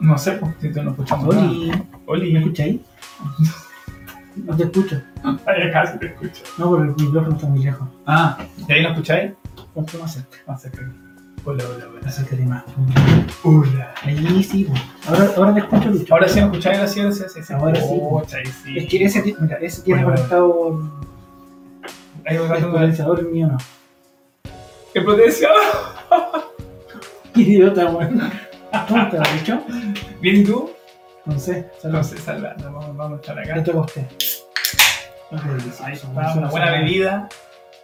No sé, pues, si tú no escuchamos nada. Oli, ¿me Oli, escucháis? No te escucho. ay, casi te escucho. No, porque el micrófono está muy lejos. Ah, ¿de ahí no escucháis? Ponte más cerca. Acércate. Hola, hola, hola. Acércate más. Hola. Ahí sí, bueno. Ahora, ahora te escucho, Lucho. Ahora sí me escucháis, ahora sí, ahora sí, ahora sí. Ahora sí. Pucha, ahí sí. Es que ese, ti- mira, ese tiene Bueno, conectado Ahí me el agarro una- potenciador, el mío no. ¡Qué potencia! Qué idiota, weón. ¿Cómo te lo has dicho? Bien, ¿y tú? No sé, No saludos. sé, salva. no, Vamos, vamos a estar Ya acá. te costé. No te Ahí digas. está, una buena bebida.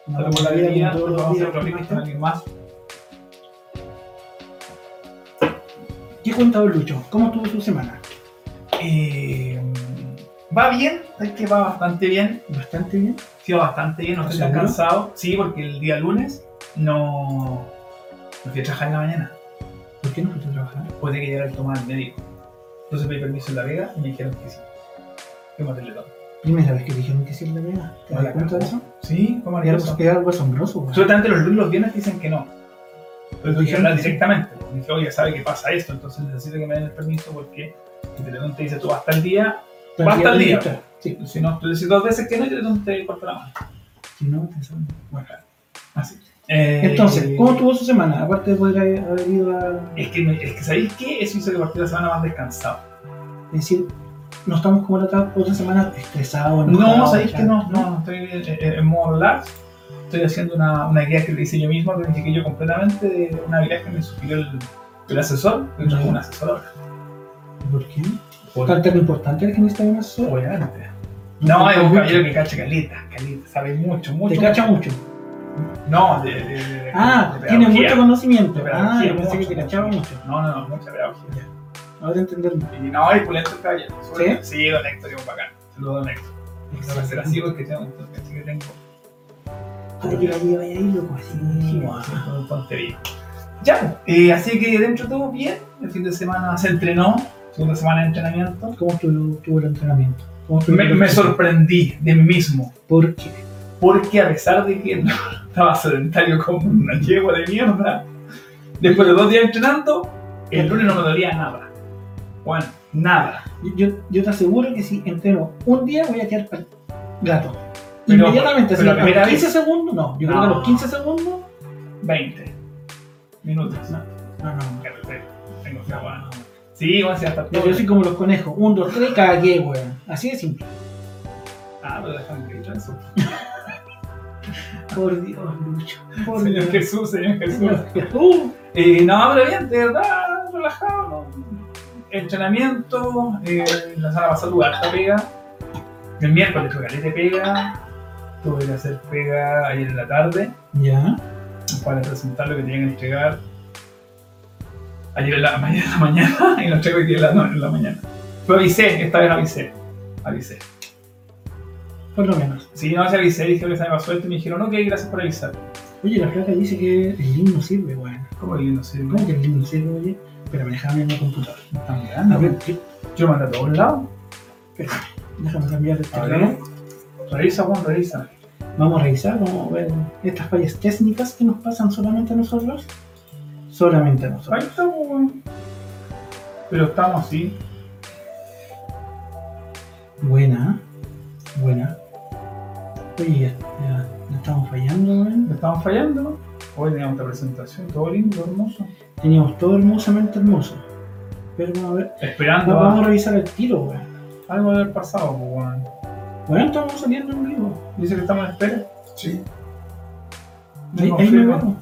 Una Salud por la bebida. como todos los Vamos a días, otro rico con ¿viste? alguien más. ¿Qué cuenta don Lucho? ¿Cómo estuvo su semana? Eh, va bien, es que va bastante bien. Bastante bien. Sí, va bastante bien, no estoy tan ¿Seguro? cansado. Sí, porque el día lunes no, no fui a trabajar en la mañana. ¿Por qué no fuiste a trabajar? Después de que llegara el tomar al médico. Entonces pedí permiso en la vega y me dijeron que sí. Fuimos a Teletón. Primera vez que dijeron que sí en la vega. ¿Te das Hola, cuenta de eso? Sí, fue Era algo, maravilloso. era algo asombroso, weón. Absolutamente los lunes y los viernes dicen que no. Pero tuve que Dijeron hablar que sí. directamente. Me dije, oye, sabe que pasa esto, entonces necesito que me den el permiso porque el Teletón te dice tú hasta el día. Pero Basta el te día. gusta. Sí. pues, Si no, tú decís dos veces que no, el Teletón te corta la mano. Si no, te sabe. Bueno, así. Eh, Entonces, ¿cómo estuvo su semana? Aparte de poder haber haber ido a Eh, Es que, me- es que ¿sabéis qué? Eso hizo que partí la semana más descansado. decir, no estamos como la otra, otra semana estresados. No, enojados, ¿sabéis que ya. no? No, no, estoy en, en- en modo relax. Estoy haciendo una, una guía que le hice yo mismo, que me yo completamente de una habilidad que me sugirió el, el asesor. Yo tengo un asesor ahora. ¿Por qué? ¿Tan tan importante el que necesita un asesor? Obviamente. No, es un caballero que cacha caleta, caleta, sabe mucho, mucho. Te cacha mucho. No, de. de- de- de- Ah, de tiene pedagogía. mucho conocimiento. De Ah, pedagogía, yo pensé que mucho, te cachaba mucho. mucho. No, no, no, mucha pedagogía. Ahora entenderme. Y no, y pulento el caballero. ¿Sí? Sí, don Héctor, es un bacán. Saludos, don Héctor. No va a ser así porque tengo, porque así que tengo. Ay, que la vida vaya ahí, loco, así. Guau, tontería. Ya, eh, así que dentro de todo bien. El fin de semana se entrenó, segunda semana de entrenamiento. ¿Cómo estuvo, estuvo el entrenamiento? ¿Cómo estuvo Me, el me entrenamiento? sorprendí de mí mismo, ¿Por qué? porque a pesar de que no, estaba sedentario como una yegua de mierda, después de dos días entrenando, el lunes no me dolía nada. Bueno, nada. Yo, yo te aseguro que si entreno un día voy a quedar pa'l gato. Pero- Inmediatamente, pero Ah. así, la a primera los vez. 15 segundos, no. Yo creo que a No. los 15 segundos. 20 minutos. No, no, no. Tengo que aguantar. Sí, bueno, sí, hasta Yo, todo. yo soy como los conejos. Un, dos, tres, cagué, weón. Así de simple. Ah, pero déjame que yo eso. Por Dios, Lucho. Por Señor Dios. Jesús, Señor Jesús. Señor Jesús. Uh. Eh, no, pero bien, de verdad, relajado. ¿no? Entrenamiento, eh, la semana pasada tuve harta pega. El miércoles tuve caleta de pega. Tuve que hacer pega ayer en la tarde Ya. para presentar lo que tenía que entregar ayer en la mañana, en la mañana y lo entrego hoy día en la, no, en la mañana. Pero avisé, esta vez avisé. Avisé. Por lo menos. Si no, se avisé, dije que se me pasó esto y me dijeron, ok, gracias por avisar. Oye, la flaca dice que el link no sirve, weón. ¿Cómo que no sé? ¿no? ¿Cómo que el link no sirve, oye? Pero me dejaron en el computador. Tan grande, A ver, ¿no? Yo lo mandé a todos lados. déjame cambiar el A teclado. ver, Revisa, Juan, revisa. Vamos a revisar, vamos a ver estas fallas técnicas que nos pasan solamente a nosotros. Solamente a nosotros. Ahí estamos, weón. Pero estamos así. Buena, ¿eh? buena. Oye, ya, ya, ya estamos fallando, weón. le Estamos fallando. Hoy teníamos esta presentación, todo lindo, hermoso. Teníamos todo hermosamente hermoso. Pero vamos a ver. Esperando No, a- vamos a revisar el tiro, weón. algo del pasado, pues, weón. Bueno, estamos saliendo en vivo. Dice que estamos en espera. Sí. Ahí, ahí me veo.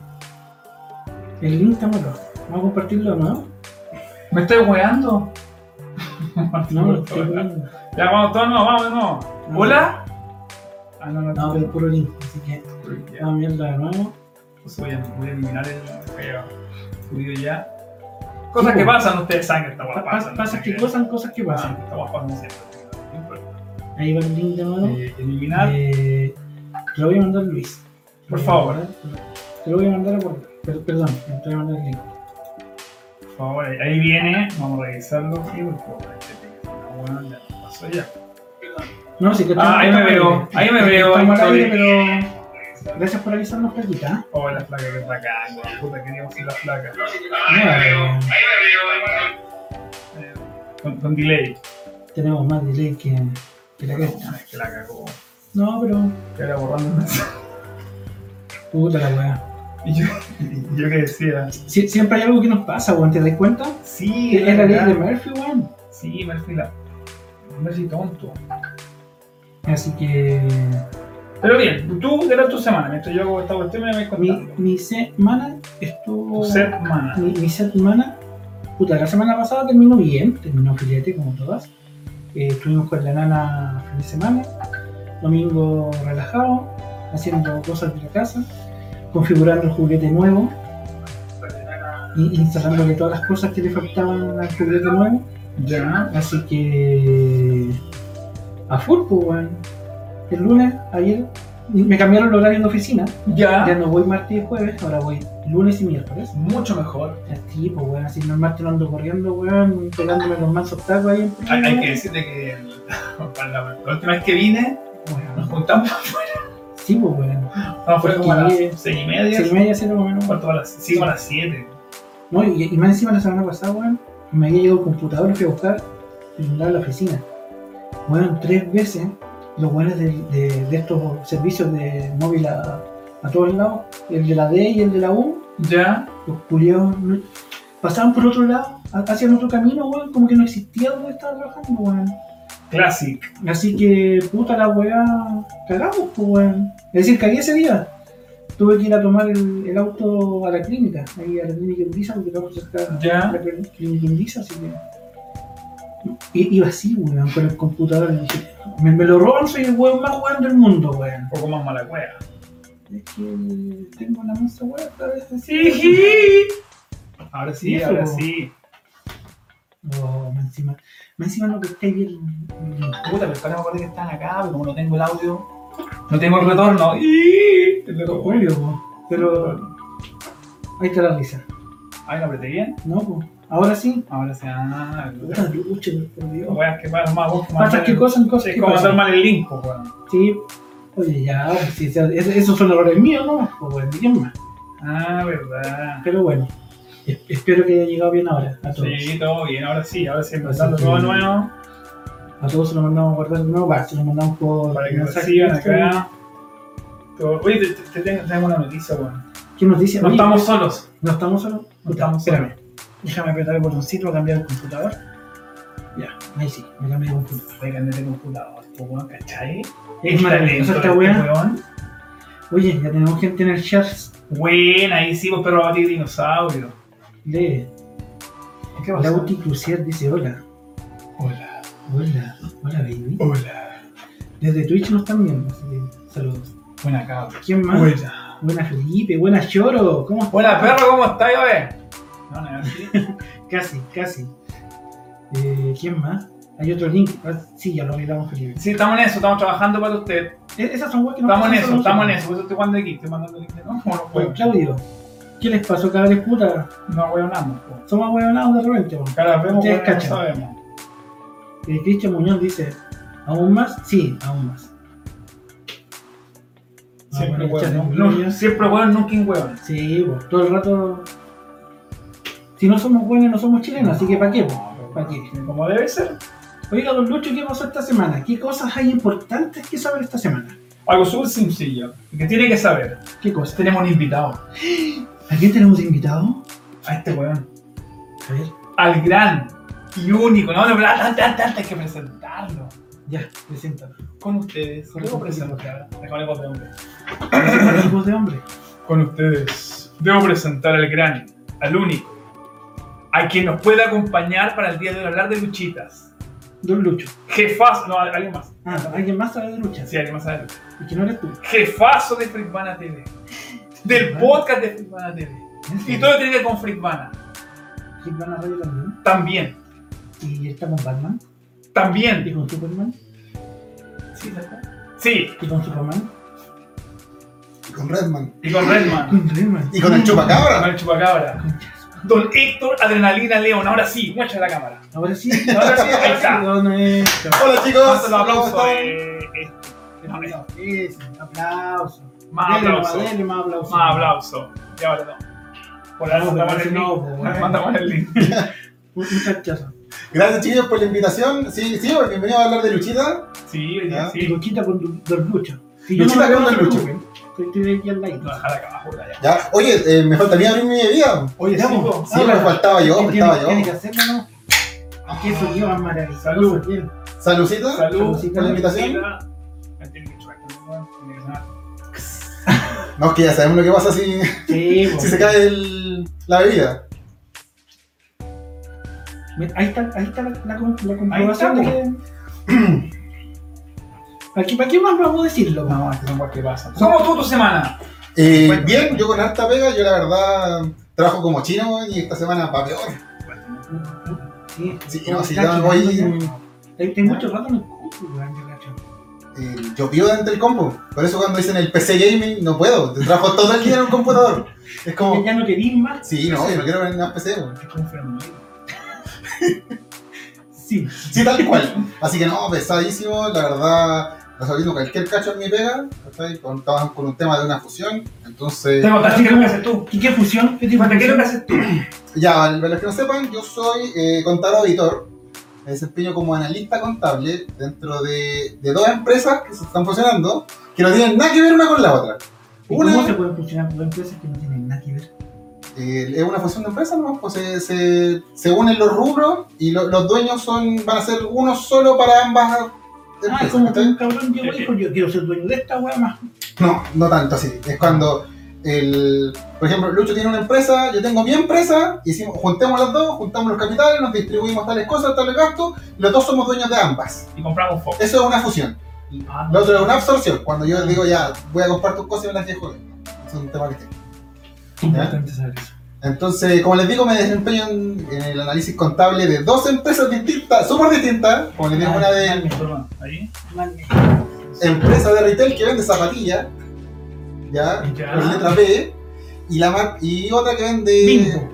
El link está malo. Vamos a compartirlo, ¿no? ¿Me estoy weando? No, lo estoy viendo. Ya, vamos todos, no, vamos, no. No. ¿Hola? Ah, no, no, No, pero puro link, así que Ya, vamos a verlo de nuevo. pues voy a, voy a eliminar el feo. Subido ya. Cosas Sí, que weón. pasan, ustedes saben que esta weá Pa- pasa. pa- Pasa que cosas, cosas que pasan. Esta weá pasa Ah, siempre. no hay problema. Ahí va el link de nuevo. Eh, eliminar. Eh, te lo voy a mandar Luis. Por favor. Te lo voy a mandar a por. per- perdón, te voy a mandar el link. Por favor, ahí- ahí viene, vamos a revisarlo aquí porque bueno, este tiene que ser una buena, ya no pasó ya. No, sí que Ah, ahí me veo, ahí me veo, ahí Estamos al estoy. aire, pero. Gracias por avisarnos, Plaquita. Oh, la flaca que está acá, güey, puta, queríamos ir la flaca. Ahí me veo, ahí me veo. con, con delay. Tenemos más delay que, que la No, que está. es que la cagó. No, pero. Que era borrando el mensaje. Puta la weá. Y yo, y yo que decía, Sie- siempre hay algo que nos pasa, weón. ¿Te das cuenta? sí, Es la ley verdad. de Murphy, weón. Sí, Murphy la. Murphy tonto. Así que. Pero bien, tú, ¿qué tal tu semana? Mientras yo hago esta cuestión, me vais Mi, contando. mi semana estuvo. Tu semana. mi, mi semana, puta, la semana pasada terminó bien, terminó filete como todas. Eh, estuvimos con la nana fin de semana, domingo relajado, haciendo cosas de la casa, configurando el juguete nuevo, y instalándole todas las cosas que le faltaban al juguete nuevo. Ya. Así que a full, pues, weón. El lunes, ayer, me cambiaron el horario de oficina. Ya Ya. no voy martes y jueves, ahora voy lunes y miércoles. Mucho mejor. Sí, pues weón, así normal te lo ando corriendo, weón, pegándome los mansos tacos ahí. en- Hay, hay que decirte que el- para la, la última vez que vine, nos Weón, juntamos. Sí, pues weón. No, fue como a las seis y media. Seis y media, siete, más o menos. Cuarto para las sí, como a las siete. No, y, y más encima la semana pasada, weón, me había llegado el computador, lo fui a buscar, y andaba en la oficina. Weón, tres veces los weones de, de- de estos servicios de móvil a, a todos lados, el de la D y el de la U, Ya. los culiados no- pasaban por otro lado, ha- hacían otro camino, weón, como que no existía donde estaba trabajando, weón. Classic. Así que, puta la weá, cagamos, pues weón. Es decir, cagué ese día. Tuve que ir a tomar el, el auto a la clínica, ahí a la clínica Indisa, porque estamos cerca de Ya. la clínica Indisa, así que. I- iba así, weón, con el computador y dije, me, me lo roban, soy el weón más weón del mundo, weón. Un poco más mala cueva. Es que tengo la masa weá, a veces Ahora sí, Eso. ahora sí. Oh, me encima, me encima no que esté bien. bien. Puta, pero ahora me acuerdo que están acá, pero como no tengo el audio, no tengo el retorno. ¡Y! El de los juegos. Obvio, po. Pero ahí está la risa, Ay, lo apreté bien. ¿no? po? Ahora sí, Ahora sí. Ah, Puta, lucha, por Dios. weas que pasan más vos que más. Pasa que cosas, cosas Es que como pasan. mandar mal el link, pues, weón. Sí. Oye, ya, pues, sí, ya, es- esos son errores míos, ¿no? Pues bueno, ¿quién más? Ah, verdad. Pero bueno, es- espero que haya llegado bien ahora a todos. Sí, todo bien, ahora sí, ahora sí, empezando Así que- todo nuevo, A todos se los mandamos a guardar de nuevo, va, se los mandamos por para que nos mensaje. sigan acá. Todo- Oye, te, te- te tengo tengo una noticia, weón. ¿Qué nos dice? No Oye, estamos solos. ¿No estamos solos? No estamos solos. Espérame, déjame apretar el botoncito para cambiar el computador. Ya, ahí sí, me cambié el computador. Oye, cambié de computador, pues, weón, ¿cachai? Es maravilloso Está esta lento weá. este weón. Oye, ya tenemos gente en el chat. Buena, ahí sí, vos, perro, va a ti, dinosaurio. Lee. ¿Qué pasó? Lauti Crucier dice hola. Hola, Hola, hola baby. hola. Desde Twitch nos están viendo, así que saludos. Buena cabra. ¿Quién más? Buena. Buenas Felipe, buenas Choro, ¿cómo estás? Hola, perro, ¿cómo estás, weón? No, no, sí. Casi, casi. Eh, ¿Quién más? Hay otro link. Ah, sí, ya lo miramos Felipe. Sí, estamos en eso, estamos trabajando para usted. E- Esas son weas que no Estamos en pasan eso, solo estamos en nosotros. eso. Por eso estoy jugando aquí, estoy mandando el link, ¿no? Como los Oye, juegos. Claudio, ¿qué les pasó cada vez puta? No hueonamos, po. Somos huevonados de repente. weón. pues. Cada vez vemos, Ustedes hueón, no cachan. sabemos. Eh, Cristian Muñoz dice, ¿aún más? Sí, aún más. Ah, Siempre bueno, hueón, chat, ¿no? Muñoz. No, Siempre hueón, nunca en hueón. Sí, pues, todo el rato. Si no somos buenos, no somos chilenos, así que ¿para qué? pues? ¿Para qué? Como debe ser. Oiga, don Lucho, ¿qué pasó esta semana? ¿Qué cosas hay importantes que saber esta semana? Algo súper sencillo. y Que tiene que saber. ¿Qué cosas? Tenemos un invitado. ¿A quién tenemos invitado? A este hueón. A ver, Al gran y único. No, no, pero antes, antes, antes hay que presentarlo. ya, preséntalo. Con ustedes. Con Debo ustedes. presentar. Déjame voz de hombre. Ah, Tipos de hombre. Con ustedes. Debo presentar al gran, al único. A quien nos puede acompañar para el día de hoy hablar de luchitas. Don Lucho. Jefazo, no, alguien más. Ah, alguien más sabe de lucha. Sí, alguien más adelante. Y que no eres tú. Jefazo de Frickmana TV. Del podcast de Frickmana TV. Y todo tiene que ver con Frickmana. Rick Van Arroyo también. También. Y está con Batman. Y También. con Superman. Sí, ¿cierto? Sí, Y con Superman. Y con Redman. y con Redman. Con Rayman. Y con el chupacabra. Ah. Con el chupacabra. Con Chas. Don Héctor Adrenalina León. Ahora sí, muestra la cámara. Ahora sí. Ahora sí, ahí Ahora sí, está. don Héctor. Hola chicos. Paso el aplauso. ¿Cómo están? eh, eh, No, Eso, un aplauso. Más Dele nomás, aplauso. dele más aplauso. Más aplauso. Ya vale, no. Por ahora No, mandamos pero el no, link. pues, bueno. Mandamos el link. Un, un chachazo. Gracias, chicos, por la invitación. Sí, sí, bienvenido a hablar de Luchita. Sí, hoy Ah, día Y sí. Luchita con du- Don Lucho. Si Luchita yo no con me Don conozco, Lucho. Estoy, estoy aquí al lado. No, dejar acá abajo, ya. Ya. Oye, eh, me faltaría abrir mi bebida. Oye, sí, Vamos. vos. Sí, pero faltaba yo, Ah, ¿Qué tiene, faltaba yo. tiene que hacerlo, ¿no? Aquí eso lleva más maravilloso. Salud. bien. Salucita. Salud, Saludcita, por la invitación. Me tiene que chupar, ¿no? Tiene que sonar. No, es que ya sabemos lo que pasa si, Sí, si pues. se cae el- la bebida. Mira, Ahí está, ahí está la, la, com- la Ahí está, comprobación de que- Aquí, ¿Para qué más vamos a decirlo? No, es que son cosas que pasan. ¿Cómo tú tu semana? Eh, Bueno. bien, yo con harta pega, yo la verdad trabajo como chino y esta semana para peor. Sí, Sí, como no, si está ya voy. chillando eh, ya. Hay- Hay mucho rato en el cubo, weón, yo cacho. Eh, yo vivo dentro del combo. Por eso cuando dicen el PC gaming no puedo. Te trabajo todo el día en un computador. Es Ya- como. Ya no querís más. Sí, no, yo no quiero ver más PC. weón. Es como un fenómeno. Sí. Sí, tal cual. Así que no, pesadísimo, la verdad, resolviendo cualquier cacho en mi pega, ¿cachai? Con, estaban con un tema de una fusión, entonces... Te contaste que lo que haces tú. ¿Y qué fusión? ¿Qué tipo de Cuenta, ¿qué es lo fusión? que haces tú? Ya, para los que no sepan, yo soy eh, contador auditor, me desempeño como analista contable dentro de, de dos empresas que se están fusionando, que no tienen nada que ver una con la otra. ¿Y ¿Cómo Una- se pueden fusionar dos empresas que no tienen nada que ver? Eh, es una fusión de empresas, ¿no? Pues se, se- se unen los rubros y lo- los dueños son, van a ser uno solo para ambas Ah, empresas. es como que ¿cachai? un cabrón llegó y dijo, yo quiero ser dueño de esta weá más. No, no tanto así. Es cuando el. Por ejemplo, Lucho tiene una empresa, yo tengo mi empresa, hicimos, juntemos las dos, juntamos los capitales, nos distribuimos tales cosas, tales gastos, y los dos somos dueños de ambas. Y compramos foco. Eso es una fusión. Ah, Lo otro es una absorción. Cuando yo digo ya, voy a comprar tus cosas y me las dejo. Es un tema que tengo. Tú ¿Ya? puedes saber eso. Entonces, como les digo, me desempeño en, en el análisis contable de dos empresas distintas, súper distintas. Como les digo, una de Perdón, ahí. Mal me- empresa de retail que vende zapatillas, ya, Ya. con letra B, y, la mar- y otra que vende. Bimbo.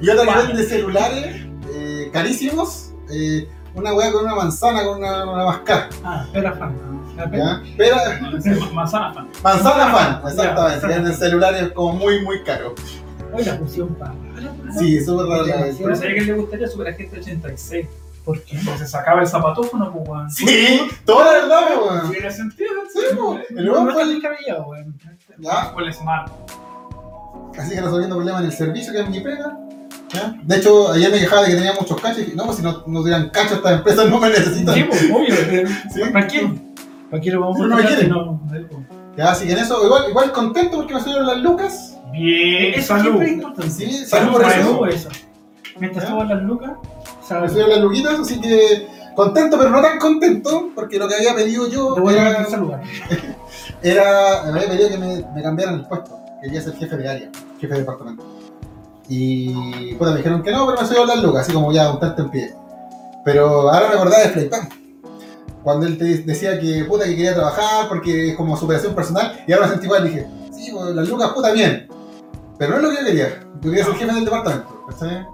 y otra que Vale. vende celulares eh, carísimos, eh, una weá con una manzana, con una, una mascar, Ah, espera, fan. La pera. ¿ya? Pera- No, no sé, manzana fan. manzana fan, Ya, exactamente, que manzana. venden celulares como muy, muy caros. Hoy la fusión para. Sí, súper raro la Sí. Pero sabía que le gustaría super agente 86. ¿Por qué? Porque se sacaba el zapatófono, pues, weón. Sí, toda la verdad, weón. Tiene sentido, Sí, po. El No, weón no está fue el- descabellado, weón. ya, Fue el smart. Así que resolviendo problemas en el servicio que es mi pega. ¿ya? De hecho, ayer me quejaba de que tenía muchos cachos y dije, no, pues si no, no tuvieran cachos estas empresas no me necesitan. Sí, pues, obvio. Sí. ¿Para quién? ¿Para quién lo vamos a Pero no me fusionar quieren. si no- no, pues? Ya, así que en eso, igual, igual contento porque me subieron las lucas. Bien, Eso salud. siempre Eh, es importante. Sí, salud por para eso. por eso. Mientras ¿Ya? suban las lucas, Me sabes. subieron las luquitas, así que contento, pero no tan contento, porque lo que había pedido yo Te voy a era, dar este saludar. era- Me había pedido que me, me cambiaran el puesto. Quería ser jefe de área, jefe de departamento. Y pues me dijeron que no, pero me subieron las lucas, así como ya un tanto en pie. Pero ahora me acordaba de Freipan. Cuando él te decía que puta que quería trabajar porque es como superación personal, y ahora sentí igual dije, sí, pues, las lucas puta bien. Pero no es lo que yo quería. Yo quería ser jefe del departamento. ¿cachai?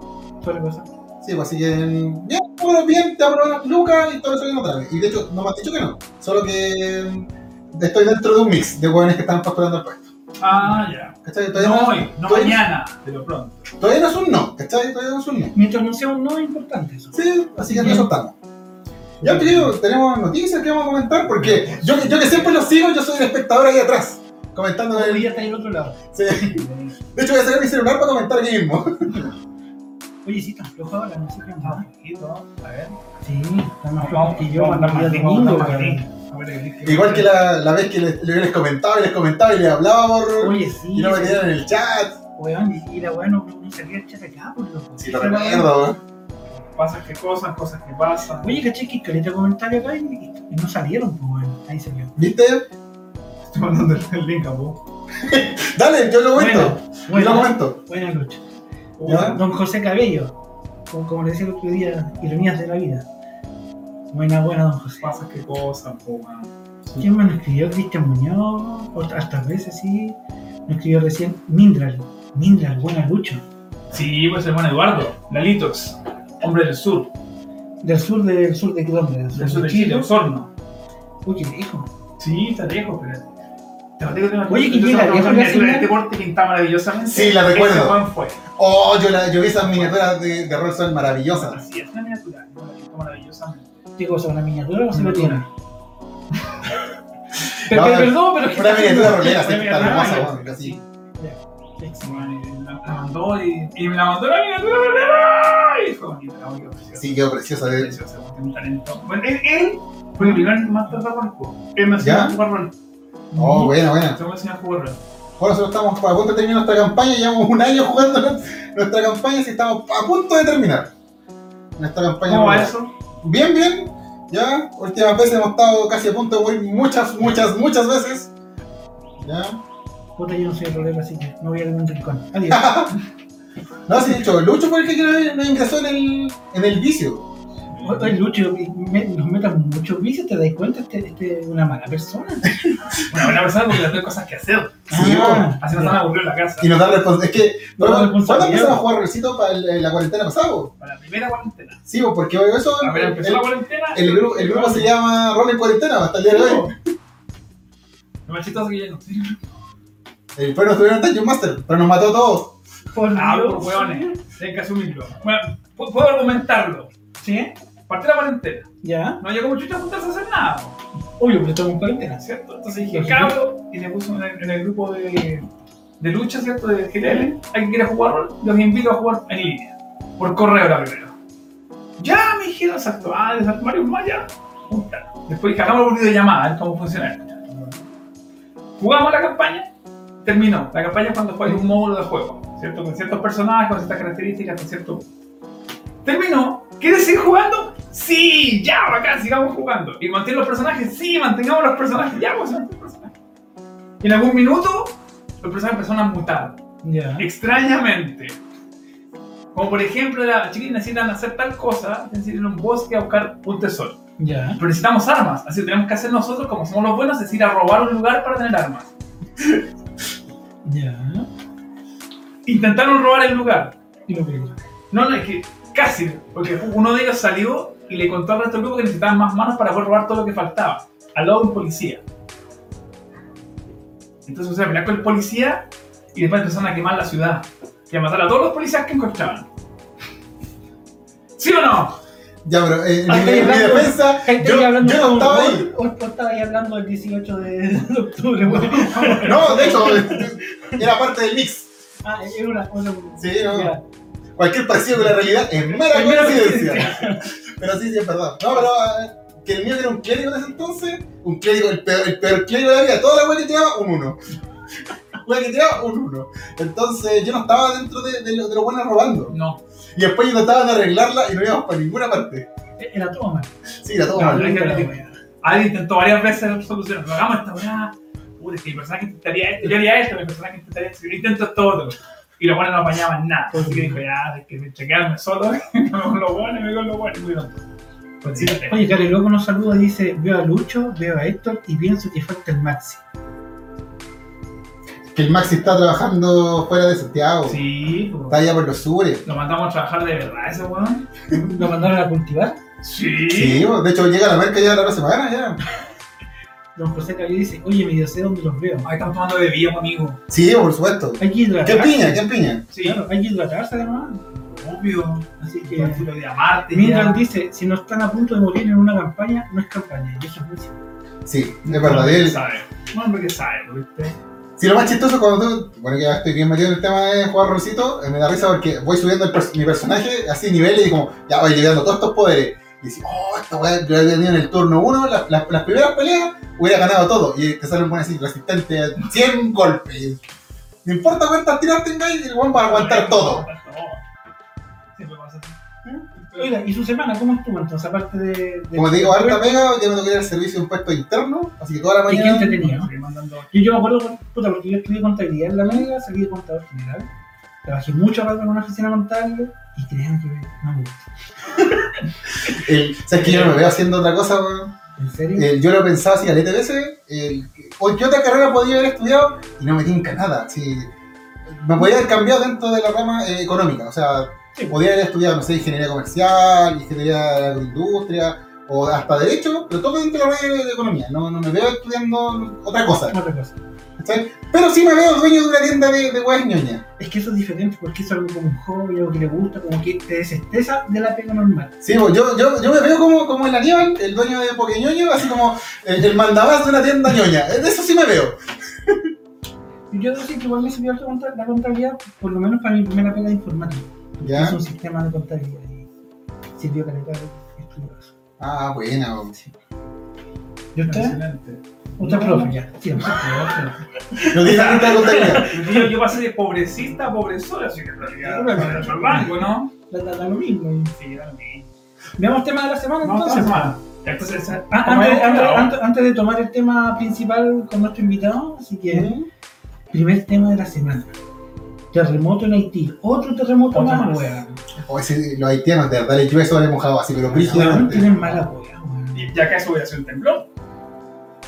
Suele pasar. Sí, pues así que mm, bien, bueno, bien, te apruebas Lucas y todo eso que no trae. Y de hecho, no me has dicho que no, solo que mm, estoy dentro de un mix de hueones que están postulando al puesto. Ah, ya. ¿Cachai? Todavía No no, hoy, no todavía- mañana, pero pronto. todavía no es un no, ¿cachai? Todavía no es un no. Mientras no sea un no, es importante eso. Sí, así que en Bien. eso estamos. Ya, pues, querido, tenemos noticias que vamos a comentar porque yo, yo que siempre los sigo, yo soy el espectador ahí atrás, comentando. en Hoy el- ya está ahí al otro lado. sí. De hecho, voy a sacar mi celular para comentar aquí mismo. Oye, sí, tan flojo ahora, no sé qué onda. A ver. Sí, está más flojo Vamos, que yo. vamos a andar más cuando fui al lindo, domingo, más weón. lindo. A ver, el- Igual que la, la vez que les, les comentaba y les comentaba y les hablaba por- Oye, sí, y no me sí, querían en el chat. weón, y- y la weá no, no salía el chat acá, por loco. Sí, lo recuerdo, weón. Pasan que cosas, cosas que pasan. Oye, caché que caleta comentario acá y, y no salieron, pues weón. Ahí salió. ¿Viste? Estoy mandando el link a vos. Dale, yo lo cuento. yo lo Buena, cuento. buena lucha. ¿Ya? Don José Cabello, como, como le decía el otro día, ironías de la vida. Buena, buena, don José. Pasan que cosas, po, weón. ¿Quién más nos escribió? Cristian Muñoz, otra- hartas veces, sí. Nos escribió recién Mindral. Mindral, buena lucha. Sí, pues el buen Eduardo, Lalitos, hombre del sur, Del sur, del sur de dónde? del sur de Chile, Osorno. Uy, qué lejos. Sí, está lejos, pero Te conté que tengo Oye, que yo llega, tengo que una llega miniatura de sin- este porte pintada maravillosamente. Sí, la recuerdo. Ese Juan fue. Oh, yo, la, yo vi esas miniaturas de, de Rolls son maravillosas. Así es, una miniatura. ¿no? La pintó maravillosamente. ¿Qué cosa? ¿Una miniatura o se lo tiene? Miniatura. Pero, No, pero, pero- perdón, pero. Una miniatura rolera, así Una que está miniatura hermosa, rolera, weón, así. Ese weón, La la mandó y, y me la mandó la miniatura verdadera. Y fue bonita, la bonita, preciosa. Sí, quedó preciosa. de- Preciosa, weón, tiene un talento. Bueno, él, él fue mi primer master de rol. po. Él me enseñó ¿Ya? a jugar rol. Oh, buena, buena. Yo me enseñó a jugar rol. Bueno, nosotros estamos a punto de terminar nuestra campaña, llevamos un año jugando nuestra campaña y estamos a punto de terminar. Nuestra campaña. ¿Cómo va nueva. eso? Bien, bien. Ya, últimas veces hemos estado casi a punto de morir muchas, muchas, muchas veces. Ya. Puta, yo no soy rolero, así que no voy a algún rincón. Adiós. No, sí, de hecho, Lucho fue el que nos- nos ingresó en el, en el vicio. Oye, Lucho, me- nos metas muchos vicios, ¿te das cuenta? Este este es una mala persona. Bueno, buena persona porque tengo cosas que hacer. Sí, Ah, Así no se van a aburrir en la casa. Y nos da responsabilidad. Es que, No, ¿cuándo- ¿cuándo responsabilidad. empezamos a jugar Rolcito para el- eh, la cuarentena pasado? Para la primera cuarentena. Sí, pues, porque eso. A ver, empezó la El, cuarentena. el grupo, el grupo se llama Rol en Cuarentena hasta el día de hoy. Lo más chistoso que yo no sé. El perro estuvieron en Dungeon Master, pero nos mató a todos. por Ah, Dios. por pues, hueones. Hay que asumirlo. Bueno, pu- puedo argumentarlo. ¿Sí? Partí la cuarentena. ¿Ya? No llegó mucho a juntarse a hacer nada, ¿no? Obvio, pero estamos en cuarentena. ¿cierto? Entonces dije, cabro, y le puse en el, en el grupo de, de lucha, ¿cierto? De GTL. Alguien quiere jugar rol, los invito a jugar en línea. Por correo la primera. Ya me dijeron, exacto, ah, de San Mario Maya, juntar. Después dije, hagamos por videollamada, a ver cómo funciona esto. Jugamos la campaña, terminó. La campaña es cuando juegas un módulo de juego, ¿cierto? Con ciertos personajes, con ciertas características, con cierto... Terminó. ¿Quieres seguir jugando? Sí, ya, bacán, sigamos jugando. Y mantienen los personajes, sí, mantengamos los personajes, ya, pues mantienen los personajes. Y en algún minuto, los personajes empezaron a mutar Ya. extrañamente. Como por ejemplo, la chiquillos necesitan hacer tal cosa, necesitan ir a un bosque a buscar un tesoro. Ya. Pero necesitamos armas, así que tenemos que hacer nosotros, como somos los buenos, es ir a robar un lugar para tener armas. Ya. Intentaron robar el lugar. Y lo primero. No, no, es que casi, porque uno de ellos salió y le contó al resto del grupo que necesitaban más manos para poder robar todo lo que faltaba, al lado de un policía. Entonces, o sea, pelear con el policía y después empezaron a quemar la ciudad y a matar a todos los policías que encontraban. ¿Sí o no? Ya, pero eh, en, Ah, mi- estoy en mi hablando- defensa, yo, yo no estaba ahí. O, o estaba ahí hablando el 18 de, de octubre, güey. No, de hecho, eh, era parte del mix. Ah, era una cosa. Sí, no. Ya. Cualquier parecido con la realidad es mera Es mera coincidencia. pero sí, sí, es verdad. No, pero eh, que el mío era un clérigo en ese entonces, un clérigo, el peor, el peor clérigo de la vida. Toda la wea que tiraba, un 1. Wea que tiraba, un 1. Entonces yo no estaba dentro de, de, lo- de los buenos robando. No, Y después trataban de arreglarla y no íbamos para ninguna parte. Era todo mal. Sí, era todo No, mal. no, Era no, todo no. mal. alguien intentó varias veces solucionar. No hagamos esta weá. Puta, es que mi personaje intentaría esto, yo haría esto, mi personaje intentaría esto, yo intento esto otro. Y los buenos no apañaban nada. Así que dijo, ya, es que me chequearme solo, me con los buenos, me con los buenos. Y bueno, Pues sí, Oye, Cari Loco nos saluda y dice: Veo a Lucho, veo a Héctor y pienso que falta el Maxi. Que el Maxi está trabajando fuera de Santiago. sí, pues, Está allá por los sures. lo mandamos a trabajar de verdad ese weón. Lo mandaron a cultivar. Sí. Sí, pues, de hecho llega la marca ya la otra semana ya. Don José Cali dice: Oye, me dio sé dónde los veo. Ahí estamos tomando bebida, pues, amigo. Sí, por supuesto. Hay que ¿Qué hidratarse. piña? ¿Qué piña? Sí, Claro, hay que hidratarse además. obvio. Así que. Todo el filo de amarte, Mildred ya. dice, si no están a punto de morir en una campaña, no es campaña, y eso es música. Sí, es verdad. Un hombre que él- sabe. Un hombre que sabe, ¿viste? Sí, lo más chistoso cuando tú. Bueno, que ya estoy bien metido en el tema de jugar rolcito. eh, me da risa porque voy subiendo el pers- mi personaje así niveles y como ya voy llegando todos estos poderes. Y dices, oh, esta weá, yo había tenido en el turno 1, las primeras peleas, hubiera ganado todo. Y te sale un buen así, resistente a 100 golpes. No importa cuántas tiras tengáis, el weón va a aguantar todo. Siempre pasa así. Oiga, ¿y su semana cómo estuvo entonces? Aparte de... de- Como te digo, harta pega, ya me tocó ir al servicio de un puesto interno, así que toda la ¿Y quién mañana. te tenía? Estoy mandando- Yo, yo me acuerdo, puta, porque yo estudié contabilidad en la media, salí de contador general, trabajé mucho rato en una oficina contable, y crean que no me gusta. El, ¿Sabes que yo no me veo haciendo otra cosa, weón? ¿En serio? Eh, yo lo pensaba así, caleta de veces, el, eh, o qué otra carrera podía haber estudiado y no me tinca nada. sí. me podía haber cambiado dentro de la rama eh, económica, o sea, podía haber estudiado, no sé, ingeniería comercial, ingeniería de industria, o hasta derecho, pero todo dentro de la rama de economía. No, no me veo estudiando otra cosa. Otra cosa. ¿cachai? Pero sí me veo dueño de una tienda de, de weas ñoñas. Es que eso es diferente porque eso es algo como un hobby, algo que le gusta, como que te desestresa de la pega normal. Sí, pues, yo, yo, yo me veo como, como el Aníbal, el dueño de Pokeñoño, así como el, el mandamás de una tienda ñoña. De eso sí me veo. Y Yo decir que igual me sirvió harto contra- la contabilidad, por lo menos para mi primera pega de informática. ¿Ya? Es un sistema de contabilidad y sirvió para entrar caso. Ah, buena. po. ¿Y usted? Excelente. Usted, No. profe, ya. sí, vamos. No tiene tanta contabilidad. Yo, yo pasé de pobrecista a pobrezora, así que en realidad Bueno, era otro rango, ¿no? Da- da- da lo mismo. y- Sí, era lo mismo. Veamos tema de la semana Vamos a entonces. la semana. Entonces, Ah, como hemos antes, antes- hablado, antes- antes de tomar el tema principal con nuestro invitado, así que ¿Mm? primer tema de la semana. Terremoto en Haití. Otro terremoto Otro más, más. weón. O ese- los haitianos, de verdad, les llueve sobre mojado, así, pero Weón, brígidamente. tienen mala weá, weón. y ya que eso hubiera sido un temblor.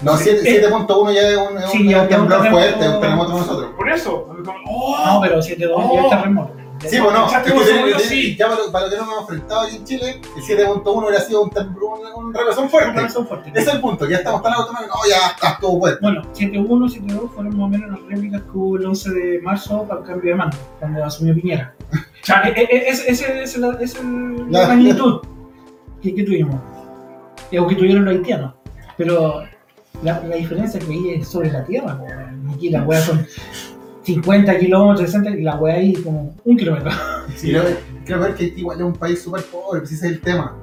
No, siete- Eh, 7.1 ya es un, es sí, un- ya- es un ya un temblor terremoto- fuerte, un terremoto para nosotros. Por eso, a mí como, No, ¡oh! pero 7-2 ya Oh. es terremoto. Sí, pues no. Ya es que tenemos tenemos- sonido, tenemos- sí. Ya para lo, para lo que nos hemos enfrentado aquí en Chile, el 7.1 hubiera sido un, temblor, un, un remesón Son fuerte. fuertes. Ese es el punto, que ya estamos tan automáticos. No, ya, ya estuvo fuerte. Bueno, 7-1, 7-2 fueron más o menos las réplicas que hubo el 11 de marzo para el cambio de mando, cuando asumió Piñera. Chale. Eh, eh, eh, Esa es, la, esa es la La- magnitud que, que tuvimos, eh, o que tuvieron los haitianos. Pero la, la diferencia es que ahí es sobre la tierra, po, weón. aquí las weas son 50 kilómetros, 60, y la wea ahí como un kilómetro. Sí, creo, creo ver que Haití igual es un país súper pobre, pues ese es el tema.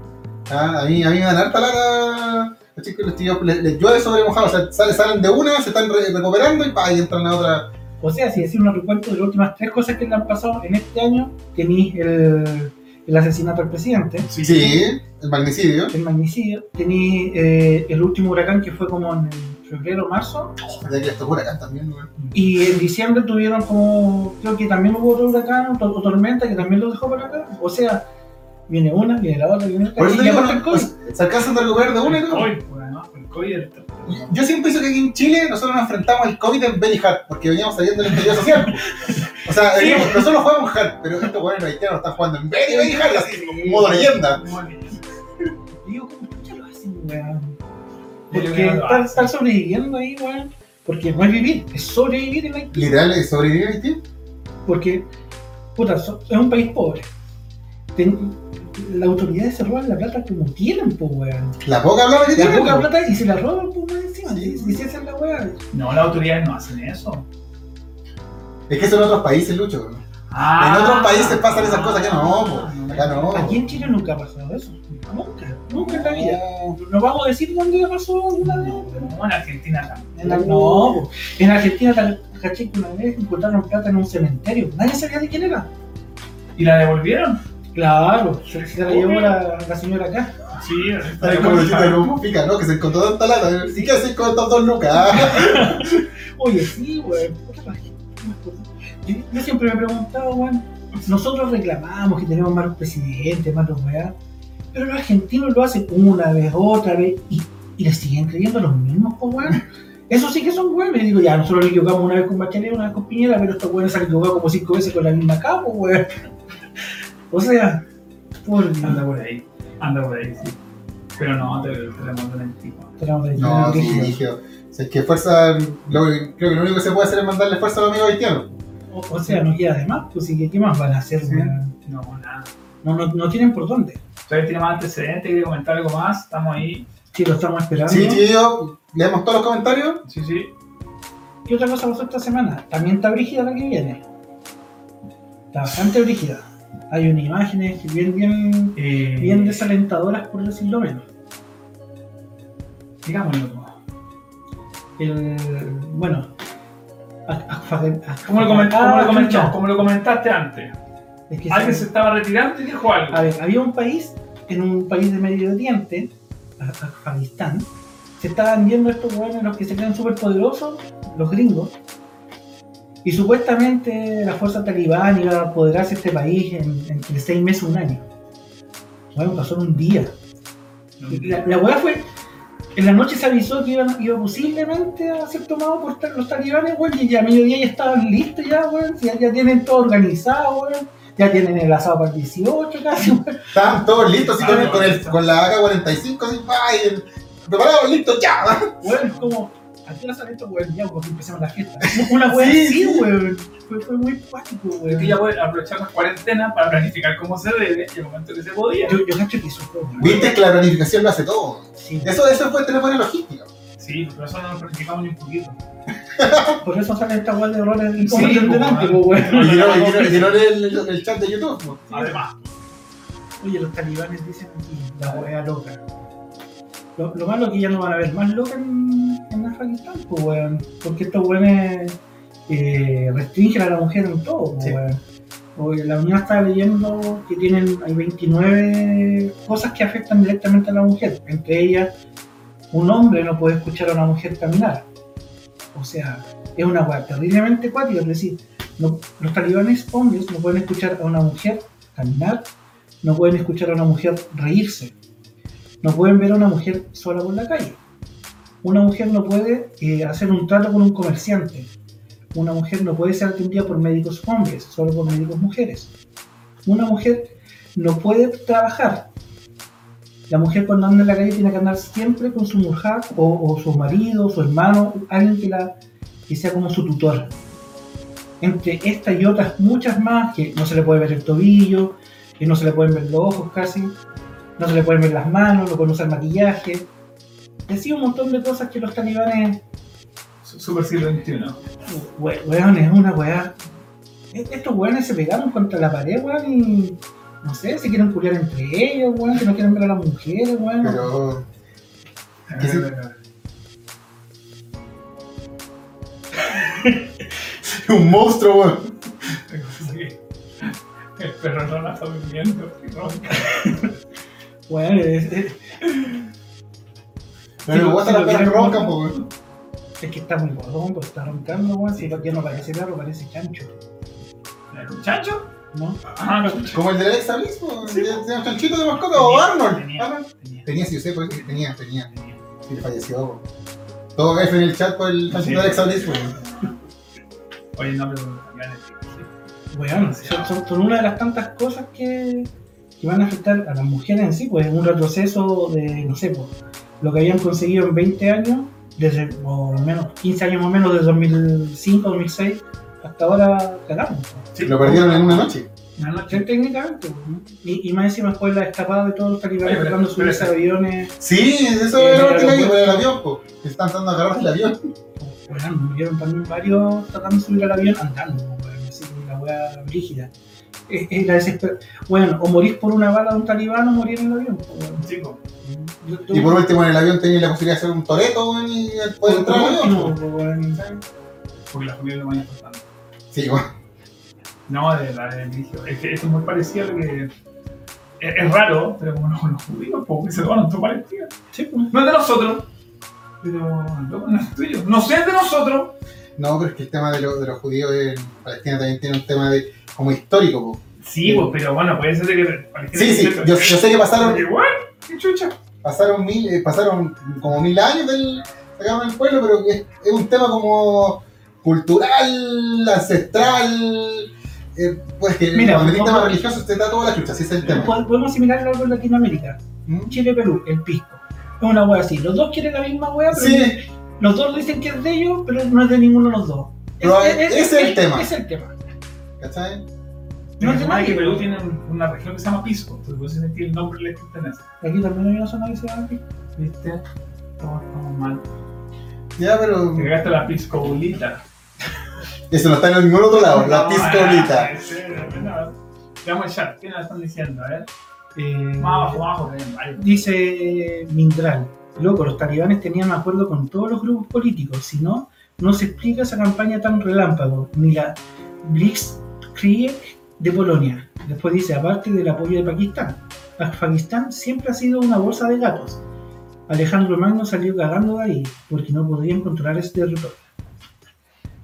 Ah, a, mí, a mí me dan harta lata. Los chicos, los tíos, les, les llueve sobre mojado, o sea, salen, salen de una, se están re- recuperando y, pa, y entran a otra. O sea, si decir un recuento de las últimas tres cosas que le han pasado en este año, tenéis el, el asesinato al presidente. Sí, el magnicidio. el magnicidio. Tení eh, el último huracán que fue como en febrero, marzo. Ya que esto por acá también, güey. Y en diciembre tuvieron como, creo que también hubo otro huracán, otro, o tormenta que también lo dejó por acá. O sea, viene una, viene la otra, viene la Por otra. eso te Y digo, aparte el no, COVID. pues, se alcanzan a recuperar de una y El todo. COVID, bueno, ¿no? El COVID era el temblor. Y Yo siempre pienso que aquí en Chile nosotros nos enfrentamos al COVID en very hard, porque veníamos saliendo del interior social. O sea, Sí. veníamos- nosotros jugamos hard, pero estos buenos haitianos están jugando en very, very hard, así, como modo leyenda. Muy bien. Y Digo, ¿cómo chucha lo hacen, weón? Yo creo Porque que no lo estar, hacen. estar sobreviviendo ahí, weón. Porque no es vivir, es sobrevivir en Haití. Literal, sobrevivir a Haití. Porque, puta, so- es un país pobre. Ten- las autoridades se roban la plata como tienen, pues, weón. La poca plata que La tienen. poca güey. plata y se la roban por más encima. Sí. Y, y si esa es la weá. No, las autoridades no hacen eso. Es que son otros países, Lucho. ¿no? Ah, en otros países pasan esas cosas, acá no, po. acá no. Aquí en Chile nunca ha pasado eso. Nunca, nunca en la vida. No. No vamos a decir dónde pasó alguna vez. pero- No, en Argentina también. En la- no, po. en Argentina, tal- caché que una vez encontraron plata en un cementerio. Nadie sabía de quién era. ¿Y la devolvieron? Claro, se, se la llevó la, la señora acá. Sí, Ay, como Luchito de Lumo pica, ¿no? Que se encontró tanta lata. ¿Y qué haces con estos dos lucas? Ah, Oye, sí, weón. puta la gente, unas cosas. Yo, yo siempre me he preguntado, weón. Nosotros reclamamos que tenemos malos presidentes, malos weá. Pero los argentinos lo hacen una vez, otra vez. Y, y le siguen creyendo a los mismos, pues, weón. Eso sí que son weones. Digo, ya, nosotros le equivocamos una vez con Bachelet, una vez con Piñera, pero estos weones se han equivocado como cinco veces con la misma cabo, weón. O sea, por Dios. Ah. Anda por ahí. Anda por ahí, sí. Pero no, te, te la mandan en tipo. Tenemos que- No, sí, rígido. dirigió. O sea, es que fuerza. lo- creo que lo único que se puede hacer es mandarle fuerza a los amigos haitianos. O, o sea, no queda de más, pues sí que, ¿qué más van a hacer, Sí. weón? No, nada. No, no, no tienen por dónde. ¿Ustedes tiene más antecedentes? ¿Quiere comentar algo más? Estamos ahí. Sí, lo estamos esperando. Sí, chiquillos, leemos todos los comentarios. Sí, sí. ¿Qué otra cosa pasó esta semana? También está brígida la que viene. Está bastante brígida. Hay unas imágenes que bien, bien, Eh, bien desalentadoras, por decirlo menos. Digámoslo. Ah, El, bueno, a- a- fa- a- ¿Cómo lo, comen- ah, cómo lo comen- chucha. no, como lo comentaste antes? Es que Alguien se se- Ah, estaba retirando y dijo algo. A ver, había un país, en un país de Medio Oriente, a- Afganistán, se estaban viendo estos hueones los que se creen súper poderosos, los gringos, y supuestamente la fuerza talibán iba a apoderarse de este país en, entre seis meses, un año. Bueno, pasó en un día. La, la hueá fue. En la noche se avisó que iban, iba posiblemente a ser tomado por ta- los talibanes, weón, y ya a mediodía ya estaban listos, ya, weón, si ya, ya tienen todo organizado, weón. Ya tienen el asado para el 18 casi. weón. Estaban todos listos, así Ah, con, el- no, con, el, listo. con la AK-45, así, ¡ay! el- Preparados, listos, ya. Weón, es como, ¿a qué hora sale esto, weón? Ya, porque empezamos la fiesta. Una weón Sí, así, sí. weón. Fue, fue muy pático, Es weón. que ya voy a aprovechar la cuarentena para planificar cómo se debe y el momento que se podía. Yo, yo cacho que eso fue, weón. Viste que la planificación lo hace todo. Sí. Eso, eso fue tener buena logística. Sí, pero eso no lo planificamos ni un poquito. Por eso sale esta weón de errores Sí, y cosas del po, delante, weón. po, weón. Y no, y no, y no el, el, el chat de YouTube. ¿no? Además, Oye, los talibanes dicen que la wea loca. Lo, lo malo es que ya no van a ver más loca en, en Afganistán, pues, weón. Porque estos weones eh, restringen a la mujer en todo, pues, Sí. weón. Oye, la Unión estaba leyendo que tienen, hay 29 cosas que afectan directamente a la mujer. Entre ellas, un hombre no puede escuchar a una mujer caminar. O sea, es una weá terriblemente cuática. Es decir, no- los talibanes hombres no pueden escuchar a una mujer caminar, no pueden escuchar a una mujer reírse, no pueden ver a una mujer sola por la calle. Una mujer no puede eh, hacer un trato con un comerciante. Una mujer no puede ser atendida por médicos hombres, solo por médicos mujeres. Una mujer no puede trabajar. La mujer cuando anda en la calle tiene que andar siempre con su mujer o, o su marido, su hermano, alguien que, la, que sea como su tutor. Entre esta y otras muchas más, que no se le puede ver el tobillo, que no se le pueden ver los ojos casi, no se le pueden ver las manos, no pueden usar maquillaje. Decía un montón de cosas que los talibanes, su- super siglo XXI. we- weón, es una weá. E- Estos weones se pegaron contra la pared, weón, y no sé, se quieren culiar entre ellos, weón, que no quieren ver a las mujeres, weón. Pero. ¿Qué sí? Eh, Un monstruo, weón. Sí. El perro no la está durmiendo. ¿no? Weón, es, es- Pero Sí, vos sí, las lo perras vieron, roncan, ¿no? po, weón. es que está muy gordón, porque está roncando, weón, si ya no parece perro, parece chancho, ¿El muchacho? ¿no? Ah, no, escucha. Como el de Alexa mismo. Sí. Tenía un chanchito de mascota, o Arnold. Tenía, Arnold. tenía, Tenía, sí, yo sé, por eso que tenía, tenía. tenía. Sí, falleció, weón. Todo F en el chat por el chanchito de Alexa mismo. Oye, no, pero ya le dije, Weón, son, son- son una de las tantas cosas que, que van a afectar a las mujeres en sí, pues un retroceso de, no sé, pues, lo que habían conseguido en 20 años, desde por lo menos 15 años más o menos, desde 2005, 2006, hasta ahora cagamos. pues. sí. Lo perdieron en una noche. Una Sí, noche. técnicamente, pues, ¿no? y, y más encima después la escapada de todos los talibanes Oye, pero- tratando de pero- subirse a aviones, Sí, eso Sí, era lo pero que lo leí, bueno. por el avión, po. Se Están tratando de agarrar el avión. pues, weón, murieron también varios tratando de subir al avión andando, pues, weón, así, la weá rígida. Es, es la desesper- Bueno, o morís por una bala de un talibán o morir en el avión, pues, weón. Chico, Yo- yo- Y por último, en el avión tenía la posibilidad de hacer un toreto, weón, y poder entrar al avión. po. último, pues, weón. porque la familia es lo más importante. Sí, weón. No, de la de religio. Es que esto es muy parecido a lo que. Es, es raro, pero como no los judíos, porque se toman nuestro palestino. Sí, pues. No es de nosotros, pero loco, no es tuyo. No sé, es de nosotros. No, pero es que el tema de, lo- de los judíos en Palestina también tiene un tema de, como histórico. po. Sí, Sí. pues, pero bueno, puede ser de que. Palestina Sí, sí, yo, yo sé que pasaron, Igual, qué chucha. pasaron, mil, eh, pasaron como mil años del, sacaron el pueblo, pero es, es un tema como cultural, ancestral. eh, pues que Mira, cuando tiene como- temas religiosos usted da toda la chucha, así es el tema. Pod- Podemos asimilarlo algo en Latinoamérica. ¿Mm? Chile-Perú, el pisco. Es una wea así. Los dos quieren la misma wea, pero Sí, los dos dicen que es de ellos, pero no es de ninguno de los dos. Pero ese es el tema. Es el tema. ¿cachai? No es de Además, nadie, que Perú weón. tiene una región que se llama Pisco, entonces puede sentir el nombre le pertenece. Aquí también hay una zona que se llama pisco. ¿Viste? Estamos, estamos mal. Ya, pero Te cagaste la piscolita. eso no está en ningún otro lado, la piscolita. Vamos a echar, ¿qué nos están diciendo? A ver. Eh, Más abajo, más abajo, ven, vale. Dice Mindral, loco, los talibanes tenían acuerdo con todos los grupos políticos, si no, no se explica esa campaña tan relámpago, ni la Blitzkrieg de Polonia. Después dice, aparte del apoyo de Pakistán, Afganistán siempre ha sido una bolsa de gatos. Alejandro Magno salió cagando de ahí, porque no podían controlar ese territorio.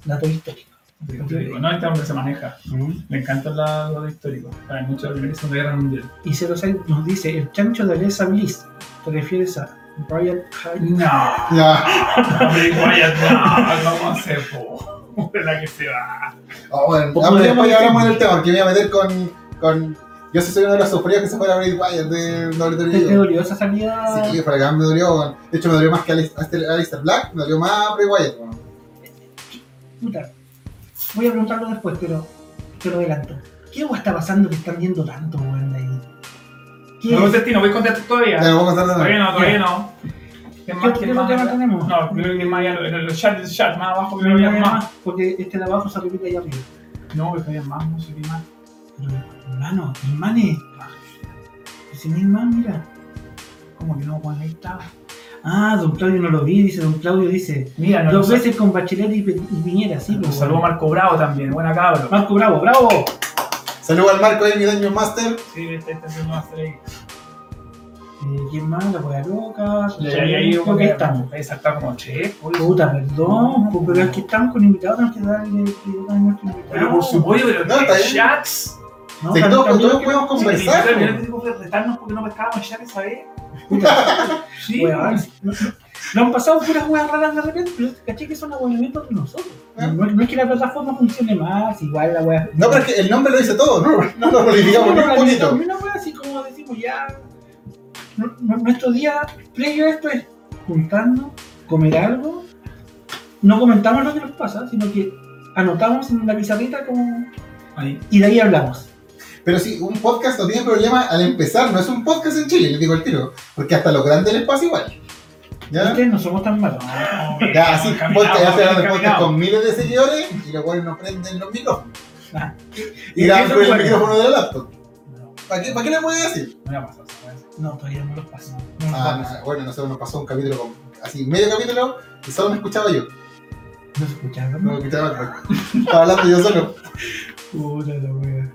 Dato histórico. Digo, te digo, No, este hombre se maneja. ¿Mm? Le encanta la- lo de histórico. Sabe mucho de la Primera y Segunda Guerra Mundial. Y 06 nos dice, el chancho de Alexa Bliss, ¿te refieres a Brian Hyde? No. Ya, Hombre, Wyatt, no. ¿Cómo se fue? De la que se va. Oh, bueno, Pues ah, pero podríamos después ya decir- hablamos del tema, porque me voy a meter con, con... Yo sí soy uno de los sufridos que se fue a Brady Wyatt de ¿Te, te WWE. dolió esa salida? Sí, para acá me dolió. weón. De hecho, me dolió más que Alice- a este- a Alistair Black, me dolió más a Bray Wyatt. weón. Puta. Voy a preguntarlo después, pero te lo adelanto. ¿Qué agua está pasando que están viendo tanto, weón, de ahí? No este ¿Qué es? contesté, no voy a contestar todavía. Ya, no puedo contar nada. Todavía no, todavía no. ¿Qué ¿Qué más? otro ¿Qué más? tema tenemos? No, creo que más allá, en los chats, el chat, más abajo, creo que había más. más, porque este de abajo se repite ahí arriba. No, creo que había más, no sé qué más. Pero, hermano, Ilmanes. Si no Ilman, mira. Como que no, Juan, ahí estaba. Ah, don Claudio no lo vi, dice don Claudio, dice. Mira, nos, Dos nos, veces con Bachelet y, Pe- y Piñera, sí, pues, saludó weón. Marco Bravo también, buena cabra. Marco Bravo, bravo. Saludos al Marco, eh, mi daño master. Sí, este este es el más ahí. Eh, ¿Quién más? La hueá loca. Y Y ahí, ahí Creo como que que ahí estamos. ahí saltar como che. Puta, perdón, pues, pero es que estamos con invitados, tenemos que darle prioridad a nuestro invitado. Pero por supuesto, pero No, está en bien. chats. No, Sí, tam- todos- también todos que- podemos Sí, conversar. pero weón. el tipo fue retarnos porque no pescábamos chats esa vez. Puta, Sí, weón, no- no han pasado puras weas raras de repente, pero caché que son abuelamientos de nosotros. Ah. No, no es que la plataforma funcione más, igual la wea. No, pero es que el nombre lo dice todo, no, no lo modificamos ni un poquito. Una wea así como decimos ya. no- no- Nuestro día previo a esto es juntarnos, comer algo. No comentamos lo que nos pasa, sino que anotamos en una pizarrita como, Ahí. y de ahí hablamos. Pero sí, un podcast no tiene problema al empezar, no es un podcast en Chile, les digo el tiro, porque hasta los grandes les pasa igual. ¿Ya? Ustedes no somos tan malos. eh, Ya, así, Caminado, podcast, ya se hablan de podcast caminado. con miles de seguidores y los cuales no prenden los micrófonos. Ah. Y graban Eso por el bueno. micrófono de la laptop. No, ¿Para qué, para qué le voy a decir? No iba a pasar esa vez. no, todavía no los paso. No los Ah, paso. no, bueno, nosotros nos pasó un capítulo, con, así, medio capítulo, y solo me escuchaba yo. ¿No se escucharon? No me escuchaba, estaba hablando yo solo. Puta la wea.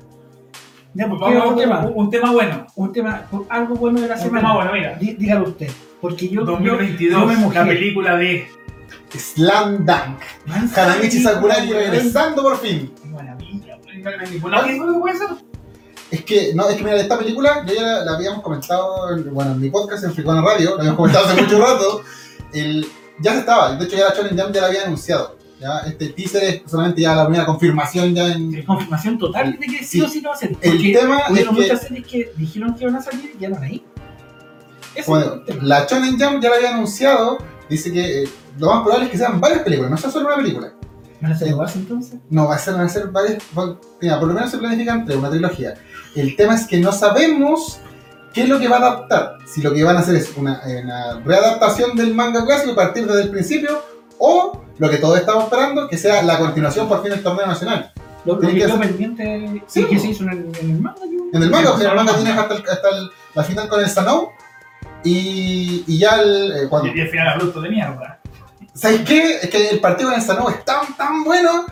Ya, pues Vamos vamos a un un, tema. un tema bueno. Un tema, por- algo bueno de la Un semana. tema bueno, mira. Dí- Dígalo usted. Porque yo. yo me 2022, mojé. la película de. Slam Dunk. Man, Hanamichi sí, Sakuragi weón. regresando por fin. Qué maravilla. No hay ninguna película que puede ser. Es que, no, es que mira, esta película yo ya la, la habíamos comentado, en- bueno, en mi podcast en Fricona Radio, la habíamos comentado hace mucho rato. El, ya se estaba, de hecho ya la Shonen Jump ya la había anunciado. Ya, este teaser es solamente ya la primera confirmación ya en... Confirmación total de que sí, Sí. o sí lo va a hacer. El Porque tema es hubieron que, muchas series que dijeron que iban a salir y ya no ahí. Ese es bueno, el tema. la Shonen Jump ya la había anunciado, dice que eh, lo más probable es que sean varias películas, no sea solo una película. ¿Van a ser dos entonces? No, va a ser, van a ser varias. va- mira, por lo menos se planifican tres, una trilogía. El tema es que no sabemos qué es lo que va a adaptar. Si lo que van a hacer es una, eh, una readaptación del manga clásico a partir desde el principio, o lo que todos estamos esperando, que sea la continuación por fin del torneo nacional. Lo, lo Tiene que que quedó hacer- pendiente Sí, sí, que po. se hizo en el, en el manga. yo- En el manga, o sea, en el Ajá. manga tienes hasta, el- hasta el- la final con el Sanou. Y, y ya el, eh, cuando, Y el final abrupto de mierda. ¿Sabes qué? Es que el partido en el Sanou es tan, tan bueno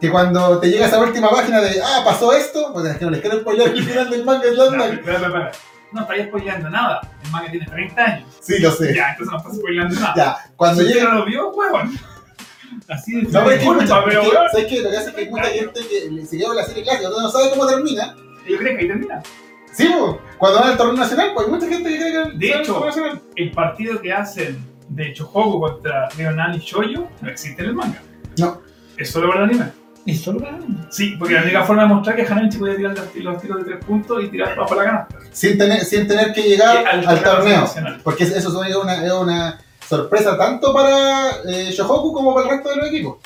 que cuando te llega esa última página de, ah, pasó esto, pues es que no les quiero spoiler el final del manga No, de Slam Dunk. espera, espera, espera. No estáis spoileando nada. El manga tiene 30 años. Sí, lo sé. Ya, entonces no estás spoileando nada. Ya, cuando Si usted llega. no lo vio, huevón. Así de No, pero es que, Disculpa, escucha, pero es que, huevón. ¿sabes qué? Lo que hace es que hay mucha gente que le- se quedó con la serie clásica, entonces no sabe cómo termina. Yo creo que ahí termina. Sí, po. cuando van al torneo nacional, pues hay mucha gente que cree que De sabe el hecho. torneo nacional. El partido que hacen de Chojoku contra Leonel y Shoyo no existe en el manga. No. Es solo para el anime. Es solo para mí. Sí, porque la única forma de mostrar que Hanamichi podía tirar los tiros los tiros de tres puntos y tirar para la canasta. Sin tener, sin tener que llegar Y al, torneo. Porque eso es una, es una sorpresa tanto para eh, Shohoku como para el resto de los equipos.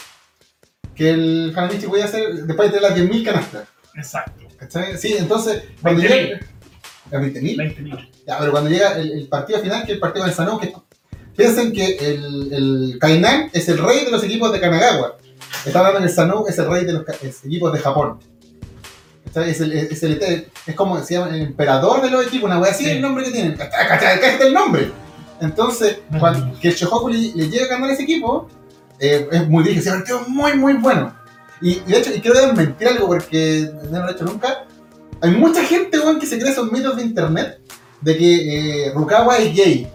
Que el Hanamichi podía hacer después de tener las 10.000 canastas. Exacto. ¿Cachai? Sí, entonces. cuando llega- 20.000. ¿Las 20.000? 20.000. Ya, pero cuando llega el, el partido final, que es el partido del Sanou, que piensen que el, el Kainan es el rey de los equipos de Kanagawa. Está hablando que el Sanou es el rey de los ca- es- equipos de Japón. ¿Cachai? Es, el, es, el, ete- es como se llama el emperador de los equipos, una wea así Sí. es el nombre que tienen. ¿Cachai? ¿Cachai? ¿Cachai? Este es el nombre. Entonces, cuando que el Shohoku le, le llegue a ganar ese equipo, eh, es muy difícil, es un partido muy, muy bueno. Y, y de hecho, y quiero desmentir algo porque no lo he hecho nunca. Hay mucha gente, weón, que se cree esos mitos de internet de que eh, Rukawa es gay.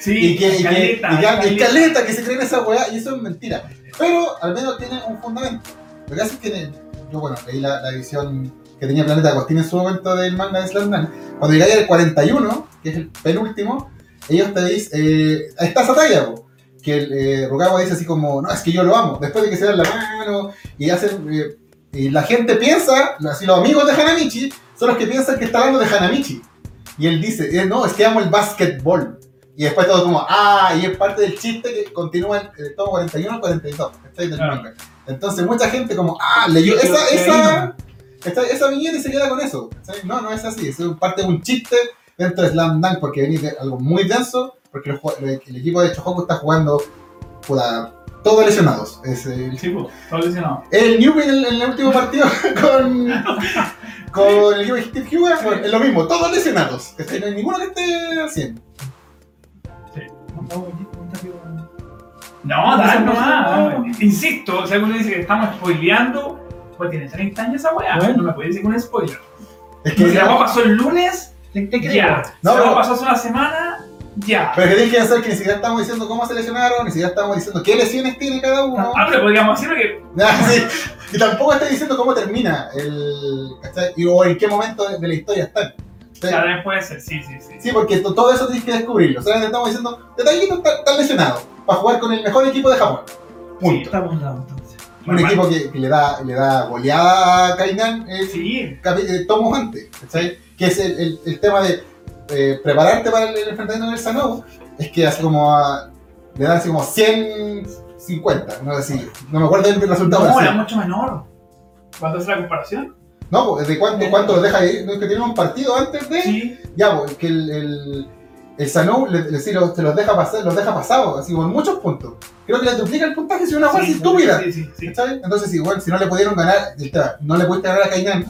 Sí, Y que, y que- caleta, y que- y caleta. caleta, que se creen esa weá, y eso es mentira. Pero al menos tiene un fundamento. Lo que hace es que, en el- yo bueno, leí la, la visión que tenía Planeta Agustín en su momento del manga de Slam Dunk. Cuando llegáis al 41, que es el penúltimo, ellos te dicen, eh, está esa talla, po, que el, eh, Rukawa dice así como, no, es que yo lo amo. Después de que se dan la mano y hacen... eh, y la gente piensa, así los amigos de Hanamichi, son los que piensan que está hablando de Hanamichi. Y él dice, eh, no, es que amo el básquetbol. Y después todo como, ah, y es parte del chiste que continúa en el tomo 41 al 42, ¿cachai? Del Claro. manga. Entonces mucha gente como, ah, leyó Sí, esa, sí, esa, ¿cachai? esa viñeta y se queda con eso. ¿cachai? No, no es así, es un- parte de un chiste dentro de Slam Dunk porque venís de algo muy denso, porque los jue- el, el equipo de Chohoku está jugando, puta, todos lesionados. Es, eh, Sí, pues, todo lesionado. el Newbie en el, en el último partido con, con el equipo de Steve Hugo Sí. es lo mismo, todos lesionados. ¿cachai? No hay ninguno que esté al 100. No, dale nomás. Insisto, si alguno dice que estamos spoileando, pues tiene 30 años esa weá. Bueno. No me puede decir que un spoiler. Es que Si la weá pasó el lunes, Te, te creo. ya. Si No, la weá pero- pasó hace una semana, ya. Pero que tienes que hacer que ni siquiera estamos diciendo cómo se lesionaron, ni siquiera estamos diciendo qué lesiones tiene cada uno. Ah, pero podríamos decirlo que. Ah, sí. Y tampoco está diciendo cómo termina el. ¿cachai? Y- O en qué momento de de la historia están. Ya, ¿Cachai? también puede ser, sí, sí, sí. Sí, porque to- todo eso tienes que descubrirlo. O sea, le estamos diciendo, detallito está, está lesionado para jugar con el mejor equipo de Japón. Punto. Estamos dados entonces. Un equipo que, que le da le da goleada a Kainan eh, Sí, capi- eh, tomos antes, ¿cachai? Que es el, el- el tema de eh, prepararte para el, el enfrentamiento del Sanou, es que hace como a, le dan así como 150, no así, no me acuerdo el resultado. no, ahora era sí. mucho menor. ¿Cuánto es la comparación? No, pues, ¿de cuánto, cuánto los deja ahí? ¿No es que tiene un partido antes de? Sí, Ya, pues, que el, el, el Sanou le, le- sí, los, se los deja pasar, los deja pasados, así con muchos puntos. Creo que le duplica el puntaje si una fase sí, pues, estúpida. Sí, sí, sí. ¿Cachai? Entonces, igual, si no le pudieron ganar, el tema, no le pudiste ganar a Kainan,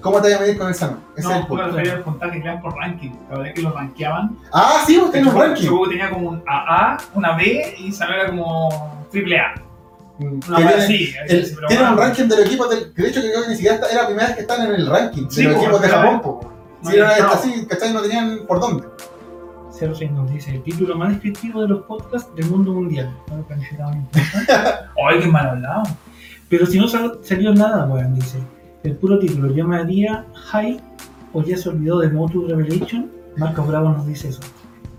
¿cómo te vas a medir con el Sanou? Ese es el No, punto. me refería al puntaje que eran por ranking. La verdad es que los rankeaban. Ah, sí, vos tenés un Chocobo- ranking. Chocobo tenía como un AA, una B y Samuel era como triple A. Mm, Una que wea viene- así. el- así, pero tiene un bueno, ranking de los equipos del. que De hecho, que creo que ni siquiera esta- era la primera vez que están en el ranking de Sí, los po, equipos de claro. Japón. po. no Si era había- no. así, ¿cachai? No tenían por dónde. Cero Seis nos dice el título más descriptivo de los podcasts del mundo mundial. No lo planificaba ni. Ay, qué mal hablado. Pero si no sal- salió nada, weón, dice. El puro título, yo me haría High o ya se olvidó de Motu Revelation. Marcos Bravo nos dice eso.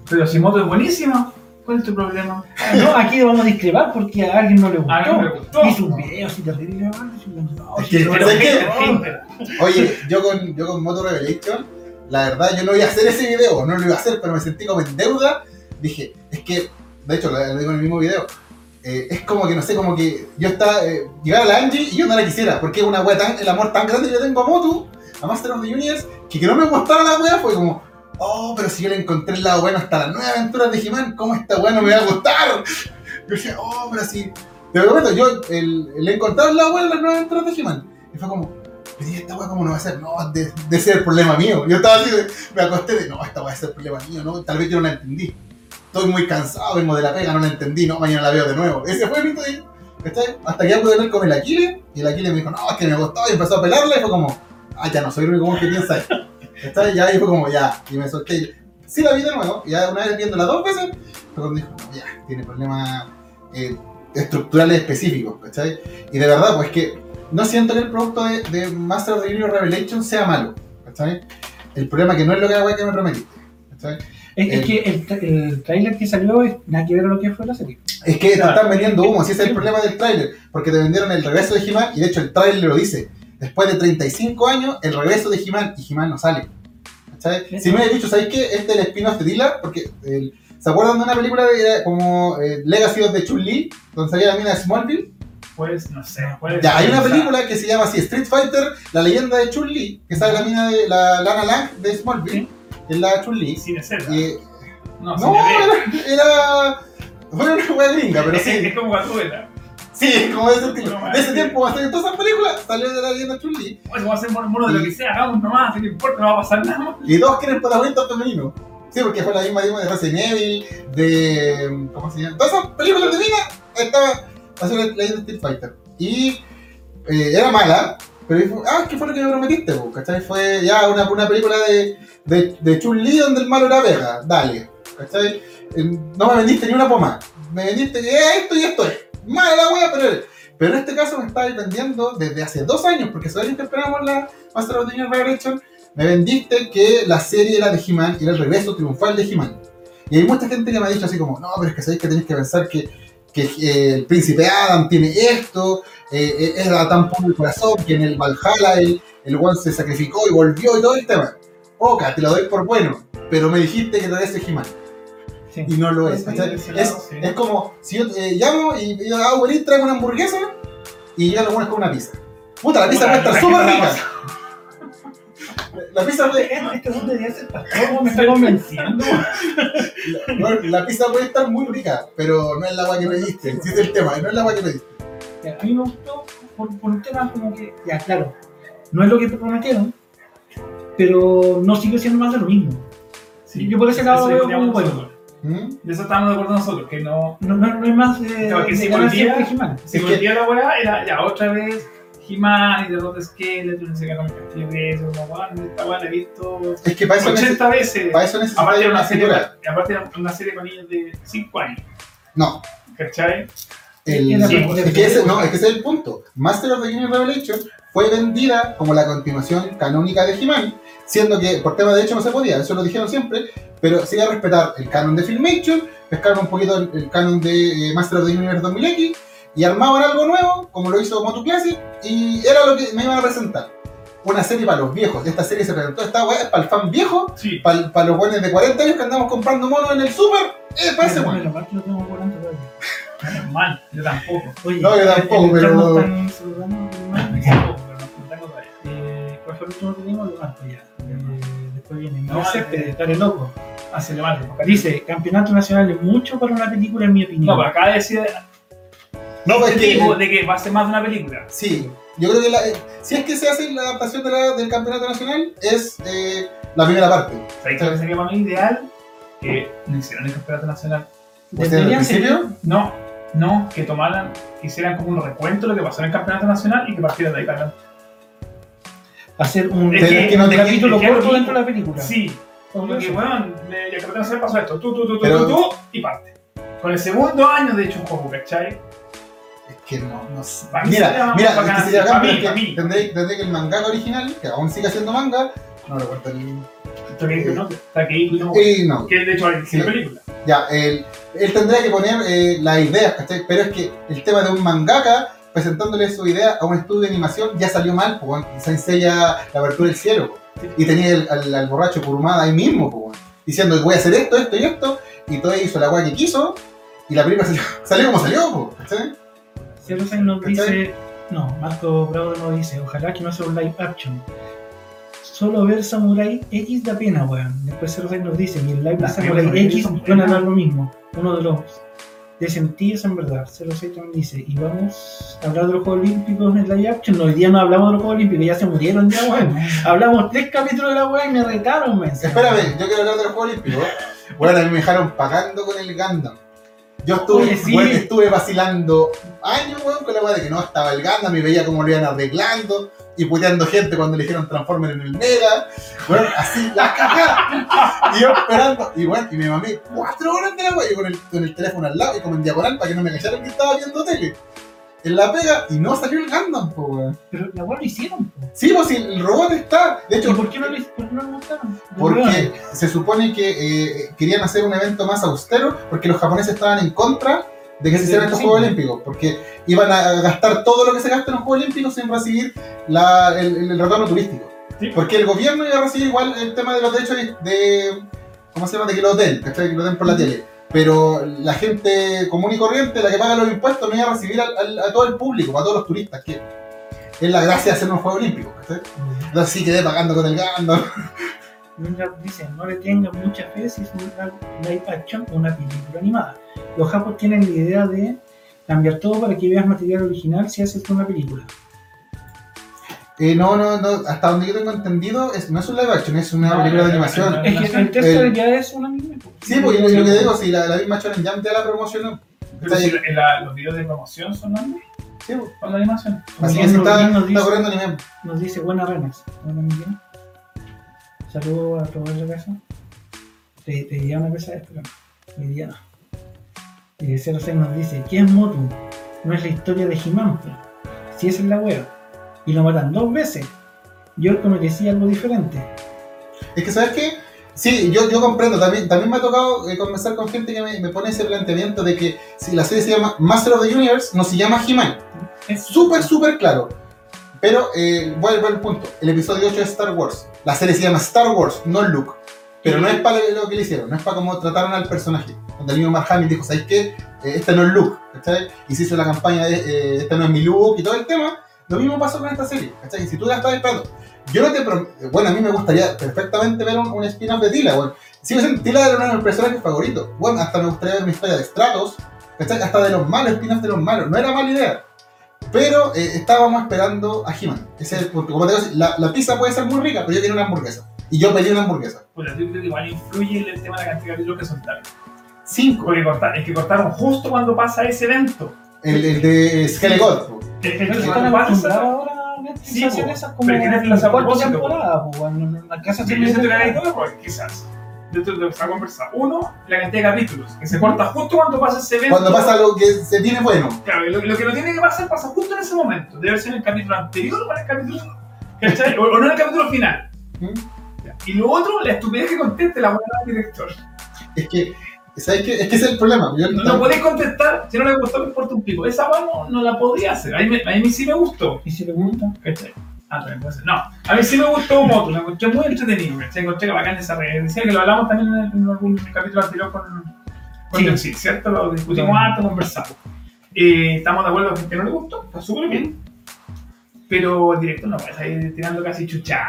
Pero si moto es buenísima, ¿cuál es tu problema? No, aquí vamos a discrepar porque a alguien no le A mí me gustó. gustó. Hizo un video así terrible, weón, y yo, no, Es si que- no, Pero ¿Sabes qué? hater, hater. Oye, yo con, yo con Moto Revelation, la verdad, yo no iba a hacer ese video, no lo iba a hacer, pero me sentí como en deuda. Dije, es que, de hecho, lo, lo digo en el mismo video. eh, es como que, no sé, como que yo estaba. Eh, llegar a la Angie y yo no la quisiera, porque es una wea tan. El amor tan grande que yo tengo a Motu, a Master of the Universe, que que no me gustara la wea fue como. Oh, pero si yo le encontré el lado bueno hasta las nueve aventuras de He-Man, ¿cómo esta wea no me va a gustar? Yo decía, oh, pero si. Te prometo, yo el, le encontré el lado bueno en las nueve aventuras de He-Man. Y fue como, pero ¿y esta weá cómo no va a ser? No, de, de ser el problema mío. Yo estaba así, de- me acosté de, no, esta weá es el problema mío, ¿no? Tal vez yo no la entendí. Estoy muy cansado, vengo de la pega, no la entendí, no, mañana la veo de nuevo. Ese fue mi tuit, ¿cachai? Hasta que ya pude ver con el Aquiles, y el Aquiles me dijo, no, es que me gustó, y empezó a pelarla, y fue como, ah, ya no soy el único weón que piensa esto. ¿Cachai? Ya, y fue como, ya, y me solté. y- Sí la vi de nuevo, y ya una vez viéndola dos veces, fue cuando dijo, no, ya, tiene problemas eh, estructurales específicos, ¿cachai? Y de verdad, pues que no siento que el producto de, de Master of the Universe Revelation sea malo. ¿cachai? El problema es que no es lo que la weá que me prometiste. ¿cachai? Es, es que el, tra- el trailer que salió es nada que ver con lo que fue la serie. Es que te Claro. están vendiendo humo, si ese es el problema del tráiler, porque te vendieron el regreso de He-Man y de hecho el tráiler lo dice. Después de 35 años, el regreso de He-Man y He-Man no sale. ¿Cachai? Si me he dicho, ¿sabes qué? Este es el spin-off de Dillard, porque el- ¿se acuerdan de una película de- era como eh, Legacy of the Chun-Li, donde salía la mina de Smallville? Pues no sé. puede Ya, ser, hay una o sea, película que se llama así, Street Fighter, la leyenda de Chun-Li, que sale la mina de la Lana Lang de Smallville, es la Chun-Li. Sin ser. Y- No, sin no, ser. era, era- Bueno, una wea gringa, pero sí. Es como Gatúbela. Sí, es como de ese tipo. No, De ese sí. tiempo, hasta en todas esas películas, salió de la leyenda Chun-Li. Pues vamos a hacer mono de lo que sea, hagamos nomás, así que no importa, no va a pasar nada. Y dos quieren protagonistas femeninos. Sí, porque fue la misma misma de Resident Evil, de. ¿Cómo se llama? Todas esas películas de mina, estaba haciendo la leyenda Street Fighter. Y eh, era mala, pero dijo, ah, ¿qué fue lo que me prometiste? po? ¿Cachai? Fue ya una, una película de, de, de Chun-Li donde el malo era Vega, dale. ¿Cachai? Eh, No me vendiste ni una poma. Me vendiste que esto y esto es. Mala la wea, pero. Pero en este caso me estabas vendiendo desde hace dos años, porque hace dos años que esperamos la Master of the Universe Revelation. Me vendiste que la serie era de He-Man y era el regreso triunfal de He-Man. Y hay mucha gente que me ha dicho así como, no, pero es que sabéis que tenéis que pensar que, que eh, el príncipe Adam tiene esto, eh, eh, era tan puro el corazón que en el Valhalla el, el Juan se sacrificó y volvió y todo el tema. Oca, te lo doy por bueno, pero me dijiste que te ese He-Man. Sí. Y no lo es. Sí, ¿cachai? sí, es, sí. es como si yo eh, llamo y y yo hago venir, traigo una hamburguesa y ya lo pones con una pizza. Puta, la pizza Puta, va a estar la súper gente rica. La pizza, puede- Este mundo debería ser pastor, vos me está convenciendo. la, bueno, la pizza puede estar muy rica, pero no es la agua que pediste. Ese es el tema, no es la agua que pediste. Ya, A mí me gustó por, por un tema como que, ya claro, no es lo que prometieron, pero no sigue siendo más de lo mismo. Sí, Yo por ese lado lo veo discutíamos como bueno. nosotros. ¿Mm? De eso estábamos de acuerdo nosotros, que no. No, no, no es más de, Claro que de sí, ganancia volvía. que He-Man. Si Es que- volvía la weá, era ya otra vez He-Man y derrota Skeletor, no sé qué, con el castillo de eso, no, weón, esta weá la he visto Es que para eso, 80 veces. neces- para eso necesitas Aparte era una una serie, escritura. aparte era una serie con niños de 5 años, No, ¿cachai? el- Sí, es, que ese, no, es que ese es el punto. Master of the Universe Revelation fue vendida como la continuación canónica de He-Man, siendo que por tema de hecho no se podía, eso lo dijeron siempre, pero sí a respetar el canon de Filmation, pescaron un poquito el, el canon de eh, Master of the Universe 2000X y armaban algo nuevo, como lo hizo Motu Classic, y era lo que me iban a presentar. Una serie para los viejos. Esta serie se presentó, esta weá es para el fan viejo, Sí. para los buenos de 40 años que andamos comprando monos en el eh, super. Es para ese Pero, weón. pero aparte no tengo volante todavía. Menos mal, yo tampoco. Oye, No, yo tampoco, en el chat pero- nos están saludando, hermano. Yo tampoco, pero nos juntamos varias. Eh, ¿Cuál fue el último que teníamos? Lo marco ya. Eh, después viene No, Mario eh, Céspedes, Care Loco. Hace lo malo. Dice, campeonato nacional es mucho para una película en mi No, opinión. pero acá decía No, es Pues que. tipo de que va a ser más de una película. Sí, yo creo que la- eh, si es que se hace la adaptación de la- del campeonato nacional, es eh, la primera parte. ¿Sabéis cuál sería para mí ideal? Que no hicieran el campeonato nacional. Pues en el Deberían ser- principio, No, no, que tomaran, que hicieran como un recuento de lo que pasó en el campeonato nacional y que partieran de ahí para adelante. hacer un Es que- un es que- capítulo es que- corto dentro de la película. Sí, Como porque eso. bueno, me- el campeonato nacional pasó esto, tú, tú, tú, tú, Pero- tú, tú, y parte. Con el segundo año de hecho un juego, ¿cachai? es que no, no sé. Para mí sería Mira, más mira, es bacán que sería así, acá, para pero mí, para es mí. que tendré, tendré que el manga original, que aún sigue siendo manga, no recuerdo el. Takeiko no, Takeiko no, Eh, no, que de hecho hay Sí. una película. ya, él, él tendría que poner eh, las ideas, ¿cachai? Pero es que el tema de un mangaka presentándole su idea a un estudio de animación ya salió mal, pues, enseña la apertura del cielo, po. Sí. y tenía el- al, al borracho Kurumada ahí mismo, po, weón, diciendo voy a hacer esto, esto y esto, y todo hizo la weá que quiso, y la película salió, salió como salió, po, ¿cachai? Zero Sign nos ¿Cachai? dice, no, Marco Bravo nos dice, ojalá que no sea un live action. Solo ver Samurai X da pena, weón. Después Zero Sign nos dice, mi live de Las Samurai películas X son van a buenas. dar lo mismo. Uno de los de sentidos en verdad. Zero Sign también dice, y vamos a hablar de los Juegos Olímpicos en el live action. No, hoy día no hablamos de los Juegos Olímpicos, ya se murieron ya, weón. Hablamos tres capítulos de la weón y me retaron, weón. Espérame, yo quiero hablar de los Juegos Olímpicos. Bueno, a mí me dejaron pagando con el Gundam. Yo estuve, Oye, sí. weón, estuve vacilando años, weón, con la weá de que no estaba el Gundam y veía cómo lo iban arreglando y puteando gente cuando le dijeron Transformer en el Mega. Weón, así, la cagada. Y yo esperando. Y bueno, y me mamé cuatro horas de la weá y con el, con el teléfono al lado y como en diagonal para que no me cacharan que estaba viendo tele. En la pega y no salió el Gundam, po, weón. Pero la weón lo hicieron, po. Sí, pues si el robot está. De hecho, ¿Y por qué no lo, por qué no lo mostraron? porque se supone que eh, querían hacer un evento más austero porque los japoneses estaban en contra de que se hicieran estos Sí. Juegos Olímpicos, porque iban a gastar todo lo que se gasta en los Juegos Olímpicos sin recibir la- el, el- el retorno turístico. Sí. Porque el gobierno iba a recibir igual el tema de los derechos de, de- ¿cómo se llama? De que lo den, ¿cachai? Que lo den por la tele. Pero la gente común y corriente, la que paga los impuestos, no iba a recibir al- al- a todo el público, a todos los turistas, que es la gracia de hacer unos Juegos Olímpicos, ¿cachai? Entonces sí quedé pagando con el gando. Mientras dicen, no le tengan mucha fe si es un live action o una película animada. Los japos tienen la idea de cambiar todo para que veas material original si haces una película. Eh, no, no, no, hasta donde yo tengo entendido, es, no es un live action, es una No, Ah, película de no, no, animación. no, no. Es que el texto El- ya es un anime. po. Sí, pues, porque lo, lo que pues. digo, si la, la misma Shonen Jump ya la promocionó. Pero Sí. si la- la- los videos de promoción son anime, Sí, pues. con la animación. Así que Nos se está, dice- está corriendo anime. Nos dice, buena renas. Buena amiga. Saludos a todos de casa. Te, te diría una cosa, pero hoy día no. Y 06 nos dice, ¿qué es Motu? No es la historia de Jimán, si es en la web. Y lo matan dos veces. Yo me decía algo diferente. Es que, ¿sabes qué? Sí, yo, yo comprendo, también, también me ha tocado eh, conversar con gente que me, me pone ese planteamiento de que si la serie se llama Master of the Universe, no se llama He-Man. Es Súper, súper claro. Pero eh, voy al buen punto. El episodio 8 es Star Wars. La serie se llama Star Wars, no Luke. Pero no es para lo que le hicieron, no es para cómo trataron al personaje. Cuando el mismo Mark Hamill dijo, ¿sabes qué? Eh, este no es Luke, ¿cachai? Y se hizo la campaña de eh, este no es mi Luke y todo el tema. Lo mismo pasó con esta serie, ¿cachai? Y si tú la estás esperando, yo no te prom- Bueno, a mí me gustaría perfectamente ver un, un spin-off de Tila, weón. Si me dicen, Tila era uno de mis personajes favoritos. Bueno, hasta me gustaría ver mi historia de Stratos, ¿cachai? Hasta de los malos, spin-off de los malos. No era mala idea. Pero eh, estábamos esperando a He-Man. Ese es el punto. Como te digo, la, la pizza puede ser muy rica, pero yo quiero una hamburguesa. Y yo pedí una hamburguesa. Pues yo creo que igual influye el tema de la cantidad de capítulos que soltaron. Cinco. Porque cortar, es que cortaron justo cuando pasa ese evento. El, el de Skelegod. po. Es que no Pero es que se están acostumbrados pasa. ahora a Netflix Sí, a hacer po. esas como Pero que Netflix las hace a cuatro propósito, po. temporadas, po, weón. En la casa Yo siento que la anécdota, porque quizás, dentro de lo que se va a conversar, uno, la cantidad de capítulos, que se corta justo cuando pasa ese evento. Cuando pasa lo que se tiene bueno. Claro, y lo, lo que no tiene que pasar pasa justo en ese momento. Debe ser en el capítulo anterior o en el capítulo. ¿cachai? O, o no en el capítulo final. Ya. Y lo otro, la estupidez que conteste la buena del director. Es que, ¿sabes qué? Es que ese es el problema. Yo- No, no podéis contestar, si no le gustó, me importa un pico. Esa mano no la podía hacer. A mí, me- a mí sí me gustó. Y si le gusta, eh, ¿cachai? Ah, también puede ser. No, a mí sí me gustó Motu, la encontré muy entretenido. ¿cachai? Encontré que bacán esa red. Decía que lo hablamos también en, en algún capítulo anterior con, con Sí. John Cena, ¿cierto? Lo discutimos Sí. harto, conversamos. Eh, estamos de acuerdo en que no le gustó, está súper bien. Pero el director no puede salir tirando casi chucha.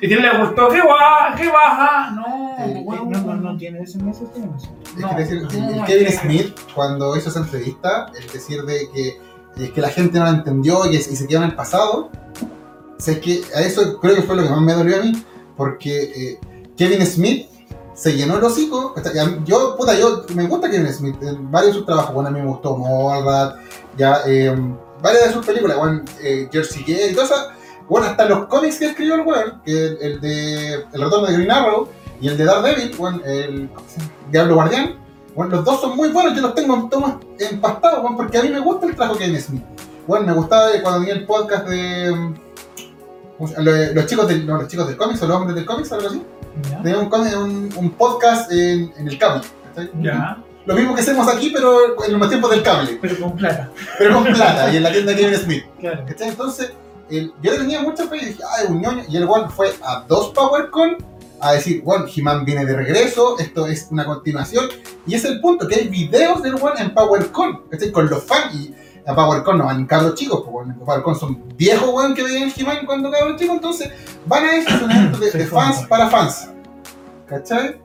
Y tiene le gustó, qué baja, qué baja. No, Eh, no, bueno, no, no tiene ese mes, tiene ese. Es no, que decir, no, el no, Kevin es que- Smith, cuando hizo esa entrevista, el decir de que, es que la gente no la entendió y, es- y se quedó en el pasado, o sea, es que a eso creo que fue lo que más me dolió a mí, porque eh, Kevin Smith se llenó el hocico. o sea, que a mí- Yo, puta, yo me gusta Kevin Smith, en varios de sus trabajos, bueno, a mí me gustó Mordad, ya, eh, varias de sus películas, bueno, eh, Jersey Gate y todo eso. Bueno, hasta los cómics que escribió el weón, que el, el de El Retorno de Green Arrow y el de Daredevil, bueno, el ¿cómo se llama? Diablo Guardián, bueno, los dos son muy buenos, yo los tengo en tomas empastados, bueno, porque a mí me gusta el trabajo que hay en Smith. Bueno, me gustaba eh, cuando vi el podcast de mm, ¿cómo se llama? Lo de- los chicos del, no, los chicos del cómics o los hombres del cómics, algo así. ¿Ya? Tenía un, cómic- un, un podcast en, en el cable. ¿cachai? Ya. Lo mismo que hacemos aquí, pero en los tiempos del cable. Pero con plata. Pero con plata y en la tienda de Kevin Smith. Claro. ¿Cachai? Entonces, el- yo le tenía mucha fe y dije, ah, es un ñoño. Y el Juan fue a dos PowerCon a decir, bueno, He-Man viene de regreso, esto es una continuación. Y es el punto, que hay videos del Juan en PowerCon, ¿cachai? Con los fans. Y a PowerCon no van cabros chicos, porque en PowerCon son viejos, weón, que veían He-Man cuando cabros chicos. Entonces, van a eso, es un evento de, Sí, de fue fans muy para fans. ¿Cachai?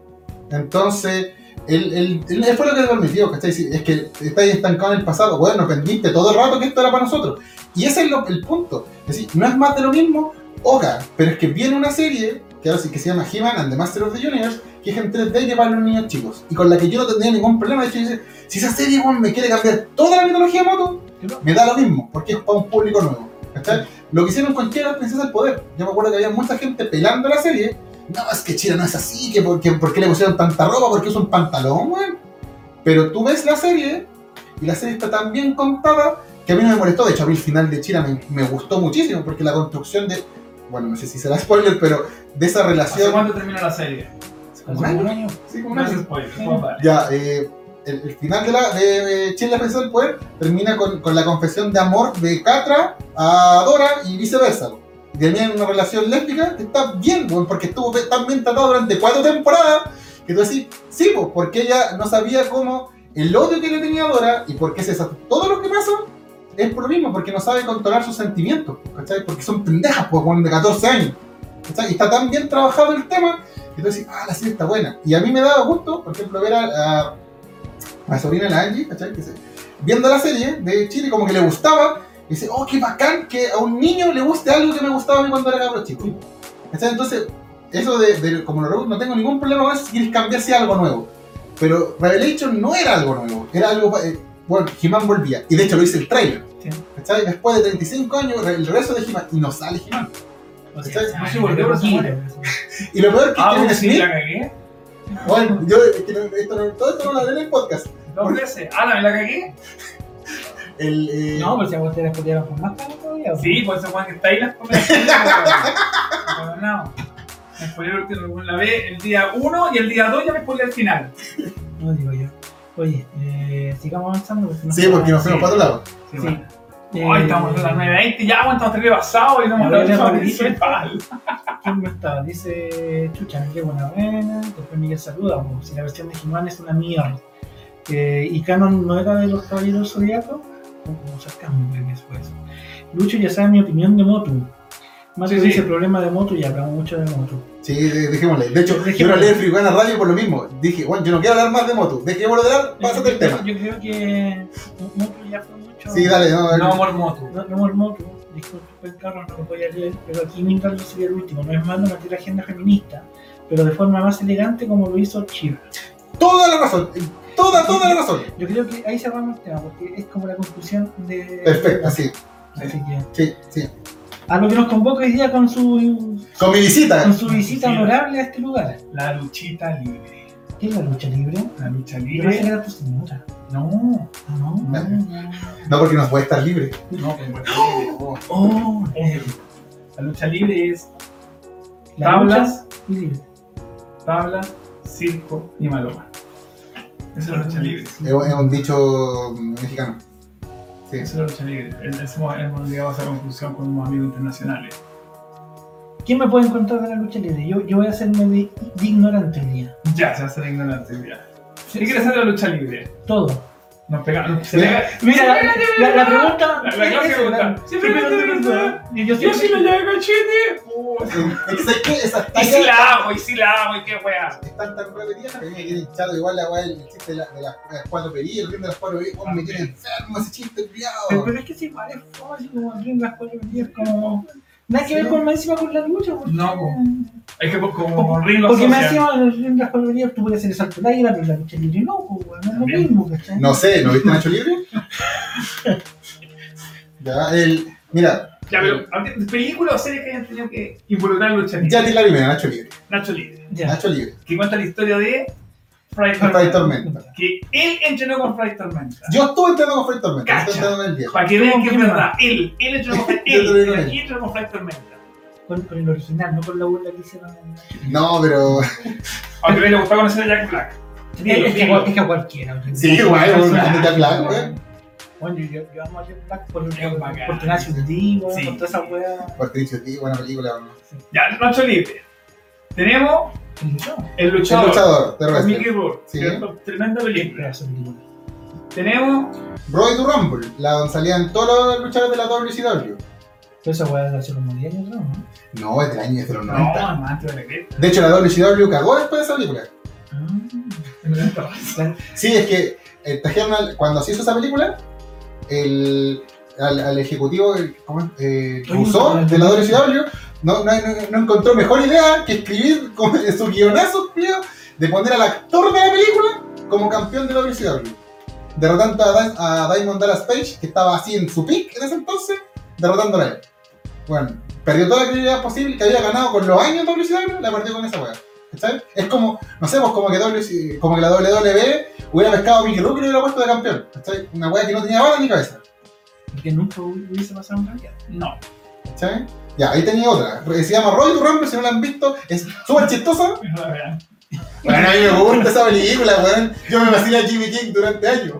Entonces, él, él, él- él fue lo que le permitió, ¿cachai? Si Es que estáis estancados en el pasado, bueno, pendiste todo el rato que esto era para nosotros. Y ese es lo- el punto. Es decir, no es más de lo mismo, oca, pero es que viene una serie, que ahora sí que se llama He-Man and the Master of the Universe, que es en 3D que para los niños chicos, y con la que yo no tendría ningún problema. De hecho, dice, si esa serie weón, me quiere cambiar toda la mitología de Moto, Claro. me da lo mismo, porque es para un público nuevo. ¿cachai? Lo que hicieron con Chira, Princesa del Poder. Yo me acuerdo que había mucha gente pelando la serie, no, es que Chira no es así, que por, que por qué le pusieron tanta ropa, porque es un pantalón, weón. Pero tú ves la serie, y la serie está tan bien contada, que a mí no me molestó. De hecho, a mí el final de Chira me, me gustó muchísimo, porque la construcción de, bueno, no sé si será spoiler, pero de esa ¿Hace relación... cuánto terminó la serie? ¿Como un Hace un año? año. Sí, como un No es año. spoiler, no vale. Ya, eh, el, el final de, la, de eh, Chira la princesa del poder termina con, con la confesión de amor de Catra a Dora y viceversa. Y tenían una relación lésbica que está bien, weón, porque estuvo be- tan bien tratado durante cuatro temporadas que tú decís, sí, pues, porque ella no sabía cómo el odio que le tenía a Dora y por qué se desató. Todo lo que pasó es por lo mismo, porque no sabe controlar sus sentimientos, ¿cachai? Porque son pendejas, pues, weón, de 14 años. ¿cachai? Y está tan bien trabajado el tema que tú decís, ah, la serie está buena. Y a mí me daba gusto, por ejemplo, ver a, a- a mi sobrina, la Angie, ¿cachai? Que se- viendo la serie de Chile, como que le gustaba. Y dice, oh, qué bacán que a un niño le guste algo que me gustaba a mí cuando era cabro chico. ¿Cachai? Entonces, eso de, de- como lo reboot, no tengo ningún problema con eso si quieres cambiarse a algo nuevo. Pero Revelation no era algo nuevo, era algo. pa- eh, bueno, He-Man volvía, y de hecho lo hice el trailer. Sí. ¿Cachai? Después de 35 años, re- el regreso de He-Man, y no sale He-Man. O sea, no se volvió, pero se muere. Y lo peor que Ah, Kevin sí, Smith, la cagué. bueno, yo, es que no- esto no- todo esto no lo hablé en el podcast. Dos veces. Ah, la, la cagué. El, eh, No, pues, pero si a vos te la spoilearon con más cara todavía. po. Sí, por eso Juan que está ahí las comidas. Pero no. Me spoileó el título, la ve el día 1 y el día 2 ya me spoileé el final. No Eh, digo yo. Oye, eh, sigamos avanzando. porque Sí, porque nos Sí. fuimos para otro lado. Sí, Sí. bueno. Hoy estamos en las 9.20, ya aguantamos tres pasado y no hemos Ahora hablado de eso ya principal. ¿Quién no está? Dice Chucha, qué buena buena. Después Miguel saluda. como si la versión de He-Man es una mierda. Eh, y Canon no era de los caballeros zodiacos. Como como sarcasmo, creo que es por eso. Lucho ya sabe mi opinión de Motu. Más Sí, que sí. dice problema de Motu y hablamos mucho de Motu. Sí, de- dejémosle. De hecho, yo no Dejémosle. leí Frigana Radio por lo mismo. Dije, bueno, yo no quiero hablar más de moto. Dejémoslo de hablar, pásate el tema. Yo creo que Motu ya fue mucho. Sí, dale, no, No, amor moto. No, no el moto, disculpen Carlos, no lo voy a leer, pero aquí Mintarlo sería el último. No es malo meter la agenda feminista, pero de forma más elegante como lo hizo Chiva. Toda la razón. Toda, toda la razón. Yo creo que ahí cerramos el tema, porque es como la conclusión de... Perfecto, sí, Así que, sí, sí. a lo que nos convoca hoy día con su, Con mi visita. ¿eh? con su visita honorable a este lugar. La luchita libre. ¿Qué es la lucha libre? La lucha Yo pensé que libre. era tu señora. No, Ah, no. No, porque nos puede estar libre. no, pues, no. Oh, eh. La lucha libre es La tablas, lucha libre. tabla, circo y maloma. Esa es la lucha libre. Es un es un dicho mm, mexicano. Sí. Esa es la lucha libre. Es- es- Hemos llegado a esa conclusión con unos amigos internacionales. ¿Quién me puede encontrar de la lucha libre? Yo, yo voy a hacerme de, de ignorante el día. Ya, se hace la ignorante. Ya. ¿Qué quieres hacer de la lucha libre? Todo. Nos pegamos. Se pega. Mira, la, la- la pregunta. La- la clase esa, pregunta. Siempre me pregunta. Y yo Yo siempre- sí la llave cachete. Oh, Es que ¿sabes qué? esas y sí tallas la hago, y sí la hago, y qué weá. están tan repetidas que a mí me tiene hinchado igual la weá el chiste de, la- de las, de las cuatro perillas, el ritmo de las cuatro perillas. Oh, me tiene enfermo ese chiste, Pero, criado. pero es que es igual, es fácil, como abrir las cuatro días, como. Nada que Sí. ver con más encima con la lucha, porque- No, po. Es que como con Ringo Porque más asocian. encima en las colonias tú puedes hacer el salto al aire, pero la lucha libre no, po, weón, no es lo También. mismo, ¿cachai? No sé, ¿no viste Nacho Libre? ya, el. Mira, Ya, pero a ver, películas o series que hayan tenido que involucrar la lucha ya libre. di la primera, Nacho Libre. Nacho Libre. Ya. Nacho Libre. Que cuenta la historia de Fray Tormenta. Fray Tormenta. Que él entrenó con Fray Tormenta. Yo estuve entrenando con Fray Tormenta, Cacha. estoy entrenando en el viejo. Para que vean que es ¿Cómo que verdad. Él, él entrenó con Fray Yo te lo digo Él, bien. aquí entrenó con Fray Tormenta. Con, con el original, no con la burla que hicieron. No, pero. Aunque me le gustaba conocer a Jack Black. Es, que, digo. es que a cualquiera. weón. Sí, güey, güey, de Jack Black, güey. Bueno, yo, yo amo a Jack Black por, Es por, bacán. por Tenacious D, weón, Sí. por toda esa weá. Patricio, tío, buena película. ¿no? Ya, Nacho Libre. Tenemos No, El El Luchador. luchador de con wrestling. Mickey Rourke. Sí. ¿cierto? Tremenda película. pedazo de película. Tenemos. Roy to Rumble, la donde salían todos los luchadores de la WCW. Pero esa weá la hicieron muy bien, ¿no? No, es del año, es de los No, 90. más de la cresta. De hecho, la WCW cagó después de esa película. Ah, Sí, es que eh, trajeron al- cuando se hizo esa película, el, al, al ejecutivo el- ¿cómo es? eh, Oye, Rousseau, no, de la no. WCW no, no, no- no encontró mejor idea que escribir como en su guionazo, creo, de poner al actor de la película como campeón de la WCW. Derrotando a, Dai- a Diamond Dallas Page, que estaba así en su pick en ese entonces, derrotándole a él. Bueno, perdió toda la credibilidad posible que había ganado con los años WCW, la perdió con esa weá. ¿Cachai? Es como, no sé, pues como que, WC como que la WWE hubiera pescado a Mickey Rourke y lo hubiera puesto de campeón. ¿Cachai? Una weá que no tenía bala ni cabeza. Porque nunca hubiese pasado en realidad. No. ¿Cachai? Ya, ahí tenía otra. eh, Se llama Roy to Rumble, si no la han visto, es súper chistosa. es la verdad. Bueno, a mí me gusta esa película, weón. Yo me vacilé a Jimmy King durante años.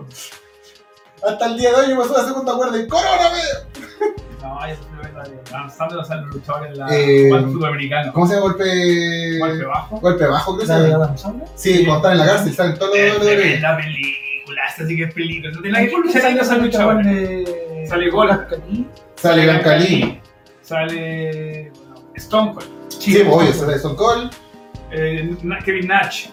Hasta el día de hoy me pasó la segunda cuerda en Corona, weón. No, esa es la verdad. Adam Sandler, o sea, el luchador en la. Eh, Juan Sudamericano. ¿Cómo se llama golpe? Golpe bajo. Golpe bajo, pues, creo eh. ¿La que se de llama. Adam Sandler? Sí, cuando están en la cárcel, salen todos los Es WWE. la película. Esta sí que es película. No tiene nada Ay, que ver con esa salió esa lucha, luchadora. weón, de- Sale Gol. Blancaní. Sale Blancalí. Sale. bueno, Stone Cold. Sí, pues, obvio, sale Son Cole. eh, Na- Kevin Nash.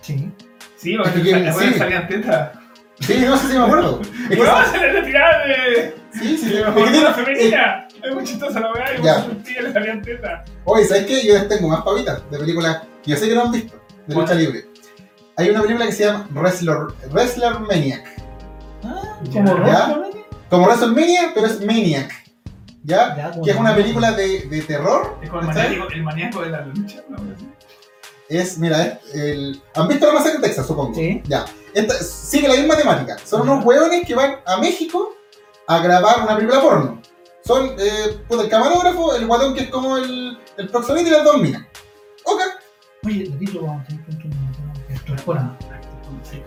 Sí. Sí, porque Es que sal- Kevin- sí. salían tetas. Sí, no sé si me acuerdo. Es que- ¡Vamos a la tirada de. Sí, sí, sí. de Es la que tiene- hormona eh, femenina! Es muy chistosa la verdad. Y Ya. muchos tíos le salían tetas. Oye, ¿sabes qué? Yo les tengo más pavitas de películas que yo sé que no han visto, de lucha ¿Cuál? libre. Hay una película que se llama Wrestler, Wrestler Maniac. Ah, Como Ya. ¿Ya? Rock, ¿no? Como WrestleMania, pero es Maniac. ¿Ya? Ya, como Que es una Rock. película de, de terror. Es como el ¿cachai? maníaco, el maníaco de la lucha. ¿no? Es, mira, es el... ¿han visto la masacre de Texas, supongo? Sí. Ya. Esta- sigue la misma temática. Son unos hueones que van a México a grabar una película porno. Son eh, puta, el camarógrafo, el guatón que es como el, el proxeneta y las dos minas. Ok. Oye, de título vamos a tener pronto un- un- esto es porno. Sí.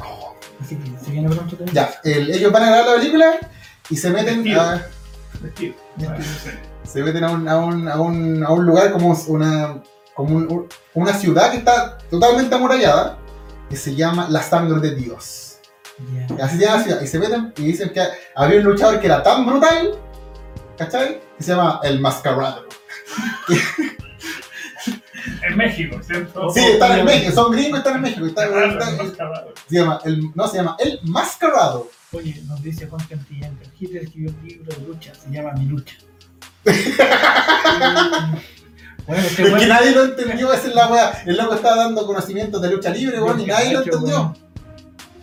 Así que se viene pronto también. Ya, el- ellos van a grabar la película y se meten Vestido. a, Vestido. Ya. Bueno, no sé. se meten a un, a un, a un, a un lugar como una, como un- un- una ciudad que está totalmente amurallada que se llama la sangre de Dios. Ya. Así se llama la ciudad. Y se meten y dicen que había un luchador que era tan brutal, ¿cachai? Que se llama el Mascarado. En México, ¿cierto? Sí, están en México, son gringos, están en México. están- están- se llama el, no, se llama el Mascarado. Oye, nos dice Juan Cantillán, que Hitler escribió un libro de lucha, se llama Mi Lucha. bueno, este Es que weón- nadie lo entendió, esa es la weá. El loco estaba dando conocimientos de lucha libre, weón, y nadie lo entendió.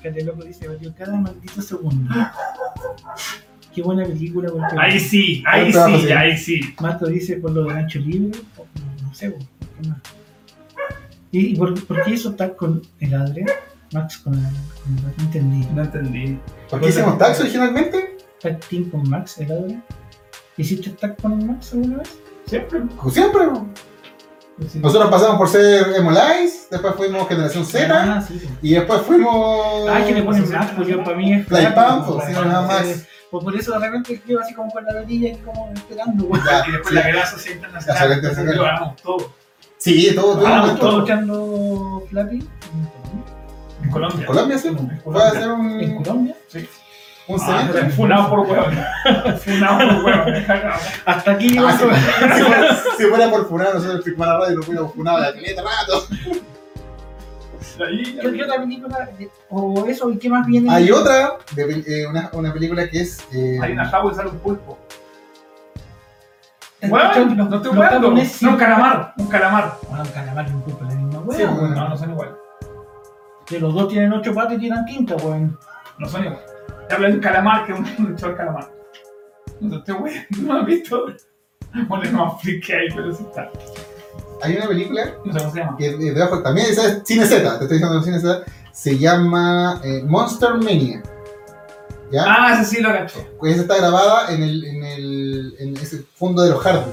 Que el loco dice, valió cada maldito segundo. Qué buena película, porque Ahí sí, ahí Un trabajo sí, así. ahí sí. Mato dice por lo de Nacho Libre, o no, no sé, ¿por qué más? ¿Y por, por qué eso está con el Adre? Max con la... Con la- no entendí. No entendí. ¿Por qué hicimos tax originalmente? ¿Tag team con Max, el Adre? ¿Hiciste tag con Max alguna vez? Pues Siempre. Como siempre, weón. Nosotros pasamos por ser Emolais, después fuimos Generación Z, Ah, sí. sí. y después fuimos. Ah, que le ponen Max, porque para mí es Play flaco, Pampo, pues, sí, para- nada más. eh, Pues por eso de repente escribo así como con la rodilla y como esperando, güey. Ya, Y después sí. la gracia se La internacional. Sagrada Nosotros Internacional. lo ganamos todo. Sí, todo, todo. Ah, Ah, todo, ¿Estás todo. escuchando Flappy? En Colombia. En Colombia, sí. En Fue a Colombia. hacer ¿En un, Colombia? un Ah, semestre. Funado por huevos. Funado por huevos. me cagaba. Hasta aquí llegó Ah, si, todo. fuera- si fuera, si fuera por funar, nosotros en la Radio nos hubiéramos funado la caleta rato. Ahí, Yo yo la película, eh, o eso, ¿y qué más viene? Hay otra, de pel- eh, una, una película que es. eh, Hay una jabo y sale un pulpo. Escuchan Bueno, los- no te los jugando. No, japoneses- un calamar. Un calamar. Ah, un calamar y un pulpo, la misma Sí, weón. bueno. No, no son igual. Que los dos tienen ocho patas y tiran quinta, weón. No son igual. Te hablo de un calamar que es un luchador calamar. No te güey, no lo has visto. Bueno, no apliqué ahí, pero sí está. hay una película No sé cómo se llama. que eh, debajo también esa es Cine Z, te estoy diciendo Cine Z, se llama eh, Monster Mania. ¿Ya? Ah, ese sí lo caché. Pues está grabada en el, en el en ese fondo de los Hardy.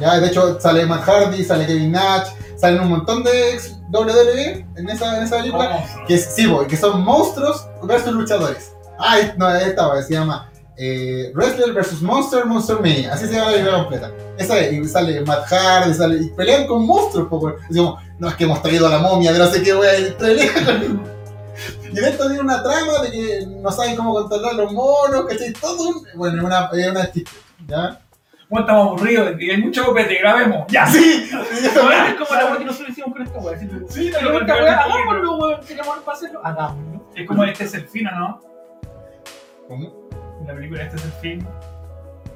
¿Ya? De hecho, sale Matt Hardy, sale Kevin Nash, salen un montón de ex WWE en esa, en esa película. Ah, Que, es- sí, boy, que son monstruos versus luchadores. Ah, es- no, esta boy, se llama eh, Wrestler versus Monster, Monster Mania. Así se llama la película completa. Esa es, y sale Matt Hardy, sale, y pelean con monstruos. po, boy. Es como, no es que hemos traído a la momia, de no sé qué, wey, y esto tiene una trama de que no saben cómo controlar los monos, ¿cachai? Todo un... Bueno, es una, es una chiste, ¿ya? Bueno, estamos aburridos. Y hay mucho copete, grabemos. ¡Ya, sí! Es como la weón que nosotros hicimos con esta weón. Si Sí, te pero pregunta, nunca weón, voy a- hagámoslo, weón. Tenemos el paseo, hagámoslo. Es como este es el fin, ¿o ¿no? ¿Cómo? La película Este es el fin.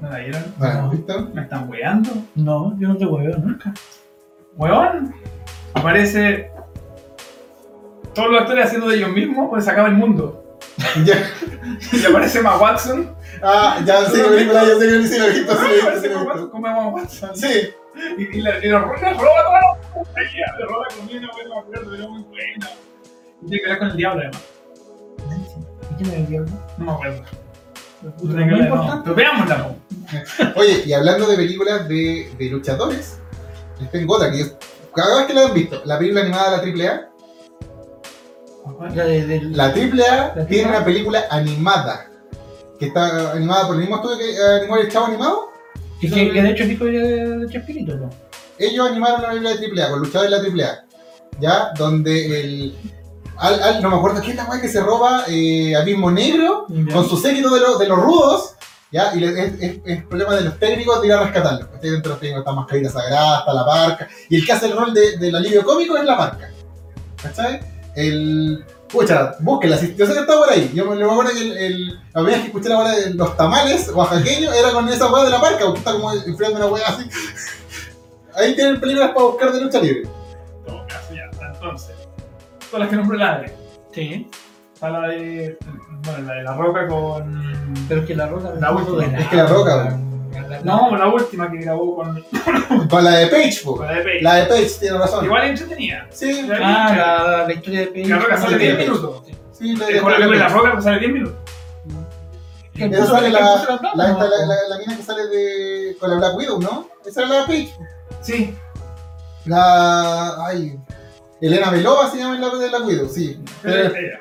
¿No la vieron? Bueno, ¿listo? ¿Me están weando? No, yo no te hueveo nunca. Weón. Aparece. Todos los actores haciendo de ellos mismos, pues se acaba el mundo. Ya, Y aparece Emma Watson. ah, ya sé que película, ya sé que sí lo he visto, sí Ah, lo he visto, sí aparece Emma lo he Watson visto. como Emma Watson. Sí, Y, y la, y la roba, roba toda la compañía, le roba comida, weón, me acuerdo, era muy buena. Y tiene que ver con el diablo, además. ¿Y quién es el diablo? No me acuerdo. Puta, Tiene que muy ver, no. importante. Pero veámosla, po. oye, y hablando de películas de, de luchadores, les tengo otra que yo, cada vez que la han visto, la película animada de la AAA, La de- del- la AAA ¿La tiene AAA? una película animada, que está animada por el mismo estudio que eh, animó el Chavo Animado, que, que- que de hecho dijo ya de, de Chespirito, ¿no? ellos animaron la película de AAA, con luchadores de la AAA, ¿ya? Donde el. Al, al- no me acuerdo quién es la weá que se roba eh, Abismo Negro con su séquito de, los- de los rudos, ¿ya? Y le- es, es- es problema de los técnicos de ir a rescatarlo. Está dentro de los técnicos, está Mascarita Sagrada, está la barca, y el que hace el rol de- del alivio cómico es la barca, ¿cachai? El. Pucha, búsquela, si- yo sé que está por ahí. Yo me, yo me acuerdo que el, el- la primera vez que escuché la bola de los tamales oaxaqueños era con esa weá de la barca, porque está como enfriando una weá así. Ahí tienen películas para buscar de lucha libre. todo caso, ya está. Entonces, todas las que nombré la de. Sí. Está la de. Bueno, la de la roca con. Pero es que la roca. La última. Es que la roca, No, No, la última que grabó con, Con la de Page, po. con la de Page. La de Page tiene razón. Igual entretenida. Sí, La- ah, la, la historia de Page. La roca sale Sí, 10 Page. minutos. sí, la Es de como la Page. película de la roca que sale 10 minutos. Que Esa puso- sale que la, puso la, plata, esta- la- ¿no? la- la mina que sale de, con la Black Widow, ¿no? Esa era la de Page. po. Sí. La. Ay. Elena Belova se llama la de Black Widow, sí. Eh, Pero Pero,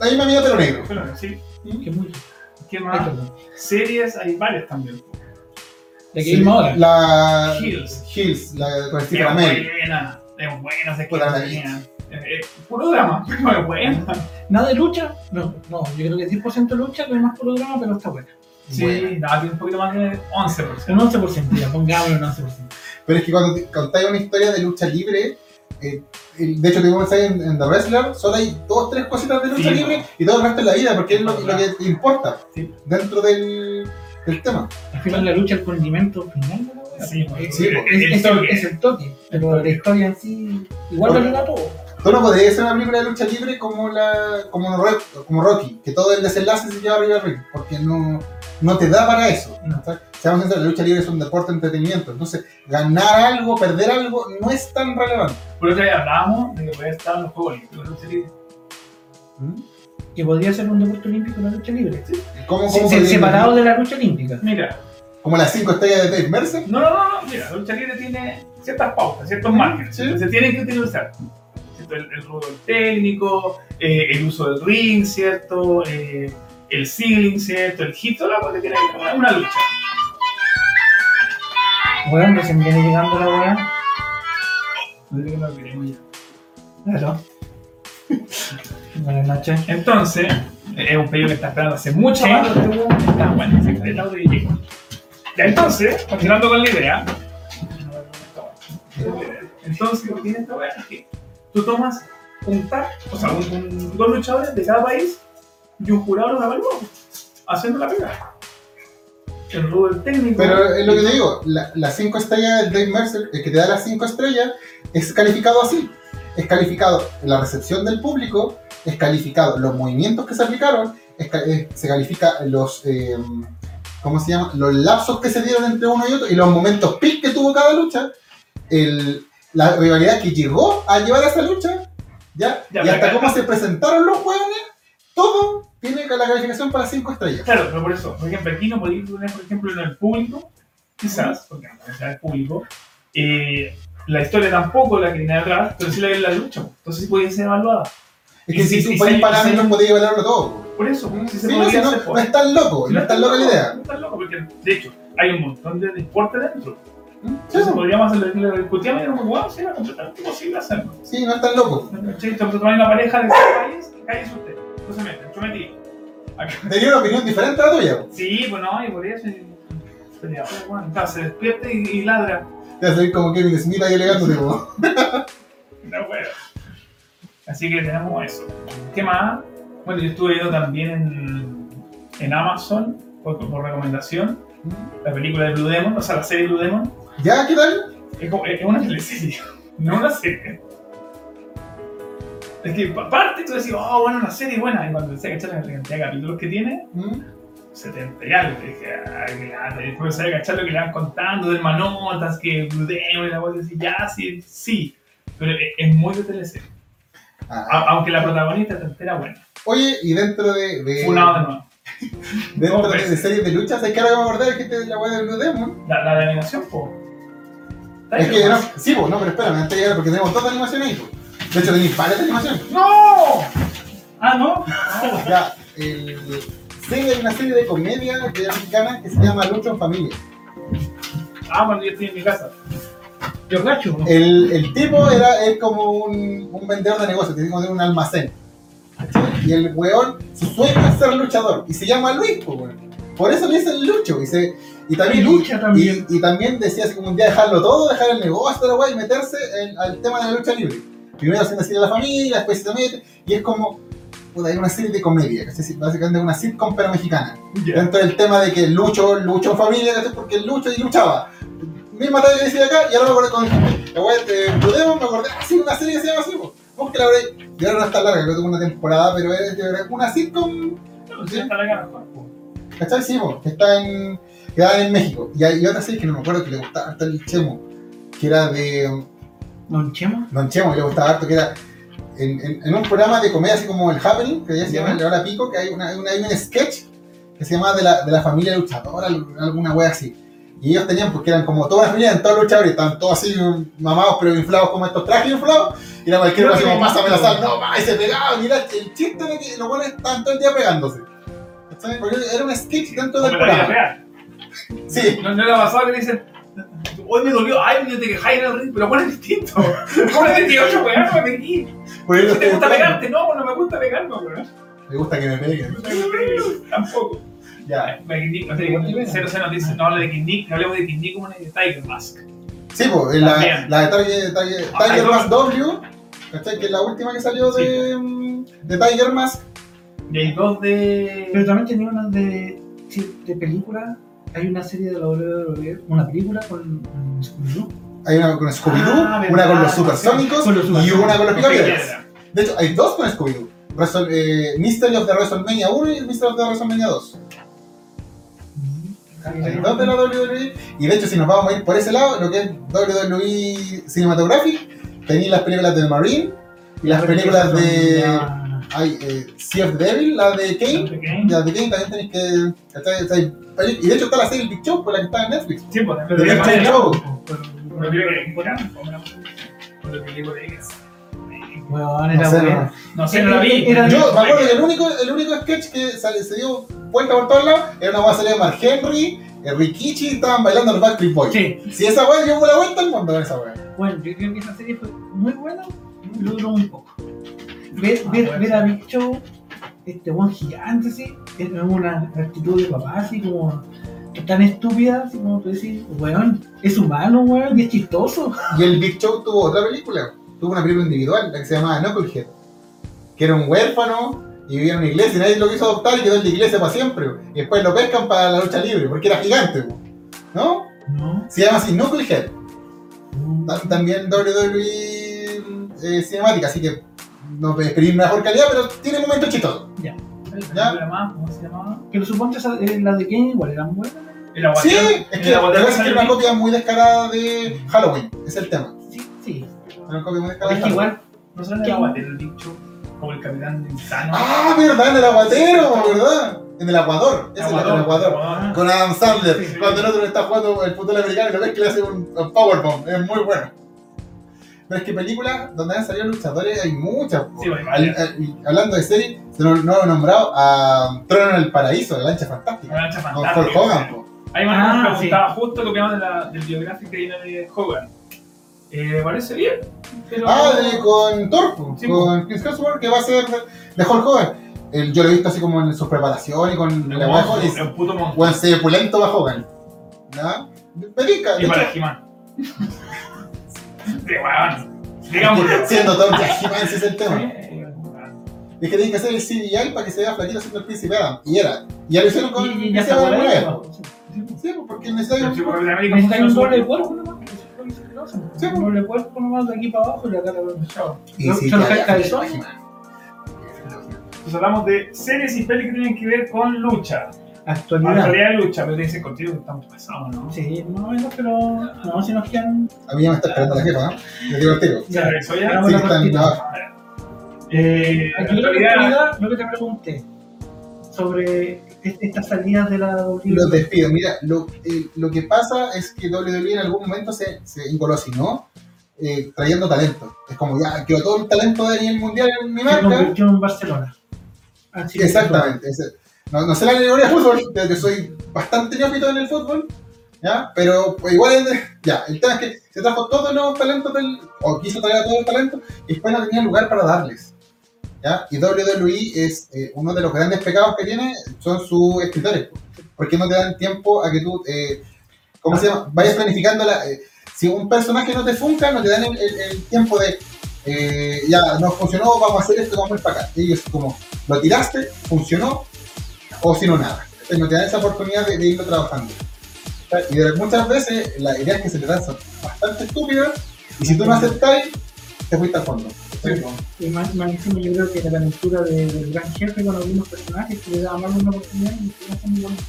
la misma mina pero negro. pero, sí. Que muy- ¿Qué Ahí más? perdón. Series hay varias también. De que Sí, vimos ahora. La. Hills. Hills, la con Steve es Amell. buena. Es buena, se Puta, la buena. Es eh, puro drama, pero es buena. Nada de lucha. No, no, yo creo que es 10% lucha, pero más por drama, pero está buena. Buena. Sí, da un poquito más de 11%. Un 11%, ya, pongámosle un 11%. Pero es que cuando te- contáis una historia de lucha libre, eh, el- de hecho, te digo en, en The Wrestler, solo hay dos tres cositas de lucha Sí. libre y todo el resto es la vida, porque es lo, lo que importa Sí. dentro del, del tema. Al final la lucha, el condimento final de la wea. Sí, es, sí, es- el- el es el, toque. es el toque, pero la historia en sí igual Bueno. vale la todo. Tú no podrías hacer una película de lucha libre como la como, Ro- como Rocky, que todo el desenlace se lleva arriba del ring, porque no, no te da para eso. No. ¿sabes? Seamos sinceros, la lucha libre es un deporte de entretenimiento, entonces ganar algo, perder algo, no es tan relevante. Por otro día hablábamos de que puede estar en los Juegos Olímpicos. ¿no? Sí, Que podría ser un deporte olímpico la lucha libre. ¿Cómo, Se- cómo se- podrías- separado de la lucha olímpica. Mira, Como las cinco estrellas de Dave Mercer. no, no, no, no, mira, la lucha libre tiene ciertas pautas, ciertos márgenes. Sí. Se tienen que utilizar. ¿cierto? El, el rubro técnico, eh, el uso del ring, ¿cierto? Eh, el ceiling, ¿cierto? El hit, todo lo que tiene que ver, una lucha. Bueno, recién viene llegando la weá. No digo que no lo queremos ya. Claro. Buenas noches. Entonces, eh, es un pedido que está esperando hace mucho más. Está bueno, se está audio y llegó. Ya, entonces, continuando con la idea. Entonces, lo que tiene esta weá es que tú tomas un par, o sea, un- un- dos luchadores de cada país y un jurado los evalúa, haciendo la pega. El rubro del técnico. Pero es lo que te digo, la- las cinco estrellas de Dave Mercer, el que te da las cinco estrellas, es calificado así. Es calificado la recepción del público, es calificado los movimientos que se aplicaron, es ca- eh, se califica los, eh, ¿cómo se llama? Los lapsos que se dieron entre uno y otro y los momentos pic que tuvo cada lucha, el- la rivalidad que llegó a llevar a esa lucha, ¿ya? Ya, y pero hasta acá- cómo se presentaron los jueves, todo tiene la calificación para cinco estrellas. Claro, pero por eso, por ejemplo, aquí no podéis poner, por ejemplo, en el público, quizás, porque no es el público, eh, la historia tampoco la que tiene atrás, pero sí la de la lucha, entonces sí podía ser evaluada. Es Y que si si- tú y pones si- parámetros, si- podías evaluarlo todo. Por eso, sí se Sí, no, podría si no, hacer. no es tan loco, pues. no es tan loca la idea. No es tan loco, porque de hecho, hay un montón de deporte dentro. Sí, Entonces podríamos hacerlo, lo discutíamos y éramos, wow, sí, era completamente imposible hacerlo. sí, no es tan loco. Sí, entonces hay una pareja de cada país, cállese usted, no se meten, yo metí. Acá. Tenía una opinión diferente a la tuya. Sí, pues no, y por eso. y- Pero, bueno, claro, se despierta y, y ladra. Te vas a salir como Kevin Smith ahí elegándote. po. No puedo. Así que tenemos eso. ¿Qué más? Bueno, yo estuve viendo también en, en Amazon, por, por recomendación, la película de Blue Demon, o sea, la serie de Blue Demon. ¿Ya? ¿Qué tal? Es, como- es una teleserie, no una serie. Es que aparte tú decís, oh, bueno, una serie buena. Y cuando empecé a cachar la cantidad de capítulos que tiene, ¿Mm? 70 y algo. y Dije, ah, que lata. Y después empecé a cachar lo que le van contando, de manotas, que Blue Demon y la voz decís, ya, sí, sí. Pero es, es muy de teleserie. Ah. A- Aunque la protagonista te entera buena. Oye, y dentro de, de, Funado de nuevo. dentro dos de, veces. series de luchas, es que ahora vamos a abordar gente de la web de Blue Demon. La, la de animación, po. Está Es ahí que no, nomás. sí, po, no, pero espérame, antes de llegar, porque tenemos dos de animación ahí. po. De hecho, tenéis varias de animación. ¡No! Ah, no. Ya, el, sí, hay una serie de comedia de mexicana que se llama Lucha en Familia. Ah, cuando yo estoy en mi casa. Yo cacho. El, el tipo era, es como un, un vendedor de negocios, tiene como un almacén. ¿cachai? Y el weón, su sueño es ser luchador. Y se llama Luis, po, weón. Por eso le dicen Lucho. Y, se, y Y también lucha también. Y, y también decía así como un día dejarlo todo, dejar el negocio, toda la weá, y meterse en- al tema de la lucha libre. Primero haciendo así a la familia, después se mete. Y es como, puta, hay una serie de comedia, ¿cachai? Básicamente una sitcom pero mexicana. Ya. Dentro del tema de que Lucho, Lucho en familia, ¿cachai? Porque Lucho y luchaba. Misma talla que decía acá, y ahora me acordé con la wea de Blue Demon, me acordé, ah, sí, una serie que se llama así, po. Búsquela por ahí. Y ahora no está larga, creo que tuvo una temporada, pero es de verdad una sitcom, No, sí, está la cara mejor, po. ¿cachai? Sí, po, que está en, que dan en México. Y hay y otra serie que no me acuerdo que le gustaba harto el Chemo, que era de um, Don Chema. Don Chemo, que le gustaba harto, que era en, en- en un programa de comedia así como el Happening, que ya se llama Ya. el Hora Pico, que hay, una, hay una- hay un sketch que se llama de la, de la familia luchadora, alguna wea así. Y ellos tenían, porque eran como todas las familias, todos luchadores, estaban todos así um, mamados, pero inflados como estos trajes inflados. Y era cualquier cosa Creo que como, me pásame la imagino". sal, no, va, y se pegaban, y era el chiste de que los buenos estaban todo el día pegándose. ¿Cachai? Porque era un sketch dentro Como del en la vida programa. real. Sí, No, no le ha pasado que le dicen, hoy me dolió, ay, no te quejáis en el ring, pero bueno, es distinto. ¿Cómo es 28, weón? No me pegué. por eso ¿Te estoy gusta enfermo. pegarte? No, no me gusta pegarme, weón. Me gusta que me peguen. Tampoco. Ya. Kinnick, no sé, Cero Cero nos dice, no hable de Kinnick, no hablemos de Kinnick como en el Tiger Mask. Sí, pues, en la, También. la de Tiger, Tiger, Ah, Tiger hay Mask W, ¿cachai? Que es la última que salió Sí. de, mm, de Tiger Mask. Y hay dos Pero de... también tenía una de, sí, de película. Hay una serie de la WWE, una película con con Scooby-Doo. Hay una con Scooby-Doo, Ah, una con verdad, los supersónicos con los y supersónicos. una con los Con Piedra. picapiedras. De hecho, hay dos con Scooby-Doo. Wrestle- eh, Mystery of the WrestleMania 1 y Mystery of the WrestleMania 2. Hay dos de la WWE. Y de hecho, si nos vamos a ir por ese lado, lo que es WWE Cinematographic, tenéis las películas de Marine y las películas de. Hay, eh, Sea of the Devil, la de Kane. Y la de Kane también tenéis que. ¿cachai? O sea, hay- Y de hecho, está la serie El Big Show, por la que está en Netflix. Sí, pues, The Big Show Show. Una película que pues, era buena, una película que era- Bueno, No era sé, buena. no. No sé, no la vi. Era- Yo me acuerdo que el único, el único sketch que sale- se dio vuelta por todos lados era una guasa de Mark Henry, eh, Rikichi estaban bailando los Backstreet Boys. Sí, Si esa weá dio la vuelta al mundo con esa weá. bueno, yo creo que esa serie fue muy buena, pero duró muy poco. Ver, ver, bueno. ver a Big Show, este buen gigante, sí, es una actitud de papá, así como tan estúpida, así como tú decís, weón, es humano, weón, y es chistoso. Y el Big Show tuvo otra película, tuvo una película individual, la que se llamaba Knucklehead, que era un huérfano y vivía en una iglesia y nadie lo quiso adoptar y quedó en la iglesia para siempre. weón. Y después lo pescan para la lucha libre porque era gigante, weón. ¿no? No, Se llama así Knucklehead. no. Ta- También WWE eh, cinemática, así que no pedí mejor calidad, pero tiene momentos chistosos. La película más, ¿Cómo se llamaba? Pero suponte esa- eh, las de Kane igual eran buenas. El aguatero. Sí, es que El lo que aguatero pasa es que sale era una bien. copia muy descarada de Halloween, es el tema. Sí, sí. Era una copia muy descarada Es de que Halloween. igual, No solo el aguatero, el bicho. Como el capitán de Insano. Ah, verdad, en el aguatero, verdad. En el aguador, El es el, en el aguador. aguador. Con Adam Sandler, Sí, sí. cuando el otro le está jugando el fútbol americano y lo ves que le hace un, un powerbomb, es muy bueno. Pero es que películas donde han salido luchadores hay muchas. po. Sí, hay Al- varias. al- y hablando de series, se no, no lo he nombrado a Trono en el Paraíso, la lancha Una fantástica. lancha Con Hulk fantástica. Hogan, po. Hay una que Ah, me preguntaba justo lo que hablamos de la- del biográfico que viene de Hogan. Eh, parece bien, pero... Ah, de- con Thor, po, Sí, con Chris Hemsworth, que va a ser de, de Hulk Hogan. El- yo lo he visto así como en sus preparaciones y con Un la weá de Hulk, monstruo, y es un puto monstruo. Weón, se pulento va Hogan. ¿Ya? Perica, de Y para hecho, He-Man. De weón. Digámoslo. siendo Thor ya He-Man, ese es el tema. Eh, weón. Es que tienen que hacer el CGI para que se vea flaquito siendo el príncipe Adam. Y era. Y ya lo hicieron con y, y ya Príncipe está Adam buena. alguna vez, ¿no? po. Sí. Sí, pues, Pero porque si necesitan. Capitán América Necesitan funciona un solo. doble cuerpo nomás. pues, eso es lo que se conoce. Sí, pues. Un doble cuerpo nomás de aquí para abajo y la cara de chao. Y ¿No? sí, ¿Son ya, ya, cabezón? He-Man. Entonces hablamos de series y pelis que tienen que ver con lucha. Actualidad. Actualidad de lucha, pero te dicen contigo que estamos pasados, ¿no? Sí, más o menos, pero no, si nos quedan. A mí ya me está esperando la jefa, ¿no? Le digo el tiro. O sea, eso ya. Hagamos Sí, la están cortita. abajo. Eh, Aquí lo que, actualidad, lo que te pregunté sobre es- estas salidas de la Los WWE. despido. Mira, lo, eh, lo que pasa es que WWE en algún momento se, se engolosinó eh, trayendo talento. Es como ya, quiero todo el talento de nivel mundial en mi Se marca. convirtió en Barcelona. Así que- Exactamente. ese- No, no sé la categoría de fútbol, yo que soy bastante neófito en el fútbol, ¿ya? Pero pues, igual, es de- ya, el tema es que se trajo todos los talentos, del, o quiso traer a todos los talentos, y después no tenía lugar para darles. ¿ya? Y WWE es eh, uno de los grandes pecados que tiene, son sus escritores, po. porque no te dan tiempo a que tú, eh, ¿cómo se llama? Vayas planificando la... eh, si un personaje no te funca, no te dan el, el- el tiempo de, eh, ya, no funcionó, vamos a hacer esto, vamos a ir para acá. Ellos como, lo tiraste, funcionó, o si no, nada. Entonces, no te dan esa oportunidad de, de irlo trabajando. Y de- muchas veces las ideas que se le dan son bastante estúpidas, y si tú no aceptás, te fuiste al fondo. Y más, más encima yo creo que la calentura de- del gran jefe con algunos personajes que le daba más de una oportunidad y que no son muy buenos.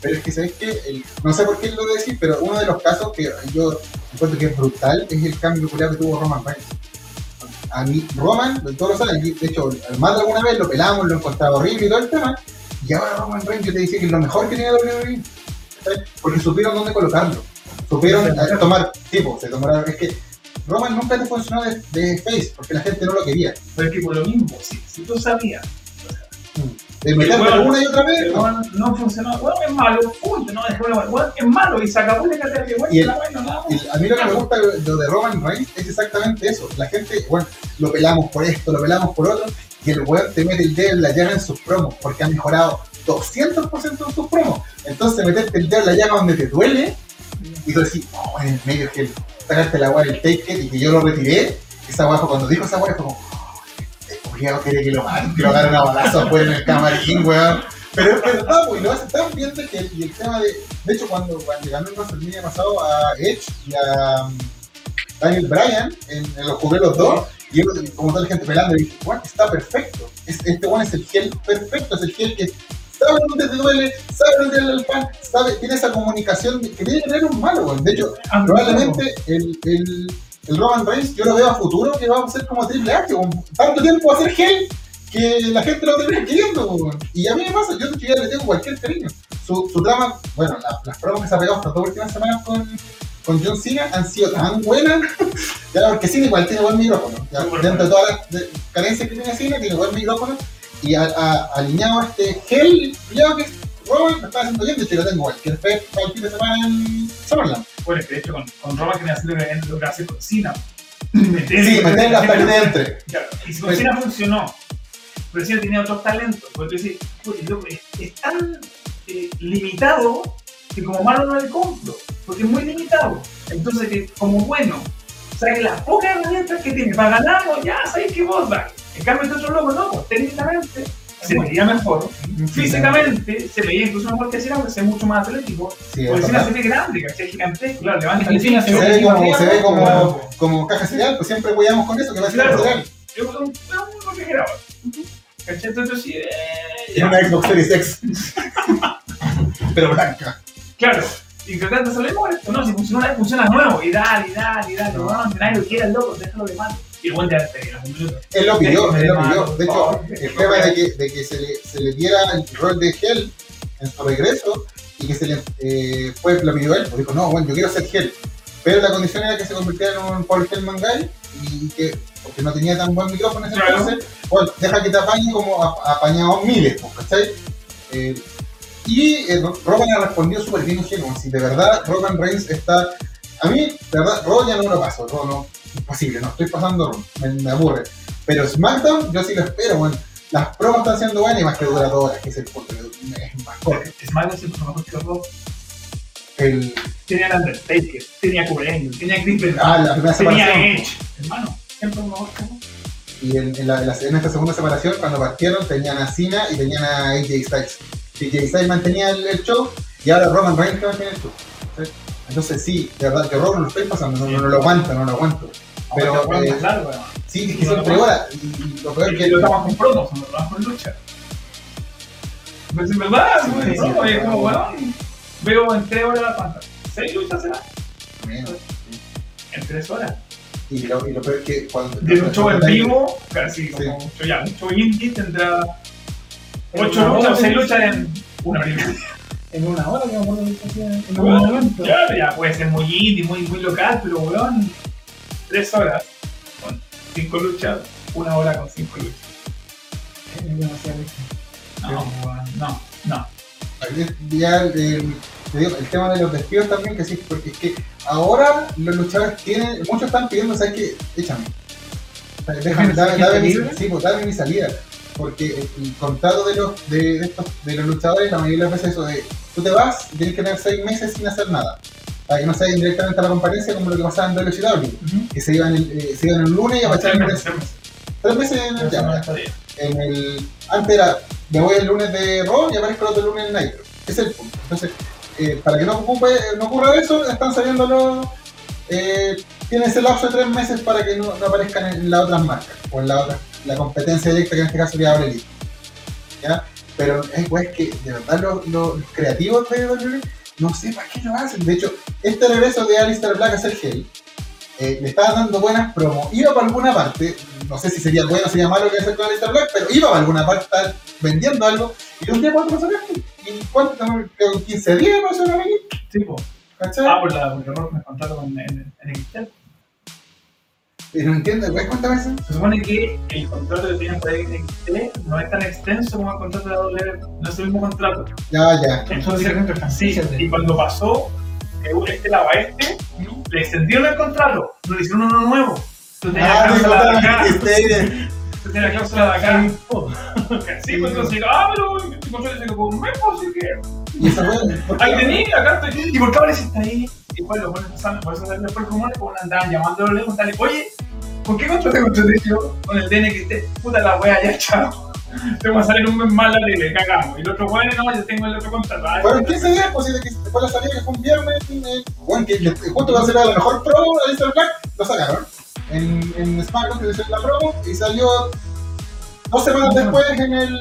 Pero es que sabes que, no sé por qué lo voy a decir, pero uno de los casos que yo encuentro que es brutal es el cambio culiao que tuvo Roman Reigns. A mí, Roman, de todos los años, de hecho, más de alguna vez lo pelamos, lo encontraba horrible y todo el tema, y ahora Roman Reigns yo te decía que es lo mejor que tiene WWE, ¿sabes? E, porque supieron dónde colocarlo, supieron Sí, sí. eh, tomar, tipo, se tomaron, es que Roman nunca te funcionó de, de face, porque la gente no lo quería. pero es que por lo mismo, si, si tú sabías, o sea, De meterme Bueno. una y otra vez. Pero, no. weón, no funcionó, weón, es malo, punto, no, dejé la weón, es malo, y se acabó la categoría, weón, Y el- la weón, no, nada, Y a mí lo que me gusta de lo de Roman Reigns es exactamente eso. La gente, bueno, lo pelamos por esto, lo pelamos por otro, y el weón te mete el dedo en la llaga en sus promos, porque ha mejorado 200% en sus promos. Entonces, meterte el dedo en la llaga donde te duele, y tú decís, oh, en medio que sacarte la weá del Taker y que yo lo retiré, esa weá fue cuando dijo esa weá, fue como, este culiao quiere que lo maten, que lo agarren a balazo afuera en el camarín, weón. Pero es verdad, pues, lo hace tan bien de que y el tema de. De hecho, cuando, cuando ganó el WrestleMania pasado a Edge y a um, Daniel Bryan, en, en los jugué los dos, y yo, como toda la gente pelando, dije, bueno, está perfecto. Es- este one es el gel perfecto, es el gel que sabe dónde te duele, sabe dónde duele el pan, sabe, tiene esa comunicación que tiene que tener un malo, weón. De hecho, Ah, Probablemente el, el, el Roman Reigns, yo lo veo a futuro que va a ser como Triple H, weón. tanto tiempo va a ser gel que la gente lo termina queriendo. weón. Y a mí me pasa, yo de hecho ya le tengo cualquier cariño. Su, su trama, bueno, la- las pruebas que se ha pegado estas dos últimas semanas con, con John Cena han sido tan buenas, ya porque Cena igual tiene buen micrófono, ya, Súper dentro de todas las de- carencias que tiene Cena, tiene buen micrófono, y a- a- alineado a este gel, culiao que es Roman, me está haciendo bien, de hecho lo tengo cualquier fe para el fin de semana en Summerland. Bueno, es que de hecho con, con Roma que me hace lo que- lo que hace con Cena. Meter- Sí, meterla hasta que te entre. Claro, Y si con Cena funcionó, pero Cena tenía otros talentos, porque tú dices, "Puta, el loco es, es tan eh, limitado que como malo no le compro, porque es muy limitado. Entonces, que como bueno, saque las pocas herramientas que tiene para ganarlo, ya sabéis que vos dale. En cambio, este otro loco, no, pues, técnicamente se veía mejor, físicamente se veía incluso mejor que Cena, porque se ve mucho más atlético, Sí, porque es Cena verdad. se ve grande, ¿cachai? Gigantesco, claro, Es levanta que el Cena se se pecho, ve como, arriba, se ve claro, como, como caja cereal, pues siempre cuidamos con eso, que va a ser Claro. caja cereal. es un, es un refrigerador. ¿Cachai? Entonces, sí, eh, Es una Xbox Series X. Pero blanca. Claro, y tratando de salir esto, no, si funciona una vez, funciona de nuevo, y dale, y dale, y dale, No. no, que nadie lo quiera, loco, déjalo de mano. Y el buen de arte, los minutos. Él lo pidió, él lo pidió. De hecho, Por el favor. tema de que, de que se, le, se le diera el rol de Hell en su regreso y que se le eh, fue, lo pidió él, pues dijo, no, bueno, yo quiero ser Hell. Pero la condición era que se convirtiera en un Paul Hellman guy y que, porque no tenía tan buen micrófono en ese Claro. entonces, bueno, deja que te apañe como a- apañados miles, pues, ¿cachai? Eh, y eh, Ro- Roman ha respondido súper bien ingenuo. Si de verdad Roman Reigns está. A mí, de verdad, Raw ya no me lo paso. Raw no, imposible, no estoy pasando Raw, me, me aburre. Pero SmackDown, yo sí lo espero, bueno. Las promos están siendo buenas y más que dura dos horas, que es el punto, que es más corto. Es malo, se puso mejor que los dos. El, Tenía el Undertaker, tenía Kurt Angle, tenía Chris Benoit, ah, la primera separación. tenía Edge. Hermano, siempre fue mejor que los dos. Y en, en la- en la- en esta segunda separación, cuando partieron, tenían a Cena y tenían a AJ Styles. AJ Styles mantenía el, el show y ahora Roman Reigns que mantiene el show. ¿sí? Entonces sí, de verdad que Roman lo estoy pasando, no, no- no lo aguanto, no lo aguanto. Pero, Ahora eh, más largo, además. Sí, es que siempre ahora. Y, y lo peor Y que... lo estamos con promos, no lo estamos con lucha. Pues en verdad, Sí, güey, sí, no, sí, es como, claro. weón, veo en tres horas la pata. ¿Seis luchas será? Menos. En tres horas. Y lo, y lo peor que cuando... De un show en cuando- vivo, casi como un show ya, un show indie tendrá ocho luchas o seis luchas en una hora y media. En una hora, que me acuerdo que se hacía en algún Weón, momento. Claro, ya puede ser muy indie, muy, muy local, pero weón, tres horas con cinco luchas, una hora con cinco luchas. Es demasiado lejos. No, weón, no, no. Ya, eh, te digo, el tema de los despidos también, que sí, porque es que ahora los luchadores tienen, muchos están pidiendo, ¿sabes qué? Échame. O sea, Déjame, ¿Dejan dame, gente dame mi, libre? sí, pues, dame mi salida. Porque el, el contrato de los, de, de estos, de los luchadores, la mayoría de las veces eso de, tú te vas y tienes que tener seis meses sin hacer nada. Para que no sea directamente a la competencia como lo que pasaba en WCW, que se iban el, eh, se iban el lunes y apachaban el Tres meses, tres meses en el tres llama meses, tres meses. en el antes era me voy el lunes de Raw y aparezco el otro lunes en Nitro ese es el punto entonces eh, para que no, ocupe, no ocurra eso están saliendo los eh, tienen ese lapso de tres meses para que no, no aparezcan en las otras marcas o en la otra la competencia directa que en este caso sería All Elite ¿ya? pero es pues, que de verdad los, los- los creativos de WWE no sé para qué lo hacen de hecho este regreso de Alistair Black a ser Hell eh, le estaba dando buenas promos. Iba para alguna parte, no sé si sería bueno o sería malo que hacer con Alistair Black, pero iba para alguna parte estaba vendiendo algo. Y de un día para otro sacaste. ¿Y cuánto? Creo que 15 días pasó una vez, Sí, po. ¿cachai? Ah, por la por el error que me contrato con en, en el Excel. Y no entiendo, güey, ¿cuántas veces? Se supone que el contrato que tienen por ahí en XT no es tan extenso como el contrato de AWS, no es el mismo contrato. Ya, ya. Son Entonces, diferentes sí, franquicias. de- y cuando pasó que hubo este lava este, le extendieron el contrato, no le hicieron uno nuevo. Tú tenías Ah, Este, la me cláusula de contaron acá, que ustedes- tú tenías la cláusula de acá. Oh, Sí, pues entonces, ah, pero este contrato dice que por un mes, pues sí que. Y esa güey, ¿por qué? Ahí vení, acá estoy. ¿Y por qué apareciste ahí? Y pues los buenos pasaron, por eso salieron después rumores, pues andaban llamando a los lejos, tal y, oye, ¿por qué contraté con yo con el DNXT? Puta la wea, ya chao. Te va a salir un mes más la tele, cagamos. Y el otro bueno, no, yo tengo el otro contrato. ah, Ay, Fueron 15 días, pues, y de que después la salida que fue un viernes, eh, bueno, que le- justo va a ser la mejor promo, la lista del Black, lo sacaron. En, en SmackDown que hicieron la promo y salió dos semanas después en el.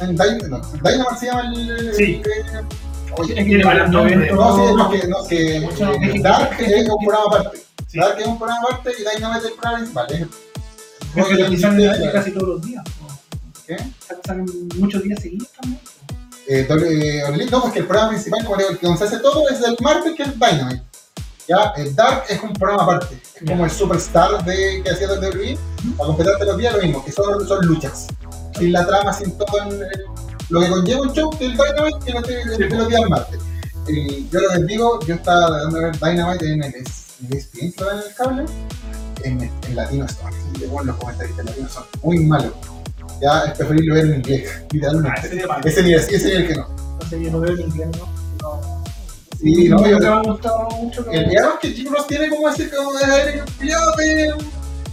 En Dynamite, no, Dynamite se llama el. el- Sí. eh, oye, Es que le valen dos No, no, sí, no, eventos. que, no, que Mucho no. eh, Dark es un programa aparte. Sí. Dark es un programa aparte y Dynamite es el programa principal. es- Porque lo pisan Oye, casi todos los días. ¿no? ¿Qué? Pasan muchos días seguidos también. eh, doble- eh, Only- no, porque el programa principal, como digo, el que nos hace todo es el martes, que es Dynamite. Ya, el Dark es un programa aparte, es como el superstar de, que hacía WWE, para completarte los días lo mismo, que son, son luchas, sin la trama, sin todo el- el- lo que conlleva un show del Dynamite que no te, Sí, pues. te los días del martes. Y yo lo que les digo, yo estaba tratando de ver Dynamite en el ESPN que lo dan en el cable, en, en latino son, y, bueno, los comentaristas latinos son muy malos. Ya es preferible ver en inglés, Ah, literalmente. ese día vale. Ese ni así, ese ni el que no. Entonces yo lo veo en inglés, ¿no? No. Sí, no, yo me ha gustado mucho. El pero- diablo es que Jim Ross tiene como ese como de aire culiado de,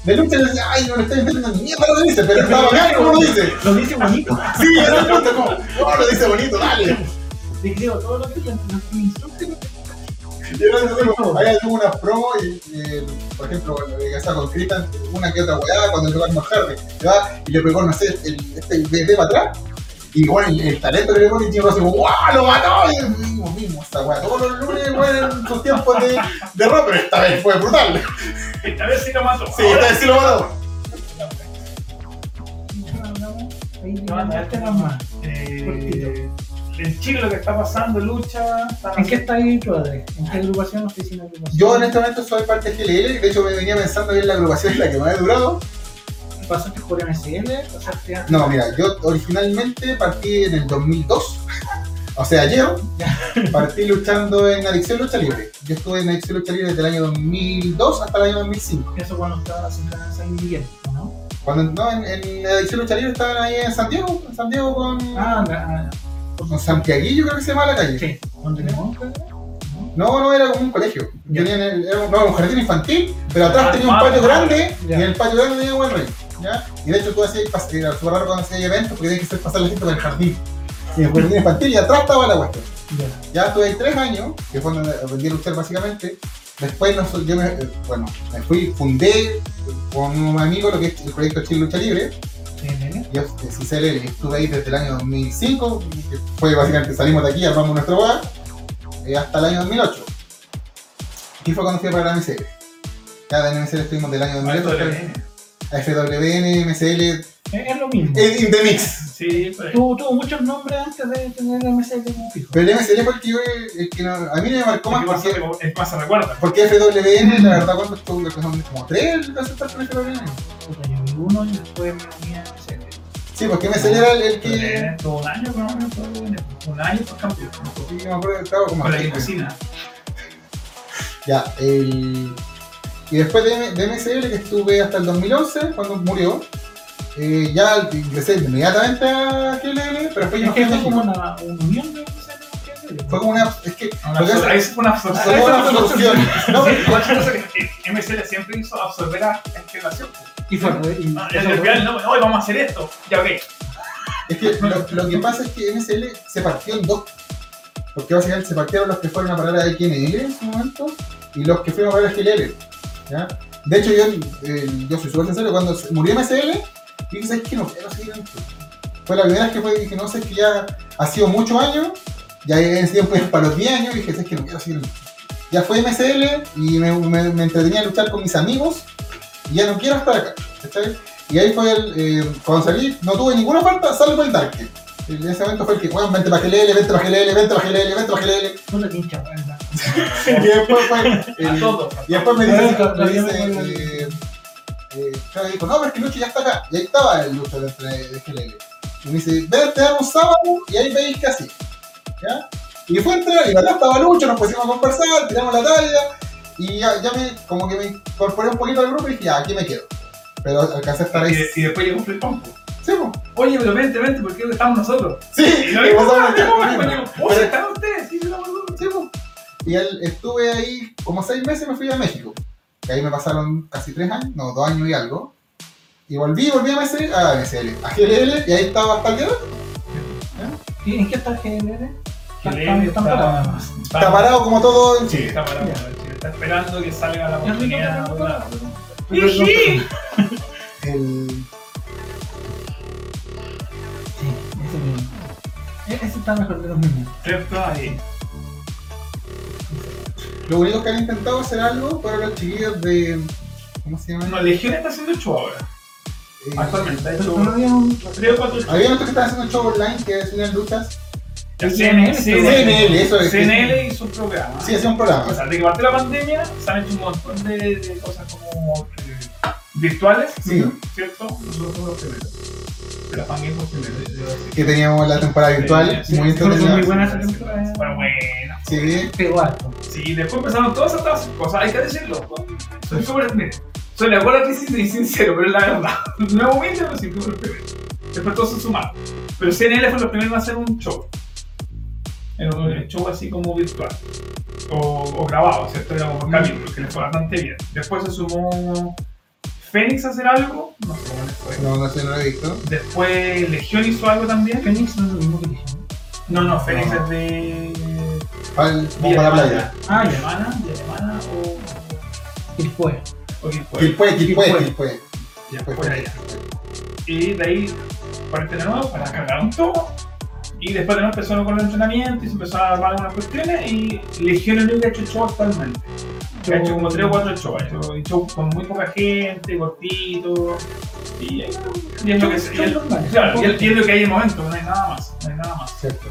de lucha. y dice, Ay, no le estoy metiendo ni mierda, lo dice, pero está bacán como lo dice. Lo dice bonito. Sí, ese es el punto, como, oh, lo dice bonito, dale. Le creo todo lo que lo que me instructe, lo que- Y ahora no sé, como, hay algunas promos, y, eh, por ejemplo, cuando le casa con Critan, una que otra weá, cuando llegó a Mark Hardy, ¿verdad? y le pegó, no sé, el, este bebé para atrás. Y bueno, el, el talento que le pone Jim Ross, como, ¡guau! ¡Lo mató! Y mismo, mismo, esta weá. Todos los lunes, weón, en sus tiempos de, de rock, pero esta vez fue brutal. Esta vez sí lo mato. Sí, esta vez sí lo mató. Ya hablamos. Ahí No, digamos, no, este no. nomás. Eh, En Chile lo que está pasando, lucha. están ¿En qué está ahí tu padre? ¿En qué agrupación oficina agrupación? Yo en este momento soy parte de GLL, de hecho me venía pensando que es la agrupación en la que más he durado. ¿Pasaste por MSL? ¿Pasaste a... No, mira, yo originalmente partí en el 2002, o sea, ayer, partí luchando en Adicción Lucha Libre. Yo estuve en Adicción Lucha Libre desde el año 2002 hasta el año 2005. Eso cuando estaba la central de San Miguel, ¿o ¿no? Cuando no, en, en Adicción Lucha Libre estaban ahí en Santiago, en Santiago con, Ah, anda, ah, con Santiaguillo, creo que se llama la calle. sí. ¿Dónde le monta? No, no, era como un colegio. Ya. Tenía en el- era un, no, un jardín infantil, pero Ah, atrás tenía un ah, patio ah, grande y ya. en el patio grande tenía un buen rey. ¿ya? Y de hecho tú hacías, pas- era súper raro cuando hacías eventos porque tenías que hacer pasar la gente por el jardín. Y el jardín infantil y atrás estaba la cuestión. Ya. Ya estuve ahí tres años, que fue donde aprendí a luchar básicamente. Después nos- yo me, eh, bueno, me fui, fundé con un amigo lo que es el proyecto Chile Lucha Libre. CNN. Yo eh, sí, sé, eh, estuve ahí desde el año 2005, que fue básicamente salimos de aquí, armamos nuestro hogar, eh, hasta el año 2008. Y fue cuando fui para la MCL. Ya en MCL estuvimos del año Ah, esto 2008 de la hasta- N. a FWN, MCL, Es, es lo mismo. eh, in the mix. Sí, pues. Tuvo, tuvo muchos nombres antes de tener MSL como fijo. Pero el MCL fue el que, yo, el que no- a mí me marcó más Porque pasa porque, que Es más, se recuerda. porque FWN, la verdad, cuando estuvo, creo que son como tres presentar con FWN. Puta, yo vi uno y después me uní a MSL. Sí, porque MCL era el, el que. Todo un año, pero no puedo venir. Un año por campeón. Sí, me acuerdo que estaba como Con la aquí, pues. limusina. Ya, el... Y después de, M- de MSL, que estuve hasta el 2011, cuando murió, eh, ya ingresé inmediatamente a GLL, pero después yo Es no fui que fue a México. como una, una unión de MSL con GLL. Fue como una... Es que... Una lo que absor- hace- Ahí se fue una absorción. Fue como una absorción. No, Sí, igual se hace que MCL siempre hizo absorber a la generación. Y fue. y- Ah, Es el final, no, hoy vamos a hacer esto. Ya, ok. es que lo, lo que pasa es que MSL se partió en dos. Porque básicamente se partieron los que fueron a parar a XNL en su momento y los que fueron a parar a GLL. ¿ya? De hecho, yo, eh, yo soy súper sincero, cuando se- murió MSL, dije, ¿sabes qué? No quiero seguir en esto". Fue la primera vez que fue, dije, no sé, es que ya ha sido muchos años, ya en ese tiempo es para los 10 años, y dije, ¿sabes qué? No quiero seguir en esto". Ya fue MSL y me, me- me entretenía a luchar con mis amigos y ya no quiero estar acá. ¿cachai? Y ahí fue el, eh, cuando salí, no tuve ninguna falta, salvo el Dark. En ese momento fue el que, bueno, vente para GLL, vente para GLL, vente para GLL, vente para GLL. Puta, qué hincha, ¿verdad? Y después fue... A el- todos. y después me dice, Claro, me claro, dice, claro. eh, eh, Chávez dijo, no, pero es que Lucho ya está acá. Y ahí estaba el Lucho dentro de, de GLL. Y me dice, ven, te damos un sábado y ahí veis qué así. ¿Ya? Y fue a entrenar, y acá estaba Lucho, nos pusimos a conversar, tiramos la talla, y ya, ya me, como que me incorporé un poquito al grupo y dije, ya, aquí me quedo. Pero alcancé a estar ahí. Y, Sí, y después llegó un flipón. pues. po. po. Oye, pero vente, vente, porque estamos nosotros. sí, Y ah, no y vos sabés que- Oye, Pero- ¿están ustedes? Sí, sí, estamos nosotros. Sí, pues. po. Y él- estuve ahí como seis meses y me fui a México. Y ahí me pasaron casi tres años, no, dos años y algo. Y volví, volví a MSL, a MSL, a GLL, y ahí estaba hasta el día de hoy. ¿Y ¿En qué está GLR? GLL está- parados. Está parado como todo en Sí, Chile. está parado. Chile. Está esperando que salga la Es rico, oportunidad. pero no ¿verdad? Pero no- Jiji. El- Sí, ese mismo. E- Ese está mejor de los mismos. ¿Cierto? Ahí. Lo único que han intentado hacer algo fueron los chiquillos de. ¿Cómo se llama? No, Legión está haciendo el show ahora. Eh, Actualmente, ha Pero hecho no había un- tres o cuatro shows. había otros que estaban haciendo un show online que hacían luchas. Ya, CNL, CNL, eso es. CNL este hizo un programa. Sí, hacía un O programa. sea, desde que partió la pandemia, se han hecho un montón de, de cosas como eh, virtuales, Sí. ¿cierto? Nosotros fuimos los primeros. De la pandemia fuimos los primeros. debo decir. Que teníamos la temporada virtual, Sí, muy sí, fue muy entretenida. buena esa temporada. Fue buena. Sí, Pegó harto. Sí, después empezaron todas estas cosas, hay que decirlo. Soy súper mira, Soy la buena crisis y sincero, pero es la verdad. No es humilde, pero sí, fuimos los primeros. Después todos se sumaron. Pero CNL fue los primeros en hacer un show. Era un show así como virtual. O, o grabado, ¿cierto? Era como un capítulo, que les fue bastante bien. Después se sumó Fénix a hacer algo. No sé cómo les fue. no, no sé, no lo he visto. Después Legión hizo algo también. Este Fénix no es lo mismo que Legion. No, no, Fénix No. es de. Pal- Vamos Villa para la Alemana. playa. Ah, Villa ya. Alemana, Villa Alemana o. Y después. o quien fuera. Quilpue, Quilpue, Quilpue. Quilpue. pues, Ya, Quilpue, fuera ya. Quilpue. Y de ahí parte de nuevo para cargar un tubo. Y después de nuevo empezó con el entrenamiento y se empezó a armar algunas cuestiones. Y Legión es el único que ha hecho show actualmente. Que Ha hecho como 3 o 4 shows. Ha hecho shows con muy poca gente, cortito. Y, y es lo que se. y Son es- normales. Claro, y es- y es lo que hay de momento, no hay nada más. No hay nada más. Cierto.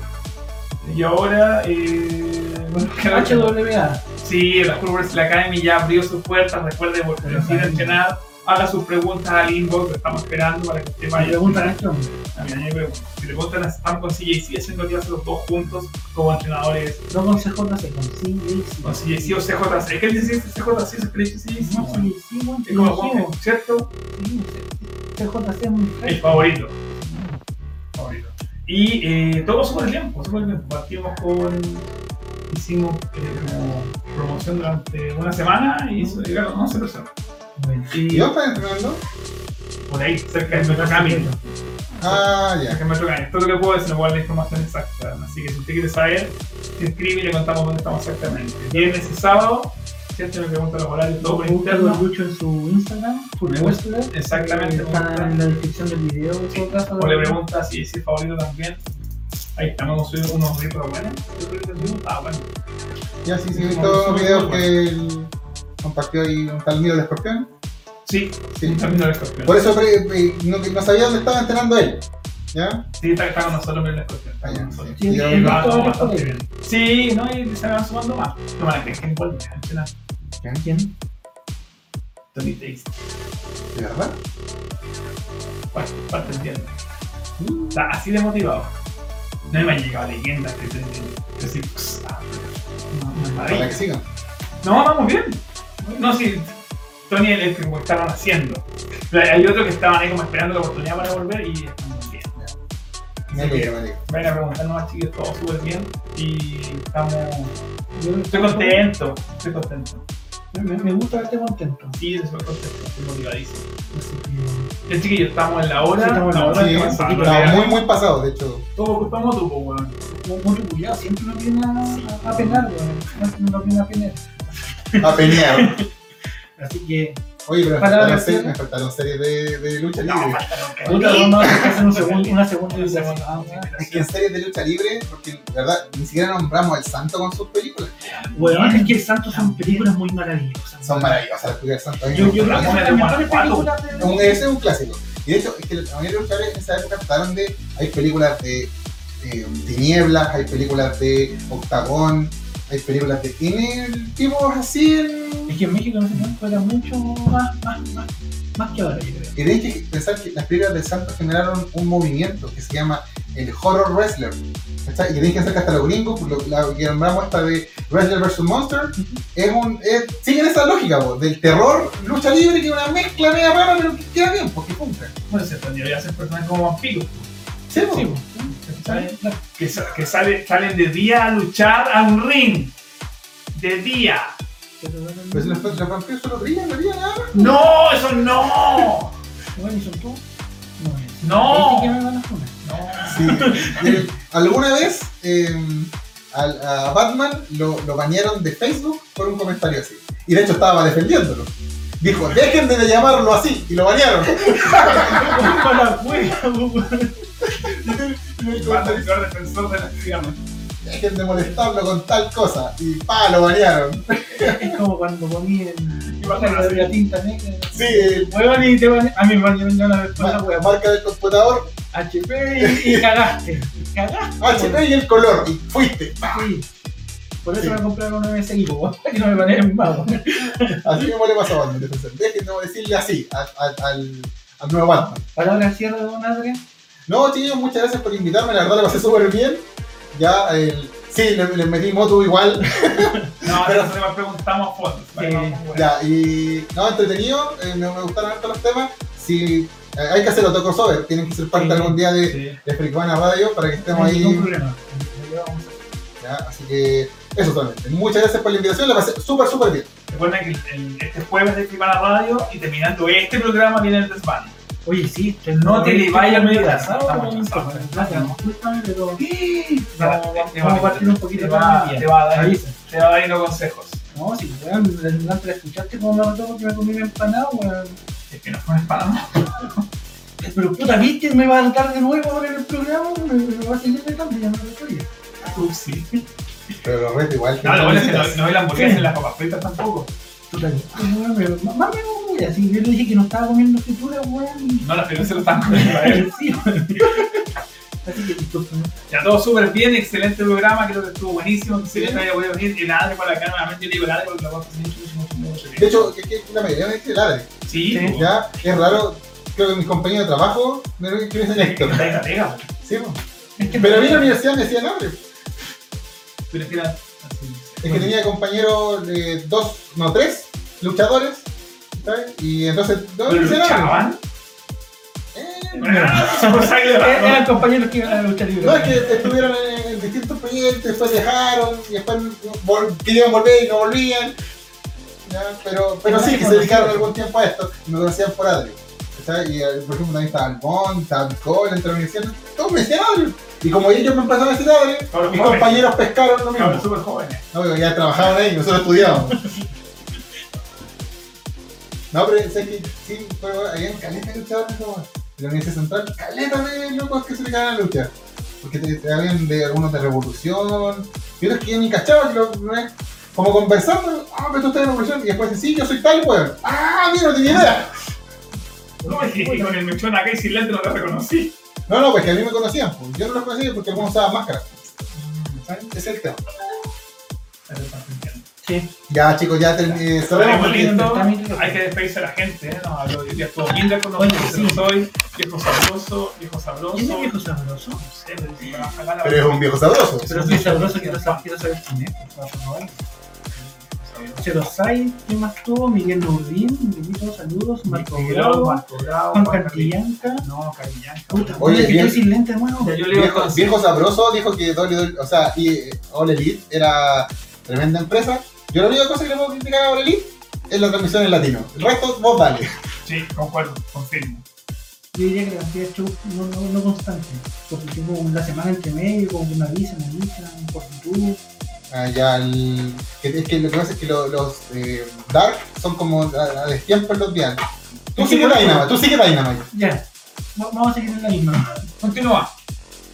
Y ahora. Eh, bueno, creo que- HWA. Sí, la School Wrestling Academy ya abrió sus puertas. Recuerde volver a entrenar. Haga sus preguntas al inbox, lo estamos esperando para que usted Me vaya. preguntan a este hombre. A mí me preguntan. Si le preguntan a Stan con CJC, haciendo clases los dos juntos como entrenadores. No con CJ, se consigue. Con CJC o CJC. ¿Es que le dice este CJC? ¿Es que le dice CJC? No, No, sí, bueno, Es como sí, Juanjo, ¿cierto? sí, CJC es muy El fresco. favorito. favorito. Y eh, todo súper tiempo, súper bien. Partimos con. Hicimos eh, como promoción durante una semana y hizo- llegaron 11 personas. Bueno, Y- ¿Y dónde están entrenando? por ahí, cerca del metro Camino. Ah, ya. Cerca del metro Camino. Todo lo que puedo decir, igual la información exacta. Así que si usted quiere saber, se inscribe y le contamos dónde estamos exactamente. Viernes y sábado, ¿cierto? Me preguntan los horarios, todo por Búscalo a interno. Lucho en su Instagram, por Me gusta. Wrestler. Exactamente. Está en la descripción del video, en Sí. todo caso. O le pregunta si es el favorito también. Ahí estamos subiendo unos retos buenos. Yo creo que subimos, ah, bueno. Ya sí, sí, he Como visto somos videos muy que él compartió ahí un tal Miro de Escorpión. Sí, Sí. también lo escorpión. Por eso pre- pre- no, no sabía dónde estaba entrenando él. ¿Ya? Sí, está, está con nosotros pero el escorpión. Está Ah, con ya, nosotros. sí. Sí, Ya, va, ya. no, bastante bien. Sí, no, y se van sumando más. No, van a que en cuál me ¿Quién? Tony Taste. ¿De verdad? parte, parte del viernes. Está así de motivado. No me han llegado leyendas que te que sí, pss, ah, no, no, es Para que maravilla. sigan. no, vamos bien. No, sí, Tony el, el que como estaban haciendo. Pero hay- hay otros que estaban ahí como esperando la oportunidad para volver y están bien. Me Sí. alegro, me alegro. Ven a preguntarnos a chicos, todo súper bien y estamos... Yo Estoy contento, estoy contento. Me, me gusta verte contento. Sí, estoy contento, estoy motivadísimo. Así que, Ya chiquillos, estamos en la hora. Sí, estamos en la la hora, hora Sí, que pasaba, estaba ¿verdad? muy, muy pasado, de hecho. Todo ocupamos tu, pues, weón. como mucho cuidado, siempre no viene a, a penar, güey. Siempre no viene a penar. A pelear. Así que, Oye, pero me Para faltaron, la series, versión. me faltaron series de, de lucha No, libre. puta, Sí. vamos a hacer un segundo, una segunda Una segunda. Ah, güey. Es que en series de lucha libre, porque de verdad, ni siquiera nombramos al santo con sus películas. Bueno, es que el Santo son películas muy maravillosas. Son maravillosas las películas del santo. A mí me Yo, yo creo gustan que son las mejores películas de- Un- Ese es un clásico. Y de hecho, es que la mayoría de los chavales en esa época trataron de. Hay películas de eh, Tinieblas, hay películas de Octagón, hay películas de. Tiene tipos así en. Es que en México en ese tiempo era mucho más, más, más Más que ahora, yo creo. Y tenéis que pensar que las películas de Santos generaron un movimiento que se llama el horror wrestler. ¿cachai? Y tenéis que hacer que hasta los gringos, lo, la que nombramos esta de Wrestler vs. Monster, es un. Es, siguen esa lógica, po, del terror, lucha libre, que es una mezcla media rara, pero que queda bien, porque cumple. Bueno, se podría hacer personajes como vampiros. Sí, po. Sí, po. ¿cachai? Que, sa- que sale- salen de día a luchar a un ring. De día. Pero, bueno, Pero si los, los vampiros solo brillan, no brillan nada más. ¡No! ¡Eso no! bueno, ¿y son tú? No, es. ¡No! Ahí sí que me van a funar. No. Sí. Y el- Eh, alguna vez eh, al- a, Batman lo, lo banearon de Facebook por un comentario así. Y de hecho estaba defendiéndolo. Dijo, dejen de llamarlo así. Y lo banearon. Para la wea, weón. Y el Va a comentario, ser defensor de la digamos. Dejen de molestarlo con tal cosa. Y pa, lo banearon. Es como cuando comí el. Y vas a hacer- la tinta negra. Sí, el- Huevón y te van. A mí me van a llevar ma- una wea. marca del computador, HP y, y cagaste. Cagaste. HP y el color. Y fuiste. Sí. Por eso Sí. me compraron una vez seguido, weón. Que no me baneen más, weón. Así mismo le pasó a Batman. defensor. Dejen de decirle así al, al- al- al nuevo Batman. Palabra cierre de Don Adrián. No, chiquillos, muchas gracias por invitarme, la verdad la pasé súper bien. Ya, el, sí, les le metí moto igual. No, Pero- pero Eh, se me preguntamos fotos. Sí. ya, y no, entretenido, eh, me, me gustaron harto los temas. Si hay que hacerlo, toco crossover, tienen que ser parte Sí. algún día de, Sí. de Fricvana Radio para que No estemos hay ningún ahí. problema. Lo llevamos a- ya, así que eso solamente. Muchas gracias por la invitación, la pasé súper, súper bien. Recuerden que el- el- este jueves de Clipana Radio y terminando este programa viene el desván. Oye, sí, te- No te le vayas a medio olvidar. atrasado, Estamos no, atrasados, no, estamos no, no, pero- Nada, Vamos- te- te va- vamos a partir un poquito te más va, del día. te va a dar Avisa. te va a dar ahí los consejos. No, si weón, durante la escuchaste como me mató porque me comí una empanada, weón. Es que no fue un espada. Pero puta, viste, me va a dar de nuevo ahora en el programa, me, me va a seguir de cambio, ya me lo estoy. Tú sí. Pero los reto igual. No, lo bueno es que no, visitas. no hay las hamburguesas Sí. en las papas fritas tampoco. Puta, weón, me- más más me hago weón, así, yo le dije que no estaba comiendo fritura, weón. y- No, las fritas se lo están comiendo a él. Sí, weón. Así que disculpen. Ya todo súper bien, excelente programa, creo que estuvo buenísimo, que se les haya podido venir. El Adri para acá nuevamente, yo le digo el Adri porque la cosa De hecho, es que la mayoría me dice el Adri. Sí, Sí. pues, Ya, es raro, creo que mis compañeros de trabajo, me lo que me dicen es que Héctor. no te hagas pega, pues. Sí, po. Pero a mí en la universidad me decían Adri. Pero es que Eh, era Es que tenía compañeros de dos, no tres, luchadores. ¿sabes? Y entonces, ¿no? ¿Pero hicieron? luchaban? Eh, Eh, Eran Pero compañeros que iban a luchar libre. no, es que estuvieron en, en distintos proyectos, después dejaron, y después vol- querían volver y no volvían. ¿ya? Pero, pero sí, que se dedicaron algún tiempo a esto, y me conocían por Adri. ¿sabes? Y eh, por ejemplo también estaba Albón, estaba Nicole, entre la universidad, todos me decían Adri. Y como ellos me empezaron a decir Adri, mis compañeros pescaron lo mismo. súper jóvenes. No, pero ya trabajaban ahí, nosotros estudiábamos. No, pero sé que sí, pero había caleta de luchadores como en la Universidad Central, caleta de locos que se dedicaban a luchar. Porque te, te habían de algunos de revolución, y otros que yo ni cachaba, que lo- no es- como conversando, ah, pero tú estás en revolución, y después sí, yo soy tal weón. Ah, mira, no tenía idea. No, es que con el mechón acá y sin lente no te reconocí. No, no, pues que a mí me conocían, pues, yo no los conocía porque algunos usaban máscara. ¿Saben? Ese es el tema. Sí. Ya chicos, ya terminé. Estaremos porque- lindo. Está mi libro. Hay que despedirse a la gente, ¿eh? No, lo ya estuvo Milda con nosotros, Oye, se sí. los doy. Viejo sabroso, viejo sabroso. ¿Quién es viejo sabroso? No sé, pero si me va a sacar la- Pero es un viejo sabroso. Pero es sabroso, quiero saber, quiero saber quién es. por favor. Cherosai, ¿quién más tuvo? Miguel Nurdín, Miguelito, saludos, Marco Marco Bravo, Bravo, Marco Bravo, Juan Juan Cantillanca. Carrillo. No, Carrillanca. Puta, Oye, oye, que bien. estoy sin lente de nuevo. Ya yo leo Viejo, con viejo sabroso dijo que WWE, o sea, y, eh, All Elite era tremenda empresa. Yo la única cosa que le puedo criticar a All Elite es la transmisión en latino. El resto, vos vale. Sí, concuerdo, confirmo. Yo diría que la cantidad de shows no, no, no constante, porque tengo una semana entre medio, con una visa, una visa, por YouTube. Allá Ah, el- que- es que lo que pasa es que lo- los eh, Dark son como a, a destiempo en los días. Tú sí que Dynamite, tú sí que Dynamite. Ya, va- vamos a seguir en la misma. Continúa.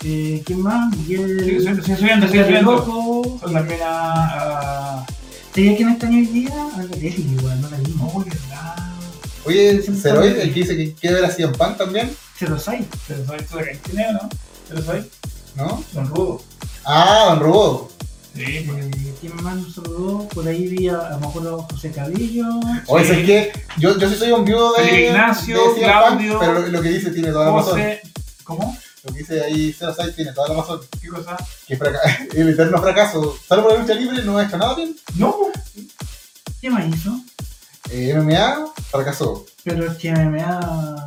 Eh, ¿Quién más? Sigue Miguel. subiendo, sigue subiendo, sigue Miguel subiendo. Loco. Son también a. a- ¿Sería quién extrañó hoy día? A la tele, igual, no la vimos. Uy, verdad. Oye, Ceroid, el que dice que quiere ver a Cien Pan también, Cherosai. Pero soy tú de Cantineo, ¿no? Pero soy ¿no? Don Rudo. Ah, Don Rubo. Sí, porque- Eh, ¿Quién más nos saludó? Por ahí vi a, a lo mejor a José Cabello. Oye, Sí. es que yo, yo sí soy un viudo de. Felipe Ignacio, de CM Punk, Claudio, pero lo, lo que dice tiene toda la razón. José. ¿Cómo? Lo que dice ahí Zero Side tiene toda la razón. ¿Qué cosa? Que fraca- el eterno fracaso, salvo la lucha libre, no ha hecho nada bien. No, ¿Qué más hizo? Eh, MMA fracasó. Pero es que MMA.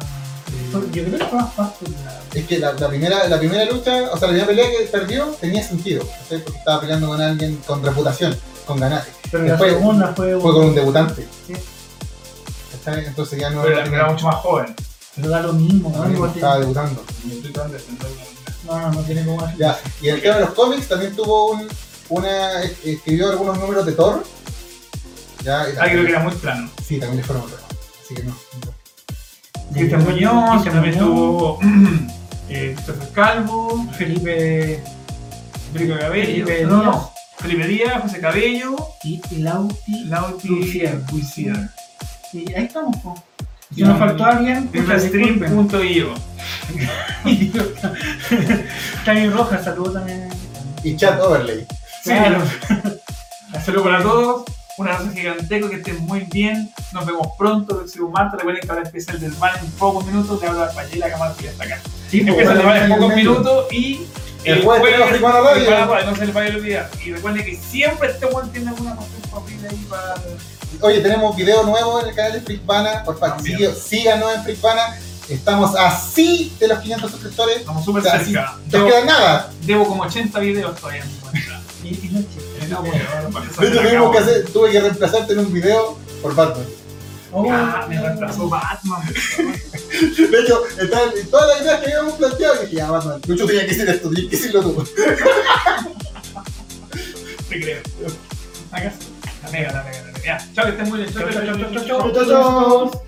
Yo creo que fue más fácil. la- Es que la, la primera, la primera lucha, o sea, la primera pelea que perdió tenía sentido. ¿cachai? Porque estaba peleando con alguien con reputación, con ganar. Pero Después- la segunda fue. Fue con un debutante. Sí. ¿Cachai? Entonces ya no. pero no era- era tenía- mucho más joven. Pero da lo mismo, no ¿no? tenía- Igual tiene- estaba debutando. No, no, no tiene como hacer. Ya, y en el tema de los cómics también tuvo un, una, escribió algunos números de Thor. Ya, Ah, y creo que también, era muy plano. sí, también le fueron otros. Así que no. no. Cristian Muñoz, que Cristian también estuvo Muñoz. eh, Christopher Calvo, Felipe. Federico Cabello. Felipe no, Díaz. no. Felipe Díaz, José Cabello, Y y Lauti. Lauti Lucier. Lucier. Y ahí estamos, po. Si Y- nos faltó alguien, pucha, disculpen. Stream.io. También Rojas, saludo también. Y Chad Overlay. Sí. Saludos para todos. Un abrazo gigantesco, que estén muy bien. Nos vemos pronto, el próximo martes. Recuerden que ahora empieza el del Van en pocos minutos. Le hablo a Payela Camargo y hasta acá. Sí, po, Empieza el del Van en bueno, pocos el medio. minutos y eh, El jueves tenemos Fricona Radio. Fricona Radio, No se les vaya a olvidar. Y recuerden que siempre este buen tiene alguna cuestión para abrir ahí para. Oye, tenemos video nuevo en el canal de Freakvana. Por favor, También. sí- síganos en Freakvana. Estamos así de los 500 suscriptores. Estamos súper O sea, sí, cerca. No Debo, queda nada. debo como 80 videos todavía en mi cuenta. Y- y no existe. No, bueno, ahora para empezar, De hecho, la tuvimos acabo. que hacer, tuve que reemplazarte en un video por Batman. Oh, Ah, me retrasó Batman. De hecho, están todas las ideas que habíamos planteado. Y dije, ya, Batman, Lucho tenía que decir esto, tenía que decirlo tú. Te creo. Acá está. La mega, la mega, la mega. Ya. Chao, que estén muy bien. Chao, chao, chao, chao, chao. Chao, chao, chao.